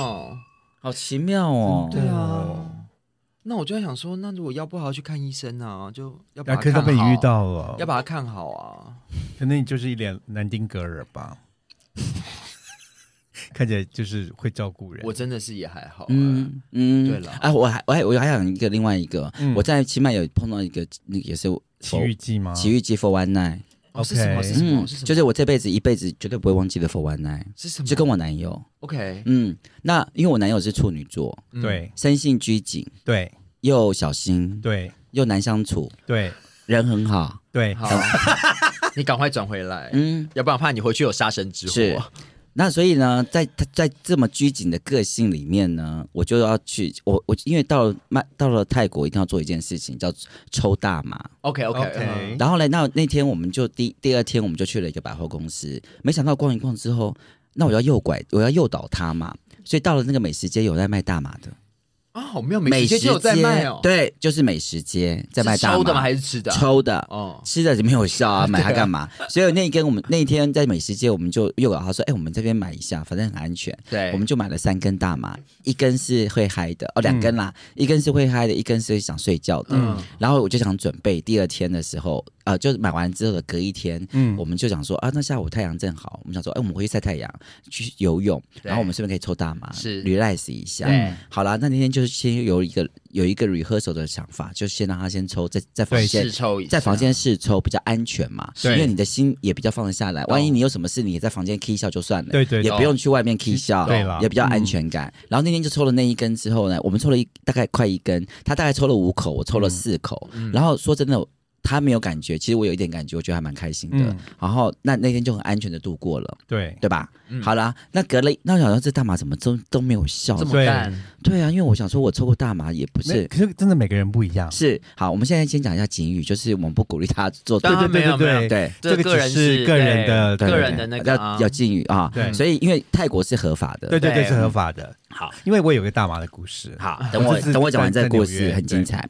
[SPEAKER 3] 好奇妙哦。
[SPEAKER 2] 对啊
[SPEAKER 1] 哦。
[SPEAKER 2] 那我就在想说，那如果腰不好要去看医生啊，就要把
[SPEAKER 1] 啊，
[SPEAKER 2] 它
[SPEAKER 1] 可是都
[SPEAKER 2] 看
[SPEAKER 1] 被你
[SPEAKER 2] 好
[SPEAKER 1] 遇，到了，
[SPEAKER 2] 要把它看好啊。
[SPEAKER 1] 可能你就是一脸南丁格尔吧， *laughs* 看起来就是会照顾人。
[SPEAKER 2] 我真的是也还好，嗯，
[SPEAKER 3] 嗯嗯，
[SPEAKER 2] 对了
[SPEAKER 3] 哎、我还我还我还想一个另外一个，
[SPEAKER 1] 嗯
[SPEAKER 3] 我在清迈有碰到一个，那个也是
[SPEAKER 1] 奇遇记吗？
[SPEAKER 3] 奇遇记 for one night，
[SPEAKER 2] 哦是什
[SPEAKER 1] OK
[SPEAKER 2] 么啊是什
[SPEAKER 3] 嗯，
[SPEAKER 2] 么是什么？
[SPEAKER 3] 就是我这辈子一辈子绝对不会忘记的 for one night，
[SPEAKER 2] 是什么？
[SPEAKER 3] 就跟我男友，
[SPEAKER 2] OK，
[SPEAKER 3] 嗯，那因为我男友是处女座，
[SPEAKER 2] 嗯，
[SPEAKER 1] 对
[SPEAKER 3] 生性拘谨，
[SPEAKER 1] 对
[SPEAKER 3] 又小心，
[SPEAKER 1] 对
[SPEAKER 3] 又难相处，
[SPEAKER 1] 对
[SPEAKER 3] 人很好，
[SPEAKER 1] 对，
[SPEAKER 2] *laughs* 好，你赶快转回来，
[SPEAKER 3] 嗯，
[SPEAKER 2] 要不然怕你回去有杀身之
[SPEAKER 3] 是
[SPEAKER 2] 祸。
[SPEAKER 3] 那所以呢，在他在这么拘谨的个性里面呢，我就要去我我因为到了曼到了泰国，一定要做一件事情叫抽大麻。
[SPEAKER 2] OK OK
[SPEAKER 1] OK
[SPEAKER 3] 然后嘞，那那天我们就第第二天我们就去了一个百货公司，没想到逛一逛之后，那我要诱拐，我要诱导他嘛，所以到了那个美食街有在卖大麻的，
[SPEAKER 2] 啊，好妙，美食街有在卖哦，，
[SPEAKER 3] 对，就是美食街在卖大麻，
[SPEAKER 2] 抽的吗？还是吃的？
[SPEAKER 3] 抽的。
[SPEAKER 2] 哦，
[SPEAKER 3] 吃的没有效
[SPEAKER 2] *laughs*
[SPEAKER 3] 啊，买它干嘛？所以那一天我们那一天在美食街，我们就诱导他说：“哎、我们这边买一下，反正很安全。”
[SPEAKER 2] 对，
[SPEAKER 3] 我们就买了三根大麻，一根是会嗨的，哦，两根啦，一根是会嗨的，一根是想睡觉的。
[SPEAKER 2] 嗯
[SPEAKER 3] 然后我就想准备第二天的时候，呃，就是买完之后的隔一天，
[SPEAKER 1] 嗯
[SPEAKER 3] 我们就想说啊，那下午太阳正好，我们想说，哎、我们回去晒太阳，去游泳，
[SPEAKER 2] 对
[SPEAKER 3] 然后我们顺便可以抽大麻，
[SPEAKER 2] 是
[SPEAKER 3] relax 一下
[SPEAKER 2] 对。
[SPEAKER 3] 好啦，那那天就是先有一个有一个 rehearsal 的想法，就先让他先抽，在在房
[SPEAKER 1] 对
[SPEAKER 3] 间
[SPEAKER 2] 试抽一下，啊
[SPEAKER 3] 在房间试抽比较安全嘛，因
[SPEAKER 1] 对
[SPEAKER 3] 为你的心也比较放得下来。万一你有什么事，你也在房间 k 笑就算了，
[SPEAKER 1] 对对对
[SPEAKER 3] 也不用去外面 k 笑，
[SPEAKER 1] 对啦
[SPEAKER 3] 也
[SPEAKER 2] 嗯
[SPEAKER 3] 比较安全感。然后那天就抽了那一根之后呢，我们抽了一大概快一根，他大概抽了五口，我抽了四口。
[SPEAKER 1] 嗯
[SPEAKER 3] 然后说真的，他没有感觉，其实我有一点感觉，我觉得还蛮开心的。
[SPEAKER 1] 嗯
[SPEAKER 3] 然后那那天就很安全的度过了，
[SPEAKER 1] 对，
[SPEAKER 3] 对吧？
[SPEAKER 2] 嗯
[SPEAKER 3] 好啦，那隔了那我想到这大麻怎么都都没有效
[SPEAKER 2] 这，么
[SPEAKER 1] 对
[SPEAKER 2] 淡，
[SPEAKER 3] 对啊，因为我想说我抽过大麻也不
[SPEAKER 1] 没
[SPEAKER 3] 是。
[SPEAKER 1] 可是真的每个人不一样，
[SPEAKER 3] 是好，我们现在先讲一下警语，就是我们不鼓励他做
[SPEAKER 2] 当然
[SPEAKER 1] 对
[SPEAKER 2] 没有
[SPEAKER 1] 对
[SPEAKER 2] 没有
[SPEAKER 1] 对对，
[SPEAKER 3] 对
[SPEAKER 1] 这个
[SPEAKER 2] 个人
[SPEAKER 1] 只是个人的
[SPEAKER 2] 对
[SPEAKER 1] 对
[SPEAKER 2] 个
[SPEAKER 1] 对
[SPEAKER 2] 人的那个啊
[SPEAKER 3] 要要禁语啊，
[SPEAKER 1] 对
[SPEAKER 3] 所以因为泰国是合法的，
[SPEAKER 1] 对对对
[SPEAKER 2] 对
[SPEAKER 1] 是合法的。
[SPEAKER 3] 好，
[SPEAKER 1] 因为我有个大麻的故事，
[SPEAKER 3] 好，等我
[SPEAKER 1] 啊这是
[SPEAKER 3] 等我讲完这
[SPEAKER 1] 在
[SPEAKER 3] 个故
[SPEAKER 1] 在纽
[SPEAKER 3] 事，
[SPEAKER 1] 约
[SPEAKER 3] 很精彩。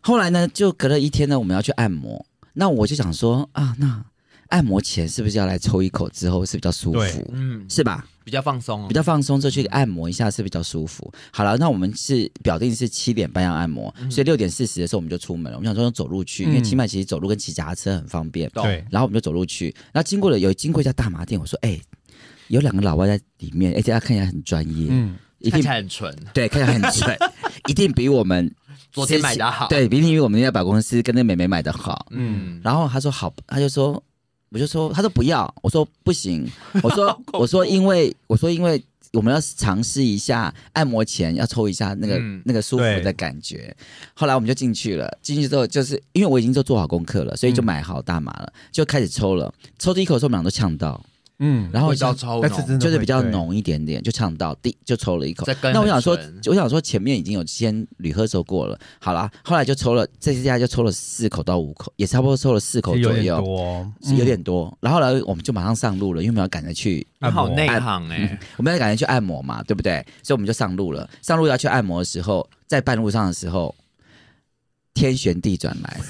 [SPEAKER 3] 后来呢，就隔了一天呢，我们要去按摩，那我就想说啊，那按摩前是不是要来抽一口，之后是比较舒服
[SPEAKER 1] 对，嗯
[SPEAKER 2] 嗯，
[SPEAKER 3] 是吧？
[SPEAKER 2] 比较放松哦，
[SPEAKER 3] 比较放松，就去按摩一下是比较舒服。好了，那我们是表定是七点半要按摩，所以六点四十的时候我们就出门了。我们想说走路去，因为
[SPEAKER 1] 嗯
[SPEAKER 3] 清迈其实走路跟骑脚踏车很方便。
[SPEAKER 2] 懂
[SPEAKER 1] 对
[SPEAKER 3] 然后我们就走路去，然后经过了有经过一家大麻店，我说：“哎、有两个老外在里面，而且他看起来很专业，
[SPEAKER 1] 嗯，
[SPEAKER 3] 一
[SPEAKER 2] 看
[SPEAKER 3] 定
[SPEAKER 2] 起来很纯，
[SPEAKER 3] 对，看起来很蠢，一定比我们
[SPEAKER 2] 昨天买的好，，
[SPEAKER 3] 对，比定比我们那家百货公司跟那美眉买的好。
[SPEAKER 2] 嗯，
[SPEAKER 3] 然后他说好，他就说，我就说，他说不要，我说不行，我说我说因为我说因为我们要尝试一下按摩前要抽一下那个、
[SPEAKER 2] 嗯
[SPEAKER 3] 那个舒服
[SPEAKER 1] 对
[SPEAKER 3] 的感觉。后来我们就进去了，进去之后就是因为我已经都做好功课了，所以就买好大麻了，就开始抽了。抽第一口的时候，我们俩都呛到，
[SPEAKER 1] 嗯，
[SPEAKER 3] 然后
[SPEAKER 2] 味道
[SPEAKER 3] 就
[SPEAKER 2] 超
[SPEAKER 1] 但是
[SPEAKER 2] 浓，
[SPEAKER 1] 真的
[SPEAKER 3] 就是
[SPEAKER 1] 会
[SPEAKER 3] 比较
[SPEAKER 1] 对
[SPEAKER 3] 浓一点点，就呛到，第就抽了一口
[SPEAKER 2] 这。根
[SPEAKER 3] 那我
[SPEAKER 2] 很
[SPEAKER 3] 想说
[SPEAKER 2] 纯，
[SPEAKER 3] 我想说前面已经有先铝喝手过了，好啦，后来就抽了，这次家就抽了四口到五口，也差不多抽了四口
[SPEAKER 1] 是有
[SPEAKER 3] 左
[SPEAKER 1] 点
[SPEAKER 3] 右，
[SPEAKER 1] 多哦，
[SPEAKER 3] 是有点多。然后呢，我们就马上上路了，因为我们要赶着去，
[SPEAKER 2] 你好内
[SPEAKER 1] 内，
[SPEAKER 2] 行哎，
[SPEAKER 3] 我们要赶着去按摩嘛，对不对？所以我们就上路了。上路要去按摩的时候，在半路上的时候，天旋地转来，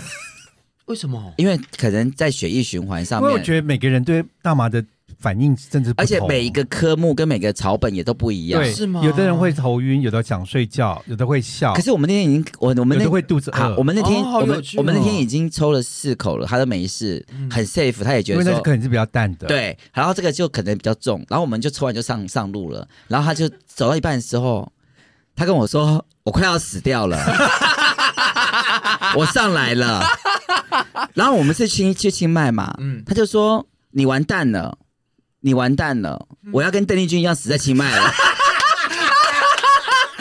[SPEAKER 2] 为什么？
[SPEAKER 3] 因为可能在血液循环上
[SPEAKER 1] 因为我
[SPEAKER 3] 面。
[SPEAKER 1] 觉得每个人对大麻的反应甚至不同
[SPEAKER 3] 而且每一个科目跟每个草本也都不一样，
[SPEAKER 1] 对
[SPEAKER 2] 是吗
[SPEAKER 1] 有的人会头晕，有的想睡觉，有的会笑，
[SPEAKER 3] 可是我们那天已经，我我们
[SPEAKER 1] 有
[SPEAKER 3] 那
[SPEAKER 1] 的会肚子
[SPEAKER 3] 好，
[SPEAKER 1] 饿，
[SPEAKER 3] 我们那天、
[SPEAKER 2] 哦好
[SPEAKER 3] 我
[SPEAKER 2] 有
[SPEAKER 3] 们
[SPEAKER 2] 趣哦
[SPEAKER 3] 我们那天已经抽了四口了，他都没事，很 safe，他也
[SPEAKER 1] 嗯
[SPEAKER 3] 觉
[SPEAKER 1] 因为
[SPEAKER 3] 得
[SPEAKER 1] 那是可
[SPEAKER 3] 说。
[SPEAKER 1] 能是比较淡的，，
[SPEAKER 3] 对，然后这个就可能比较重，然后我们就抽完就上上路了，然后他就走到一半的时候，他跟我说：“我快要死掉了， *laughs* 我上来了。”然后我们是去去清迈嘛，
[SPEAKER 2] 嗯
[SPEAKER 3] 他就说：“你完蛋了，你完蛋了，
[SPEAKER 2] 嗯
[SPEAKER 3] 我要跟邓丽君一样死在清迈了。”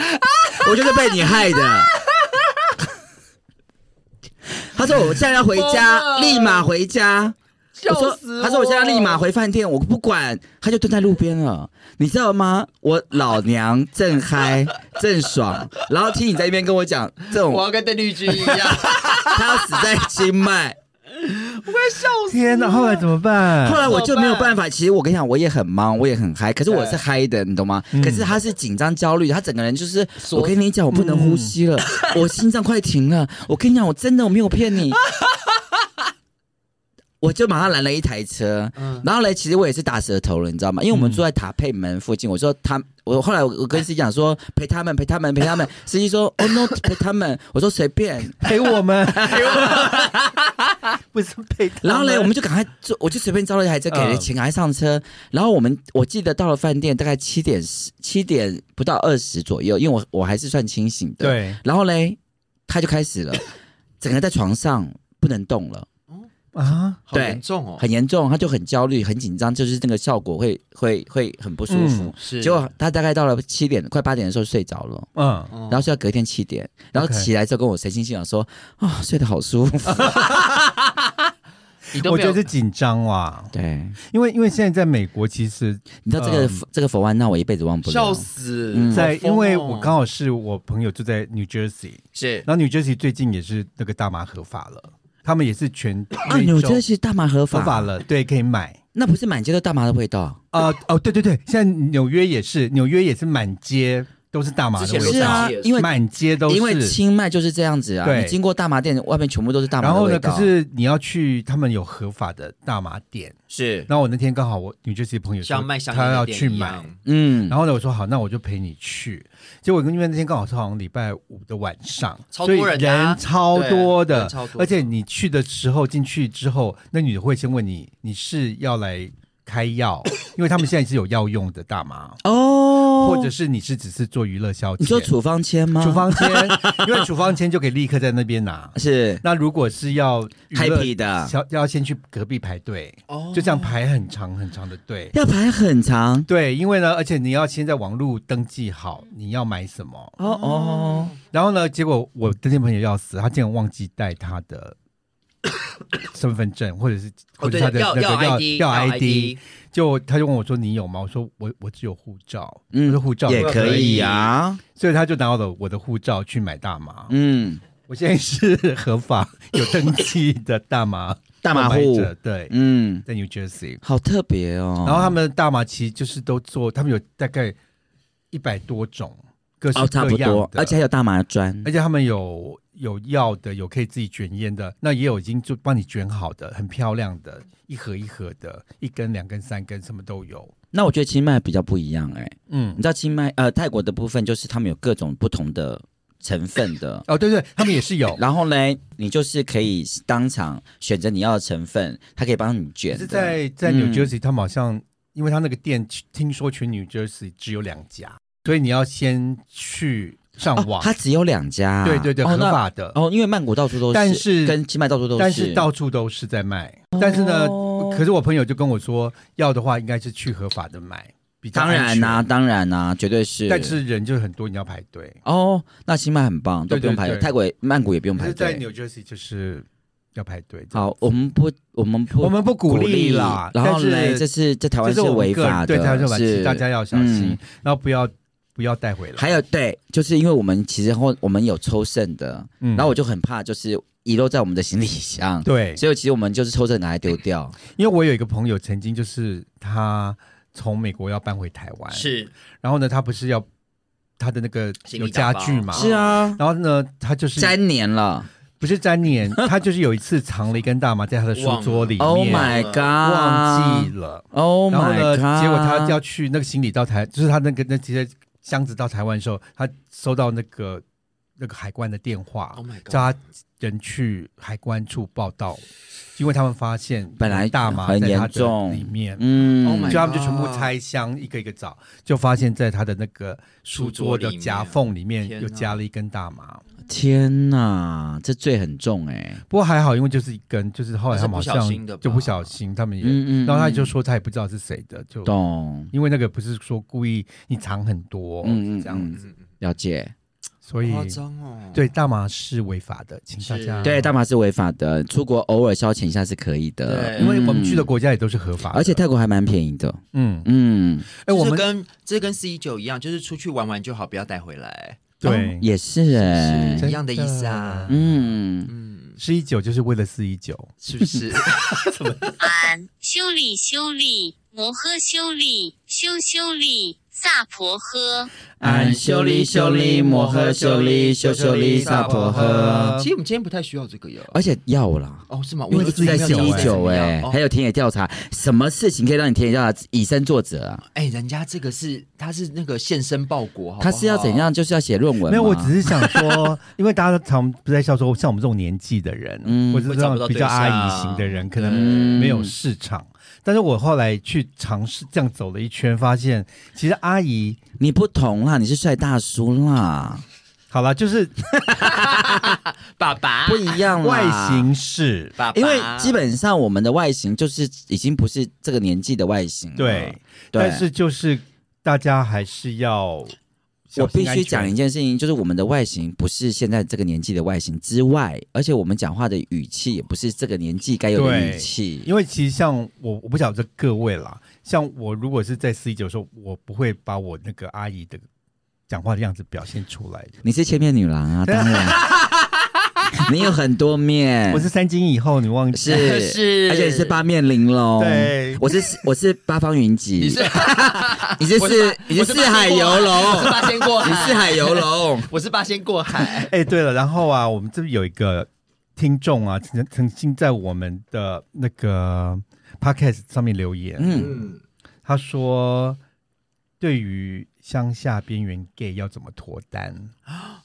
[SPEAKER 3] *laughs* 我就是被你害的。他说：“我现在要回
[SPEAKER 2] 疯
[SPEAKER 3] 家，
[SPEAKER 2] 了
[SPEAKER 3] 立马回家。”
[SPEAKER 2] 笑
[SPEAKER 3] 我说
[SPEAKER 2] 死
[SPEAKER 3] 他说我现在立马回饭店，我不管。他就蹲在路边了，你知道吗？我老娘正嗨正爽，然后听你在那边跟我讲这
[SPEAKER 2] 我
[SPEAKER 3] 种，
[SPEAKER 2] 要跟邓丽君一样，
[SPEAKER 3] 他要死在清迈。
[SPEAKER 2] 我快笑死。
[SPEAKER 1] 天哪，后来怎么办？
[SPEAKER 3] 啊后来我就
[SPEAKER 2] *laughs* 怎么办
[SPEAKER 3] 没有办法。其实我跟你讲，我也很忙，我也很嗨，可是我
[SPEAKER 2] 对嗯
[SPEAKER 3] 是嗨的，你懂吗？可是他是紧张焦虑，他整个人就是，
[SPEAKER 2] 缩
[SPEAKER 3] 我跟你讲，我不能
[SPEAKER 2] 嗯
[SPEAKER 3] 呼吸了，我心脏快停了。我跟你讲，我真的我没有骗
[SPEAKER 2] *laughs*
[SPEAKER 3] 你。我就马上拦了一台车，
[SPEAKER 2] 嗯
[SPEAKER 3] 然后嘞，其实我也是打舌头了，你知道吗？因为我
[SPEAKER 1] 嗯
[SPEAKER 3] 们住在塔佩门附近，我说他，我后来我我跟司机
[SPEAKER 1] *laughs*
[SPEAKER 3] 讲说陪他们陪他们陪他们，司机说哦 no 陪他们， *laughs* 我说随便，
[SPEAKER 1] 陪我
[SPEAKER 3] *laughs*
[SPEAKER 1] 们，陪我们， *laughs* 不是陪他们。
[SPEAKER 3] 然后嘞，我们就赶快坐，我就随便招了一台车，给了
[SPEAKER 1] 嗯
[SPEAKER 3] 钱，赶快上车。然后我们我记得到了饭店大概七点十七点不到二十左右，因为我我还是算清醒的。。
[SPEAKER 1] 对，
[SPEAKER 3] 然后嘞，他就开始
[SPEAKER 1] *laughs*
[SPEAKER 3] 了，整个在床上不能动了，
[SPEAKER 1] 啊，
[SPEAKER 2] 好严重哦，
[SPEAKER 3] 很严重，他就很焦虑、很紧张，就是那个效果会会会很不舒服
[SPEAKER 1] 嗯。
[SPEAKER 2] 是
[SPEAKER 3] 结果他大概到了七点快八点的时候睡着了。
[SPEAKER 1] 嗯，
[SPEAKER 2] 嗯
[SPEAKER 3] 然后睡到隔天七点，然后
[SPEAKER 1] OK
[SPEAKER 3] 哦起来之后跟我神经信讲说，啊、睡得好舒服，
[SPEAKER 2] 你都
[SPEAKER 1] 我
[SPEAKER 2] 没
[SPEAKER 1] 觉
[SPEAKER 2] 有
[SPEAKER 1] 得是紧张啊啦，
[SPEAKER 3] 对，
[SPEAKER 1] 因为因为现在在美国，其实
[SPEAKER 3] 你知道这个、这个佛湾，那我一辈子忘不
[SPEAKER 2] 笑
[SPEAKER 3] 了。
[SPEAKER 2] 死，
[SPEAKER 3] 嗯
[SPEAKER 1] 在，
[SPEAKER 2] 好疯哦
[SPEAKER 1] 因为我刚好是我朋友住在 New Jersey，
[SPEAKER 2] 是
[SPEAKER 1] 然后 New Jersey 最近也是那个大麻合法了，他们也是全
[SPEAKER 3] 啊，
[SPEAKER 1] 美
[SPEAKER 3] 纽
[SPEAKER 1] 洲
[SPEAKER 3] 约是大麻合法，
[SPEAKER 1] 合法了，对，可以买。
[SPEAKER 3] 那不是满街都大麻的味道？
[SPEAKER 1] 啊、哦，对对对，现在纽约也是，纽约也是满街都是大麻的
[SPEAKER 2] 之前
[SPEAKER 1] 味
[SPEAKER 2] 是
[SPEAKER 1] 道，
[SPEAKER 3] 啊
[SPEAKER 2] 也，是
[SPEAKER 3] 因为
[SPEAKER 1] 满街都是。
[SPEAKER 3] 因为清迈就是这样子啊，
[SPEAKER 1] 对
[SPEAKER 3] 你经过大麻店，外面全部都是大麻
[SPEAKER 1] 然
[SPEAKER 3] 的
[SPEAKER 1] 后
[SPEAKER 3] 味
[SPEAKER 1] 呢，
[SPEAKER 3] 道。
[SPEAKER 1] 可是你要去他们有合法的大麻店，
[SPEAKER 2] 是
[SPEAKER 1] 然后我那天刚好我女爵士朋友说
[SPEAKER 2] 像卖香烟
[SPEAKER 1] 他要
[SPEAKER 2] 的店
[SPEAKER 1] 去
[SPEAKER 2] 一
[SPEAKER 1] 买，
[SPEAKER 2] 样，
[SPEAKER 3] 嗯，
[SPEAKER 1] 然后呢我说好，那我就陪你去。结果因为那天刚好是好像礼拜五的晚上，
[SPEAKER 2] 超多人
[SPEAKER 1] 所
[SPEAKER 2] 的
[SPEAKER 1] 以
[SPEAKER 2] 啊
[SPEAKER 1] 人超多
[SPEAKER 2] 对
[SPEAKER 1] 的
[SPEAKER 2] 人超，多的
[SPEAKER 1] 而且你去的时候进去之后，那女的会先问你你是要来开
[SPEAKER 2] *coughs*
[SPEAKER 1] 药，因为他们现在是有药用的大麻。
[SPEAKER 3] 哦，
[SPEAKER 1] 或者是你是只是做娱乐消遣？
[SPEAKER 3] 你说处方签吗？
[SPEAKER 1] 处方
[SPEAKER 2] *laughs*
[SPEAKER 1] 签，因为处方签就可以立刻在那边拿。
[SPEAKER 3] 是
[SPEAKER 1] 那如果是要娱乐
[SPEAKER 3] happy 的，
[SPEAKER 1] 要要先去隔壁排队，
[SPEAKER 2] 哦
[SPEAKER 1] 就这样排很长很长的队。
[SPEAKER 3] 要排很长。
[SPEAKER 1] 对，因为呢，而且你要先在网络登记好
[SPEAKER 3] 嗯
[SPEAKER 1] 你要买什么，
[SPEAKER 3] 哦哦，
[SPEAKER 1] 然后呢，结果我的那朋友要死，他竟然忘记带他
[SPEAKER 3] *coughs*
[SPEAKER 1] 的身份证或者是
[SPEAKER 2] 哦
[SPEAKER 1] 或者
[SPEAKER 2] 对
[SPEAKER 1] 是他的
[SPEAKER 2] 要
[SPEAKER 1] 那个
[SPEAKER 2] 要 ID
[SPEAKER 1] 要
[SPEAKER 2] 要
[SPEAKER 1] ID，就他就问我说你有吗？我说我我只有护照，
[SPEAKER 3] 嗯
[SPEAKER 1] 我说护照
[SPEAKER 3] 也可以啊，
[SPEAKER 1] 所以他就拿我的我的护照去买大麻。
[SPEAKER 3] 嗯，
[SPEAKER 1] 我现在是 *laughs* 合法有登记的大麻
[SPEAKER 3] 大麻
[SPEAKER 1] 购买
[SPEAKER 3] 户
[SPEAKER 1] 者，对，
[SPEAKER 3] 嗯，
[SPEAKER 1] 在 New Jersey。
[SPEAKER 3] 好特别哦。
[SPEAKER 1] 然后他们的大麻其实就是都做，他们有大概一百多种，各式
[SPEAKER 3] 哦，差
[SPEAKER 1] 各
[SPEAKER 3] 不
[SPEAKER 1] 样的，哎
[SPEAKER 3] 多，而且还有大麻砖
[SPEAKER 1] 而，且他们有有药的，有可以自己卷烟的，那也有已经就帮你卷好的，很漂亮的，一盒一盒的，一根、两根、三根，什么都有。
[SPEAKER 3] 那我觉得清迈比较不一样哎、
[SPEAKER 1] 嗯，
[SPEAKER 3] 你，知道清迈呃泰国的部分就是他们有各种不同的成分的，
[SPEAKER 1] 哦，对对，他们也是有
[SPEAKER 3] 然后嘞，你就是可以当场选择你要的成分，它可以帮你卷
[SPEAKER 1] 可是
[SPEAKER 3] 的。
[SPEAKER 1] 在在
[SPEAKER 3] 嗯
[SPEAKER 1] New Jersey，、他们好像因为他那个店听说全 New Jersey 只有两家，所以你要先去上
[SPEAKER 3] 哦
[SPEAKER 1] 网，，
[SPEAKER 3] 它只有两家啊、
[SPEAKER 1] 对对对，
[SPEAKER 3] 哦
[SPEAKER 1] 合
[SPEAKER 3] 那
[SPEAKER 1] 法的。
[SPEAKER 3] 哦，因为曼谷到处都是，
[SPEAKER 1] 但是
[SPEAKER 3] 跟清迈到处都
[SPEAKER 1] 但是到处都是在卖，但是呢，
[SPEAKER 3] 哦
[SPEAKER 1] 可是我朋友就跟我说，要的话应该是去合法的买，比较
[SPEAKER 3] 当然啦、
[SPEAKER 1] 啦、
[SPEAKER 3] 当然啦、绝对是。
[SPEAKER 1] 啊但是人就很多，你要排队。
[SPEAKER 3] 哦，那清迈很棒，都
[SPEAKER 1] 对
[SPEAKER 3] 不用
[SPEAKER 1] 对
[SPEAKER 3] 排队，
[SPEAKER 1] 对
[SPEAKER 3] 泰国也曼谷也不用
[SPEAKER 1] 可
[SPEAKER 3] 排
[SPEAKER 1] 是，在
[SPEAKER 3] 队。
[SPEAKER 1] New Jersey 就是要排队。
[SPEAKER 3] 好，我们不，我们不，
[SPEAKER 1] 我们不鼓励啦，
[SPEAKER 3] 然后
[SPEAKER 1] 但
[SPEAKER 3] 嘞，
[SPEAKER 1] 是
[SPEAKER 3] 这是在台湾
[SPEAKER 1] 这
[SPEAKER 3] 是
[SPEAKER 1] 我们
[SPEAKER 3] 违
[SPEAKER 1] 个人
[SPEAKER 3] 法的，
[SPEAKER 1] 对台湾是违法，
[SPEAKER 3] 是
[SPEAKER 1] 请大家要小心，
[SPEAKER 3] 嗯
[SPEAKER 1] 然后不要不要带回来。
[SPEAKER 3] 还有对，就是因为我们其实后我们有抽剩的，
[SPEAKER 1] 嗯
[SPEAKER 3] 然后我就很怕就是遗落在我们的行李箱，
[SPEAKER 1] 对，
[SPEAKER 3] 所以其实我们就是抽剩拿来丢掉。
[SPEAKER 1] 因为我有一个朋友曾经就是他从美国要搬回台湾，
[SPEAKER 2] 是
[SPEAKER 1] 然后呢，他不是要他的那个
[SPEAKER 2] 行
[SPEAKER 1] 有
[SPEAKER 2] 李打
[SPEAKER 1] 家
[SPEAKER 2] 包
[SPEAKER 1] 具嘛，
[SPEAKER 3] 是啊，
[SPEAKER 1] 然后呢，他就是
[SPEAKER 3] 粘黏了
[SPEAKER 1] 不是粘黏，他就是有一次藏了一根大麻在他的书桌里面，
[SPEAKER 3] ，Oh my god，
[SPEAKER 1] 忘记了。
[SPEAKER 3] ，Oh
[SPEAKER 1] 然后
[SPEAKER 3] my
[SPEAKER 1] 呢，
[SPEAKER 3] god，
[SPEAKER 1] 结果他要去那个行李到台，就是他那个那些箱子到台湾的时候，他收到那个那个海关的电话
[SPEAKER 2] Oh my God
[SPEAKER 1] 叫他人去海关处报道，因为他们发现
[SPEAKER 3] 本来
[SPEAKER 1] 大麻
[SPEAKER 3] 很
[SPEAKER 1] 在
[SPEAKER 3] 严
[SPEAKER 1] 他的
[SPEAKER 3] 重
[SPEAKER 1] 里面。
[SPEAKER 3] 嗯
[SPEAKER 2] Oh my
[SPEAKER 1] 就他们就全部拆箱，一个一个找，就发现在他的那个书桌的夹缝里面
[SPEAKER 2] 书桌里面
[SPEAKER 1] 有加了一根大麻，
[SPEAKER 3] 天哪，这罪很重哎、
[SPEAKER 1] 不过还好，因为就是一根，就是后来他们好
[SPEAKER 2] 还是不小
[SPEAKER 1] 像
[SPEAKER 2] 心的吧
[SPEAKER 1] 就不小心，他们也，
[SPEAKER 3] 嗯嗯
[SPEAKER 1] 然后他
[SPEAKER 3] 嗯
[SPEAKER 1] 就说他也不知道是谁的，就
[SPEAKER 3] 懂，
[SPEAKER 1] 因为那个不是说故意你藏很多，
[SPEAKER 3] 嗯嗯
[SPEAKER 1] 这样子，
[SPEAKER 2] 嗯
[SPEAKER 3] 了解。
[SPEAKER 1] 所
[SPEAKER 2] 嗯
[SPEAKER 1] 以
[SPEAKER 2] 夸张哦，
[SPEAKER 1] 对大麻是违法的，请大家
[SPEAKER 2] 是
[SPEAKER 3] 对，大麻是违法的，出国偶尔消遣一下是可以的，
[SPEAKER 2] 对
[SPEAKER 1] 因为我们去的
[SPEAKER 3] 嗯
[SPEAKER 1] 国家也都是合法的，
[SPEAKER 3] 而且泰国还蛮便宜的。
[SPEAKER 1] 嗯，
[SPEAKER 3] 嗯，
[SPEAKER 1] 哎，我
[SPEAKER 2] 这
[SPEAKER 1] 们
[SPEAKER 2] 跟这跟 C 九一样，就是出去玩玩就好，不要带回来，
[SPEAKER 1] 对
[SPEAKER 3] 哦也是哎、
[SPEAKER 2] 是
[SPEAKER 1] 真
[SPEAKER 2] 一样的意思啊
[SPEAKER 1] 的。
[SPEAKER 3] 嗯，
[SPEAKER 2] 嗯，
[SPEAKER 1] 四一九就是为了四一九，
[SPEAKER 2] 是不
[SPEAKER 3] *laughs*
[SPEAKER 2] 是？
[SPEAKER 4] 俺修理修理，摩诃修理，修修理，萨婆诃。
[SPEAKER 3] 俺修利修利摩诃修利修修利萨婆诃。
[SPEAKER 2] 其实我们今天不太需要这个哟。
[SPEAKER 3] 而且要啦，
[SPEAKER 2] 哦，是吗？
[SPEAKER 1] 因为
[SPEAKER 2] 我
[SPEAKER 1] 自己
[SPEAKER 3] 在
[SPEAKER 1] 没有
[SPEAKER 3] 一
[SPEAKER 1] 哎
[SPEAKER 3] 九哎，
[SPEAKER 2] 哦
[SPEAKER 3] 还有田野调查，什么事情可以让你田野调查以身作则啊？
[SPEAKER 2] 哎，人家这个是他是那个现身报国，好不好
[SPEAKER 3] 他是要怎？样？就是要写论文吗。
[SPEAKER 1] 没有，我只是想说，因为大家常不在笑说，像我们这种年纪的人，
[SPEAKER 3] 嗯
[SPEAKER 1] 或者
[SPEAKER 2] 会
[SPEAKER 1] 是这
[SPEAKER 2] 找不到
[SPEAKER 1] 种比较
[SPEAKER 2] 对
[SPEAKER 1] 阿姨
[SPEAKER 2] 象
[SPEAKER 1] 型的人，可
[SPEAKER 3] 对
[SPEAKER 1] 能没有市场。但是我后来去尝试这样走了一圈，发现其实阿姨
[SPEAKER 3] 你不同啦，你是帅大叔啦，
[SPEAKER 1] 好了，就是
[SPEAKER 2] 爸爸
[SPEAKER 3] 不一样啦
[SPEAKER 1] 外。形是、
[SPEAKER 2] 爸爸，
[SPEAKER 3] 因为基本上我们的外形就是已经不是这个年纪的外形了，
[SPEAKER 1] 对，
[SPEAKER 3] 对
[SPEAKER 1] 但是就是大家还是要
[SPEAKER 3] 我
[SPEAKER 1] 小
[SPEAKER 3] 必
[SPEAKER 1] 心安
[SPEAKER 3] 须
[SPEAKER 1] 全
[SPEAKER 3] 讲一件事情，就是我们的外形不是现在这个年纪的外形之外，而且我们讲话的语气也不是这个年纪该有的语
[SPEAKER 1] 对
[SPEAKER 3] 气。
[SPEAKER 1] 因为其实像我，我不晓得各位啦，像我如果是在四一九的时候，我不会把我那个阿姨的讲话的样子表现出来的。
[SPEAKER 3] 你是千面女郎啊，当然，你有很多面，
[SPEAKER 1] 我是三金以后，你忘记
[SPEAKER 3] 嗯是
[SPEAKER 2] 是
[SPEAKER 3] 而且你是八面玲珑，
[SPEAKER 1] 对
[SPEAKER 3] 我是我是八方云集，
[SPEAKER 2] 你是 *laughs*
[SPEAKER 3] 你是
[SPEAKER 2] 我
[SPEAKER 3] 四
[SPEAKER 2] 八
[SPEAKER 3] 你是
[SPEAKER 2] 我
[SPEAKER 3] 四
[SPEAKER 2] 八仙
[SPEAKER 3] 海
[SPEAKER 2] 过
[SPEAKER 3] 游
[SPEAKER 2] 我是
[SPEAKER 3] 龙，
[SPEAKER 2] 八仙过海，
[SPEAKER 3] 你四海游龙，
[SPEAKER 2] 我是八仙过海，
[SPEAKER 1] *laughs* 哎、对了，然后啊，我们这边有一个听众啊，曾曾经在我们的那个 podcast 上面留言，
[SPEAKER 3] 嗯，
[SPEAKER 2] 嗯，
[SPEAKER 1] 他说对于乡下边缘 gay 要怎么脱单，他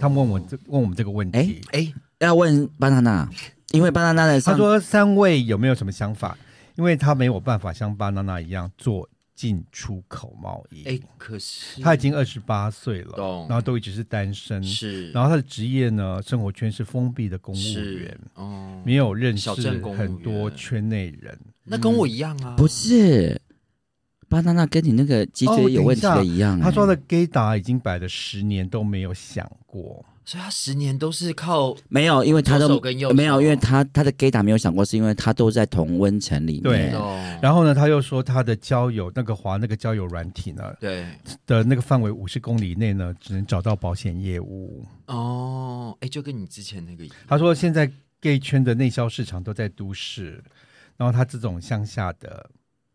[SPEAKER 1] 他问我这问我们这个问题。
[SPEAKER 3] 哎
[SPEAKER 2] 哎，
[SPEAKER 3] 要问巴娜娜，因为巴娜娜的
[SPEAKER 1] 他
[SPEAKER 3] 上
[SPEAKER 1] 说三位有没有什么想法？因为他没有办法像巴娜娜一样做进出口贸易。
[SPEAKER 2] 哎，可是
[SPEAKER 1] 他已经二十八岁了
[SPEAKER 2] 懂，
[SPEAKER 1] 然后都一直是单身，
[SPEAKER 2] 是，
[SPEAKER 1] 然后他的职业呢，生活圈是封闭的公务员
[SPEAKER 2] 是，，哦，
[SPEAKER 1] 没有认识
[SPEAKER 2] 小镇公务员
[SPEAKER 1] 很多圈内人。
[SPEAKER 2] 那跟我一样啊，
[SPEAKER 3] 不是巴娜娜跟你那个脊
[SPEAKER 1] 哦
[SPEAKER 3] 椎有问题的
[SPEAKER 1] 等一
[SPEAKER 3] 一样、
[SPEAKER 1] 他说的
[SPEAKER 3] 哎
[SPEAKER 1] gay 达已经摆了十年都没有想过，
[SPEAKER 2] 所以他十年都是靠
[SPEAKER 3] 没有，因为他
[SPEAKER 2] 左
[SPEAKER 3] 都
[SPEAKER 2] 手跟右手
[SPEAKER 3] 没有，因为他他的 gay 打没有想过，是因为他都在同温层里
[SPEAKER 1] 对
[SPEAKER 3] 面。
[SPEAKER 2] 哦，
[SPEAKER 1] 然后呢，他又说他的交友那个滑那个交友软体呢
[SPEAKER 2] 对
[SPEAKER 1] 的那个范围五十公里内呢，只能找到保险业务。
[SPEAKER 2] 哦，哎，就跟你之前那个一样，
[SPEAKER 1] 他说现在 gay 圈的内销市场都在都市，然后他这种乡下的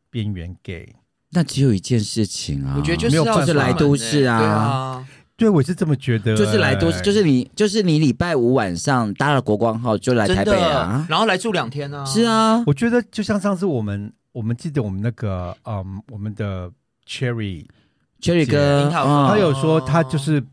[SPEAKER 1] 边缘 gay，
[SPEAKER 3] 那只有一件事情啊，
[SPEAKER 2] 我觉得就
[SPEAKER 1] 没
[SPEAKER 2] 是
[SPEAKER 1] 有
[SPEAKER 2] 要
[SPEAKER 1] 办法
[SPEAKER 2] 出门
[SPEAKER 1] 来
[SPEAKER 3] 都市啊
[SPEAKER 2] 哎对啊，
[SPEAKER 1] 对我是这么觉得、
[SPEAKER 3] 就是来都市，
[SPEAKER 1] 哎
[SPEAKER 3] 就是你，就是你礼拜五晚上搭了国光号就来台
[SPEAKER 2] 真
[SPEAKER 3] 北
[SPEAKER 2] 的
[SPEAKER 3] 啊，
[SPEAKER 2] 然后来住两天啊，
[SPEAKER 3] 是，啊，
[SPEAKER 1] *laughs* 我觉得就像上次我们，我们记得我们那个，嗯，我们的 Cherry，、
[SPEAKER 3] ，Cherry
[SPEAKER 2] 樱
[SPEAKER 3] 哥，
[SPEAKER 2] 桃
[SPEAKER 3] 嗯
[SPEAKER 1] 他有说他就是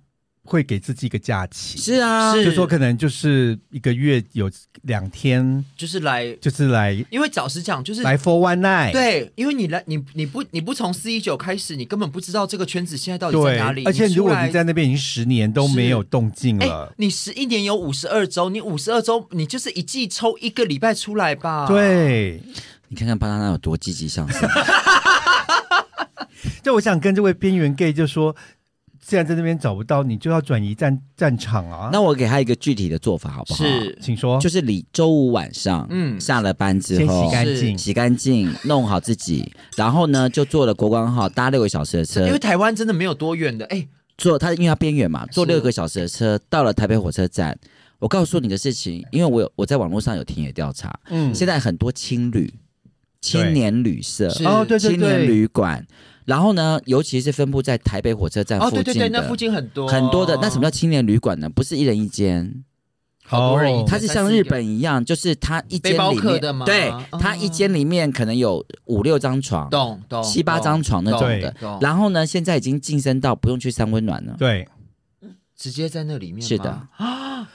[SPEAKER 1] 会给自己一个假期，
[SPEAKER 3] 是啊，
[SPEAKER 2] 是
[SPEAKER 1] 就说可能就是一个月有两天，
[SPEAKER 2] 就是来，
[SPEAKER 1] 就是来
[SPEAKER 2] 因为老实讲，就是
[SPEAKER 1] 来 for one night，
[SPEAKER 2] 对，因为你来，你你不你不从四一九开始，你根本不知道这个圈子现在到底在
[SPEAKER 1] 对
[SPEAKER 2] 哪里。
[SPEAKER 1] 而且如果
[SPEAKER 2] 你
[SPEAKER 1] 你
[SPEAKER 2] 出来
[SPEAKER 1] 在那边已经十年都没有动静
[SPEAKER 2] 哎、
[SPEAKER 1] 了，
[SPEAKER 2] 你十一年有五十二周，你五十二周，你就是一季抽一个礼拜出来吧。，
[SPEAKER 1] 对。
[SPEAKER 3] 你看看巴娜娜有多积极向
[SPEAKER 2] *laughs*
[SPEAKER 3] 上，
[SPEAKER 1] 就我想跟这位边缘 gay 就说，既然在那边找不到，你就要转移战战场啊。
[SPEAKER 3] 那我给他一个具体的做法好不好？
[SPEAKER 2] 是
[SPEAKER 1] 请说，
[SPEAKER 3] 就是你周五晚上，嗯，
[SPEAKER 2] 嗯
[SPEAKER 3] 下了班之
[SPEAKER 1] 先
[SPEAKER 3] 后
[SPEAKER 1] 洗干净，
[SPEAKER 3] 洗干净，弄好自己，然后呢就坐了国光号，搭六个小时的车
[SPEAKER 2] 因，为台湾真的没有多远的。哎、
[SPEAKER 3] 坐它因为它边缘嘛，坐
[SPEAKER 2] 是
[SPEAKER 3] 六个小时的车到了台北火车站。我告诉你的事情，因为我有我在网络上有田野调查，
[SPEAKER 1] 嗯
[SPEAKER 3] 现在很多青旅、青年旅社、
[SPEAKER 2] 是
[SPEAKER 1] 哦，对对
[SPEAKER 3] 青年
[SPEAKER 1] 对，
[SPEAKER 3] 旅馆，然后呢，尤其是分布在台北火车站
[SPEAKER 2] 哦，
[SPEAKER 3] 附
[SPEAKER 2] 对对
[SPEAKER 3] 近
[SPEAKER 2] 对，
[SPEAKER 3] 的。
[SPEAKER 2] 那附近哦很多
[SPEAKER 3] 很多的，那什么叫青年旅馆呢？不是一人一间，
[SPEAKER 2] 好多人
[SPEAKER 1] 哦
[SPEAKER 2] 一
[SPEAKER 3] 它是像日本一样，就是它一间
[SPEAKER 2] 背包
[SPEAKER 3] 里
[SPEAKER 2] 客
[SPEAKER 3] 面，
[SPEAKER 2] 的吗
[SPEAKER 3] 对
[SPEAKER 2] 哦，
[SPEAKER 3] 它一间里面可能有五六张床，
[SPEAKER 2] 懂懂
[SPEAKER 3] 七八张床那种
[SPEAKER 1] 对
[SPEAKER 3] 的
[SPEAKER 2] 懂。
[SPEAKER 3] 然后呢，现在已经晋升到不用去三温暖了。
[SPEAKER 1] 对，
[SPEAKER 2] 直接在那里面吗
[SPEAKER 3] 是的
[SPEAKER 2] 啊。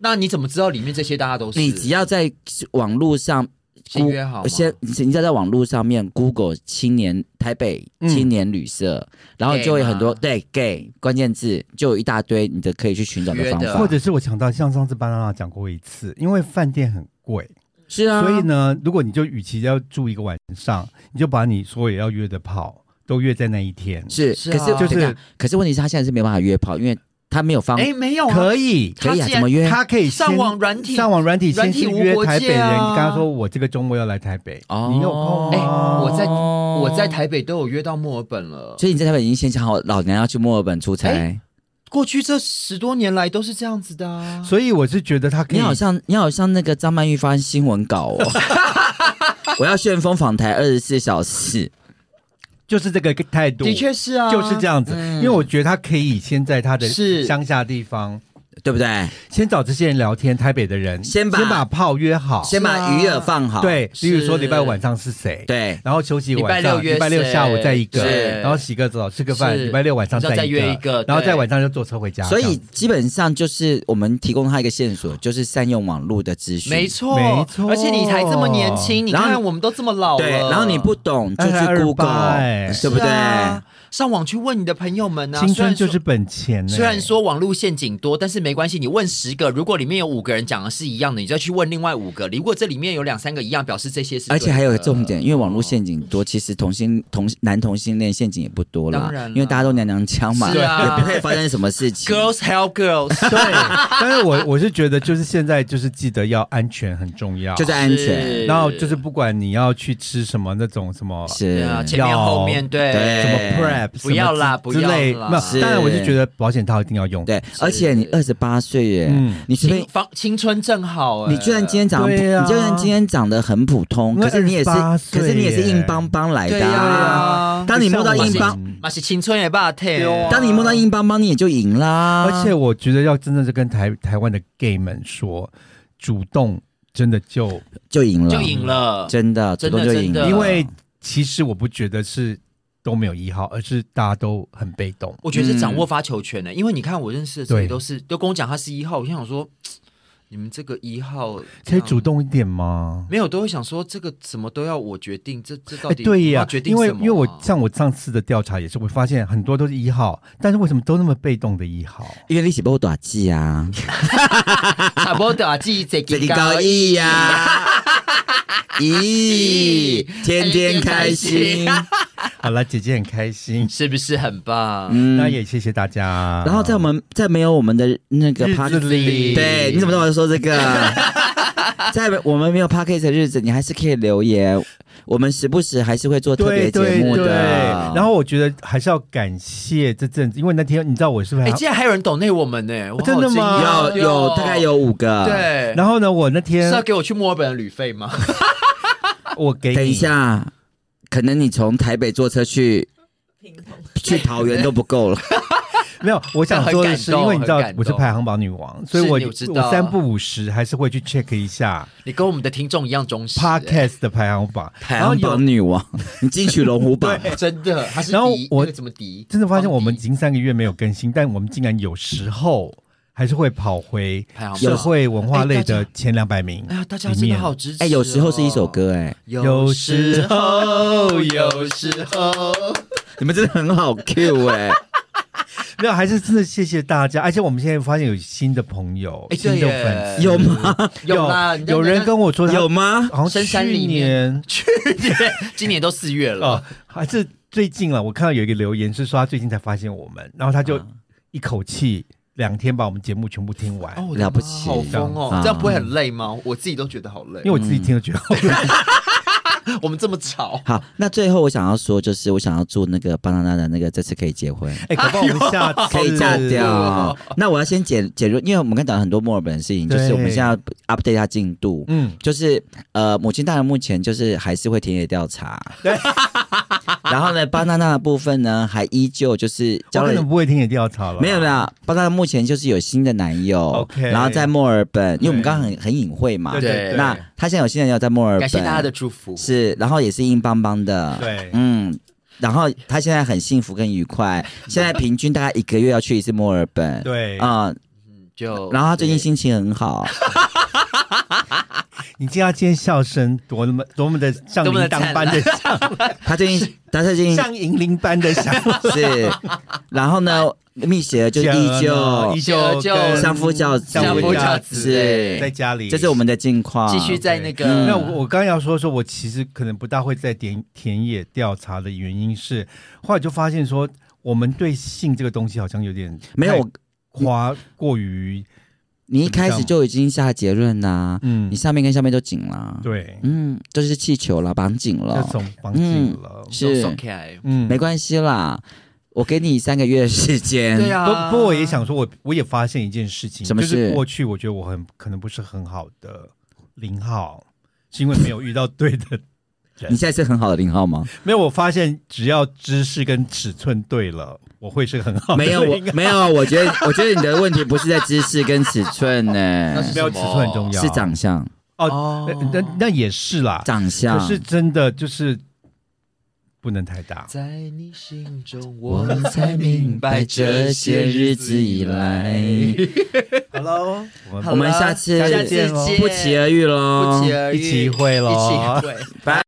[SPEAKER 2] 那你怎么知道里面这些大家都是？
[SPEAKER 3] 你只要在网络上
[SPEAKER 2] 先
[SPEAKER 3] Goo-
[SPEAKER 2] 约好吗
[SPEAKER 3] 先你只要在网络上面 Google 青年台北
[SPEAKER 1] 嗯
[SPEAKER 3] 青年旅社，然后
[SPEAKER 2] Gay
[SPEAKER 3] 就会很多
[SPEAKER 2] 吗
[SPEAKER 3] 对 gay 关键字，就有一大堆你的可以去寻找的
[SPEAKER 2] 约
[SPEAKER 3] 方
[SPEAKER 2] 的
[SPEAKER 3] 法。
[SPEAKER 1] 或者是我想到像上次巴娜娜讲过一次，因为饭店很贵，
[SPEAKER 3] 是
[SPEAKER 2] 嗯
[SPEAKER 3] 啊，
[SPEAKER 1] 所以呢，如果你就与其要住一个晚上，你就把你所有要约的炮都约在那一天，
[SPEAKER 3] 是，
[SPEAKER 2] 是
[SPEAKER 3] 可是
[SPEAKER 2] 啊
[SPEAKER 1] 就
[SPEAKER 3] 等一下
[SPEAKER 1] 是
[SPEAKER 3] 可是问题是他现在是没办法约炮，因为他没有方
[SPEAKER 2] 哎、没有、啊，
[SPEAKER 1] 可以。
[SPEAKER 3] 嗯可以啊，
[SPEAKER 2] 他既然
[SPEAKER 3] 怎么约？
[SPEAKER 1] 他可以先
[SPEAKER 2] 上网软体
[SPEAKER 1] 上网软体
[SPEAKER 2] 软
[SPEAKER 1] 先
[SPEAKER 2] 体
[SPEAKER 1] 去
[SPEAKER 2] 无
[SPEAKER 1] 约
[SPEAKER 2] 国
[SPEAKER 1] 台北
[SPEAKER 2] 界
[SPEAKER 1] 人，
[SPEAKER 2] 啊
[SPEAKER 1] 你跟他说我这个周末要来台北，
[SPEAKER 3] 哦
[SPEAKER 1] 你有空
[SPEAKER 2] 哎、
[SPEAKER 1] 吗？
[SPEAKER 2] 我在我在，台北都有约到墨尔本了。
[SPEAKER 3] 所以你在台北已经先想好老娘要去墨尔本出差
[SPEAKER 2] 哎。过去这十多年来都是这样子的啊。
[SPEAKER 1] 所以我是觉得他可以
[SPEAKER 3] 你好
[SPEAKER 2] 嗯
[SPEAKER 3] 像你好像那个张曼玉发新闻稿
[SPEAKER 2] *laughs*
[SPEAKER 3] 哦，我要旋风访台二十四小时。
[SPEAKER 1] 就是这个态度，
[SPEAKER 2] 的确是啊，
[SPEAKER 1] 就是这。样子，因为我觉得他可以先在他的
[SPEAKER 2] 是
[SPEAKER 1] 乡下地方，
[SPEAKER 3] 对不对？
[SPEAKER 1] 先找这些人聊天，台北的人
[SPEAKER 3] 先把
[SPEAKER 1] 先把炮约好，
[SPEAKER 3] 先把鱼饵放好，
[SPEAKER 1] 对，
[SPEAKER 2] 是
[SPEAKER 1] 例如说礼拜五晚上是谁，，
[SPEAKER 3] 对，
[SPEAKER 1] 然后休息晚上，
[SPEAKER 2] 礼拜六约谁
[SPEAKER 1] 礼拜六下午再一个
[SPEAKER 2] 是，
[SPEAKER 1] 然后洗个澡吃个饭，
[SPEAKER 2] 是
[SPEAKER 1] 礼拜六晚上
[SPEAKER 2] 然
[SPEAKER 1] 再
[SPEAKER 2] 后再约一个
[SPEAKER 1] 然后再
[SPEAKER 2] 对
[SPEAKER 1] 晚上就坐车回家，
[SPEAKER 3] 所
[SPEAKER 1] 这样
[SPEAKER 3] 以基本上就是我们提供他一个线索，就是善用网络的资讯，
[SPEAKER 2] 没。错，
[SPEAKER 1] 没错
[SPEAKER 2] 而且你才这么年轻，你
[SPEAKER 3] 然后
[SPEAKER 2] 看我们都这么老了，
[SPEAKER 3] 对，然后你不懂就
[SPEAKER 2] 哎
[SPEAKER 1] 但是
[SPEAKER 3] 去
[SPEAKER 1] 28
[SPEAKER 3] Google，
[SPEAKER 1] 哎
[SPEAKER 3] 对不对？
[SPEAKER 2] 是啊上网去问你的朋友们啊。
[SPEAKER 1] 青
[SPEAKER 2] 虽然
[SPEAKER 1] 春
[SPEAKER 2] 说
[SPEAKER 1] 就是本钱呢、
[SPEAKER 2] 虽然说网络陷阱多，但是没关系，你问十个，如果里面有五个人讲的是一样的，你再去问另外五个。如果这里面有两三个一样，表示这些是对的。
[SPEAKER 3] 而且还有个重点，因为网络陷阱多，其实同性同男同性恋陷阱也不多啦
[SPEAKER 2] 当然啦，
[SPEAKER 3] 因为大家都娘娘腔嘛，
[SPEAKER 2] 是啊
[SPEAKER 3] 也不会发生什么事情。
[SPEAKER 2] *laughs* girls help girls，
[SPEAKER 1] *laughs* 对，但是我 *laughs* 我是觉得就是现在就是记得要安全很重要，
[SPEAKER 3] 就是安全，
[SPEAKER 1] 然后就是不管你要去吃什么那种什么
[SPEAKER 2] 对
[SPEAKER 3] 是
[SPEAKER 2] 啊，前面后面对
[SPEAKER 3] 对
[SPEAKER 1] 什么 prep
[SPEAKER 2] 不要啦
[SPEAKER 1] 什么之之类
[SPEAKER 2] 不要啦
[SPEAKER 1] 没有
[SPEAKER 3] 是
[SPEAKER 1] 当然我是觉得保险套一定要用，
[SPEAKER 3] 对，而且你二十八岁耶
[SPEAKER 1] 嗯，
[SPEAKER 3] 你随便
[SPEAKER 2] 青方青春正好、哎
[SPEAKER 3] 你居然今天长得，
[SPEAKER 1] 对啊
[SPEAKER 3] 你居然今天长得很普通，
[SPEAKER 1] 我
[SPEAKER 3] 可是你也是，
[SPEAKER 1] 28岁
[SPEAKER 3] 可是你也是硬邦邦来
[SPEAKER 2] 对
[SPEAKER 3] 的
[SPEAKER 2] 呀、
[SPEAKER 3] 啊。当你摸到
[SPEAKER 1] 像我
[SPEAKER 3] 硬
[SPEAKER 1] 们
[SPEAKER 3] 邦，
[SPEAKER 2] 那是青春也罢退
[SPEAKER 1] 对啊
[SPEAKER 3] 当你摸到硬邦邦，你也就赢
[SPEAKER 2] 啊
[SPEAKER 3] 啦。
[SPEAKER 1] 而且我觉得要真的是跟台台湾的 gay 们说，主动真的就，
[SPEAKER 3] 就赢了，
[SPEAKER 2] 就赢，了，
[SPEAKER 3] 真的，主
[SPEAKER 2] 真的
[SPEAKER 3] 动就赢
[SPEAKER 2] 真
[SPEAKER 3] 了。
[SPEAKER 2] 的
[SPEAKER 1] 因为其实我不觉得是都没有一号，而是大家都很被动。
[SPEAKER 2] 我觉得是掌握发球权的、因为你看我认识的谁
[SPEAKER 1] 对
[SPEAKER 2] 都是都跟我讲他是一号，我就想说，嘖你们这个一号
[SPEAKER 1] 可以主
[SPEAKER 2] 这样
[SPEAKER 1] 动一点吗？
[SPEAKER 2] 没有，都会想说这个什么都要我决定，这这到
[SPEAKER 1] 哎，
[SPEAKER 2] 底、
[SPEAKER 1] 对呀
[SPEAKER 2] 要决，定
[SPEAKER 1] 因为
[SPEAKER 2] 什么啊
[SPEAKER 1] 因为我像我上次的调查也是，我发现很多都是一号，但是为什么都那么被动的一
[SPEAKER 2] *laughs*
[SPEAKER 1] 号？
[SPEAKER 3] 因为你是被我打气啊，
[SPEAKER 2] 差不多啊，记忆最
[SPEAKER 3] 最近高一呀，咦，天天开心。
[SPEAKER 1] 好了，姐姐很开心，
[SPEAKER 2] 是不是很棒？
[SPEAKER 3] 嗯
[SPEAKER 1] 那也谢谢大家。
[SPEAKER 3] 然后在我们在没有我们的那个
[SPEAKER 1] 啊日子
[SPEAKER 3] p a r k
[SPEAKER 1] 里
[SPEAKER 3] 对，你怎么都要说这个？在我们没有 p a r k a s 的日子，你还是可以留言，我们时不时还是会做特别
[SPEAKER 1] 对
[SPEAKER 3] 节
[SPEAKER 1] 对
[SPEAKER 3] 目
[SPEAKER 1] 对，
[SPEAKER 3] 的。
[SPEAKER 1] 然后我觉得还是要感谢这阵子，因为那天你知道我是不是
[SPEAKER 2] 哎、
[SPEAKER 1] 还
[SPEAKER 2] 竟然还有人懂内我们呢、我好
[SPEAKER 1] 真的吗
[SPEAKER 2] 惊讶
[SPEAKER 3] 有有大概有五个，，
[SPEAKER 2] 对，
[SPEAKER 1] 然后呢，我那
[SPEAKER 2] 是
[SPEAKER 1] 天
[SPEAKER 2] 要给我去墨尔本的旅费吗？
[SPEAKER 1] 我给你
[SPEAKER 3] 等一，下，可能你从台北坐车去去桃园都不够了。
[SPEAKER 1] 没有，我想说的是，
[SPEAKER 2] 很感动
[SPEAKER 1] 因为你知道
[SPEAKER 2] 很感动
[SPEAKER 1] 我是排行榜女王，所以我
[SPEAKER 2] 是我知道
[SPEAKER 1] 我三不五十还是会去 check 一下
[SPEAKER 2] 你跟我们的听众一样忠实、欸。
[SPEAKER 1] podcast 的排行榜，
[SPEAKER 3] 排行
[SPEAKER 1] 然后
[SPEAKER 3] 榜
[SPEAKER 1] 有。
[SPEAKER 3] 女王，你金曲龙虎榜，
[SPEAKER 2] 真的，他是
[SPEAKER 1] 然后
[SPEAKER 2] 敌
[SPEAKER 1] 我
[SPEAKER 2] 那个怎么敌？
[SPEAKER 1] 真的发现我们已
[SPEAKER 2] 防
[SPEAKER 1] 经三个月没有更新，但我们竟然有时候还是会跑回
[SPEAKER 2] 敌排行
[SPEAKER 1] 社
[SPEAKER 2] 榜。
[SPEAKER 1] 会文化类
[SPEAKER 2] 哎大
[SPEAKER 1] 的
[SPEAKER 2] 家
[SPEAKER 1] 前两百名。
[SPEAKER 2] 哎呀，大家真的好支持、哦！
[SPEAKER 3] 哎，有时候是一首，歌，哎，
[SPEAKER 2] 有时候，有时候，
[SPEAKER 3] 你们真的很好 Q 哎，
[SPEAKER 1] 没有，还是真的谢谢大家。而且我们现在发现有新的朋友，
[SPEAKER 2] 哎
[SPEAKER 1] 新
[SPEAKER 2] 对
[SPEAKER 1] 的
[SPEAKER 2] 耶
[SPEAKER 1] 粉丝，
[SPEAKER 3] 有吗？
[SPEAKER 2] 有啦，你知道
[SPEAKER 1] 有人跟我说他
[SPEAKER 3] *laughs* 有吗？
[SPEAKER 1] 好像
[SPEAKER 2] 深山
[SPEAKER 1] 去
[SPEAKER 2] 里
[SPEAKER 1] 年
[SPEAKER 2] 面去年，今年都四月了，
[SPEAKER 1] 哦，还是最近了。我看到有一个留言是说他最近才发现我们，然后他
[SPEAKER 3] 啊
[SPEAKER 1] 就一口气两天把我们节目全部听完，
[SPEAKER 2] 哦，我的妈
[SPEAKER 3] 了不起
[SPEAKER 2] 好疯哦
[SPEAKER 3] 啊！
[SPEAKER 2] 这样不会很累吗？我自己都觉得好累，
[SPEAKER 1] 因为我自己听了觉得好
[SPEAKER 3] 嗯
[SPEAKER 1] 累
[SPEAKER 2] 我们这么吵，
[SPEAKER 3] 好，那最后我想要说，就是我想要祝那个巴娜娜的那个这次可以结婚。
[SPEAKER 1] *laughs* 哎，搞不好我们下次
[SPEAKER 3] 可以嫁掉。那我要先简简论，因为我们刚讲了很多墨尔本的事情，就是
[SPEAKER 1] 对
[SPEAKER 3] 我们现在要 update 一下进度。
[SPEAKER 1] 嗯，
[SPEAKER 3] 就是呃，母亲大人目前就是还是会田野调查，
[SPEAKER 1] 对。
[SPEAKER 3] *laughs* 然后呢，巴娜娜的部分呢，还依旧就是
[SPEAKER 1] 我
[SPEAKER 3] 交
[SPEAKER 1] 可能
[SPEAKER 3] 了。
[SPEAKER 1] 不会听你调查了，
[SPEAKER 3] 没有没，有，巴娜娜目前就是有新的男友
[SPEAKER 1] OK
[SPEAKER 3] 然后在墨尔本，因为我们刚刚很很隐晦嘛，
[SPEAKER 1] 对对对
[SPEAKER 3] 那她现在有新的男友在墨尔本，
[SPEAKER 2] 感谢大家的祝福。
[SPEAKER 3] 是，然后也是硬邦邦的，
[SPEAKER 1] 对
[SPEAKER 3] 嗯，然后他现在很幸福跟愉快，现在平均大概一个月要去一次墨尔本，
[SPEAKER 1] 对
[SPEAKER 3] 啊、
[SPEAKER 2] 嗯就
[SPEAKER 3] 然后他最近
[SPEAKER 2] 对
[SPEAKER 3] 心情很好，
[SPEAKER 1] 你见他今天笑声多么多么的像
[SPEAKER 2] 多么
[SPEAKER 1] 铃
[SPEAKER 2] 的
[SPEAKER 1] 铛般的
[SPEAKER 3] *laughs*
[SPEAKER 1] 像，
[SPEAKER 3] 他最近他最近
[SPEAKER 1] 像银铃般的响，
[SPEAKER 3] 是，然后呢，蜜雪就依旧
[SPEAKER 1] 依旧
[SPEAKER 2] 依旧
[SPEAKER 1] 跟
[SPEAKER 3] 相夫教子，
[SPEAKER 1] 相夫教
[SPEAKER 2] 子
[SPEAKER 1] 在
[SPEAKER 3] 是，
[SPEAKER 1] 家里，
[SPEAKER 3] 这是我们的近况，
[SPEAKER 2] 继续
[SPEAKER 1] 嗯
[SPEAKER 3] 嗯
[SPEAKER 2] 在那个
[SPEAKER 1] 那我我刚要说说，我其实可能不大会在田田野调查的原因是，后来就发现说，我们对性这个东西好像有点
[SPEAKER 3] 没有，我
[SPEAKER 1] 夸过于
[SPEAKER 3] 你一开始就已经下结论啦、
[SPEAKER 1] 嗯
[SPEAKER 3] 你上面跟下面都紧了，，
[SPEAKER 1] 对，
[SPEAKER 3] 嗯，都是气球了，绑紧
[SPEAKER 1] 那
[SPEAKER 3] 了，
[SPEAKER 1] 种绑紧了，
[SPEAKER 2] 都
[SPEAKER 3] 是，
[SPEAKER 2] 送起来，
[SPEAKER 1] 嗯
[SPEAKER 3] 没关系啦，我给你三个月时间。
[SPEAKER 2] 对
[SPEAKER 1] 不
[SPEAKER 2] 啊，
[SPEAKER 1] 不过我也想说我，我也发现一件事情，
[SPEAKER 3] 什么
[SPEAKER 1] 就
[SPEAKER 3] 事
[SPEAKER 1] 是过去我觉得我很可能不是很好的零号，是因为没有遇到对的。 *laughs*
[SPEAKER 3] 你现在是很好的零号吗？
[SPEAKER 1] 没有，我发现只要知识跟尺寸对了，我会是很好的。
[SPEAKER 3] 没有，我没有，啊我觉得我觉得你的问题不是在知识跟尺寸呢、
[SPEAKER 2] 是
[SPEAKER 1] 没有尺寸很重要，
[SPEAKER 3] 是长相，
[SPEAKER 1] 哦，那那那也是啦，
[SPEAKER 3] 长相
[SPEAKER 1] 可是真的就是不能太大。
[SPEAKER 2] 在你心中，
[SPEAKER 3] 我们才明白这些日子以 *laughs* 来，
[SPEAKER 1] Hello，我们
[SPEAKER 2] 好了
[SPEAKER 3] 我们下次哦
[SPEAKER 2] 下次见
[SPEAKER 3] 不期而遇喽，
[SPEAKER 2] 不期而遇，
[SPEAKER 1] 一起会咯
[SPEAKER 2] 一起会。
[SPEAKER 3] 拜。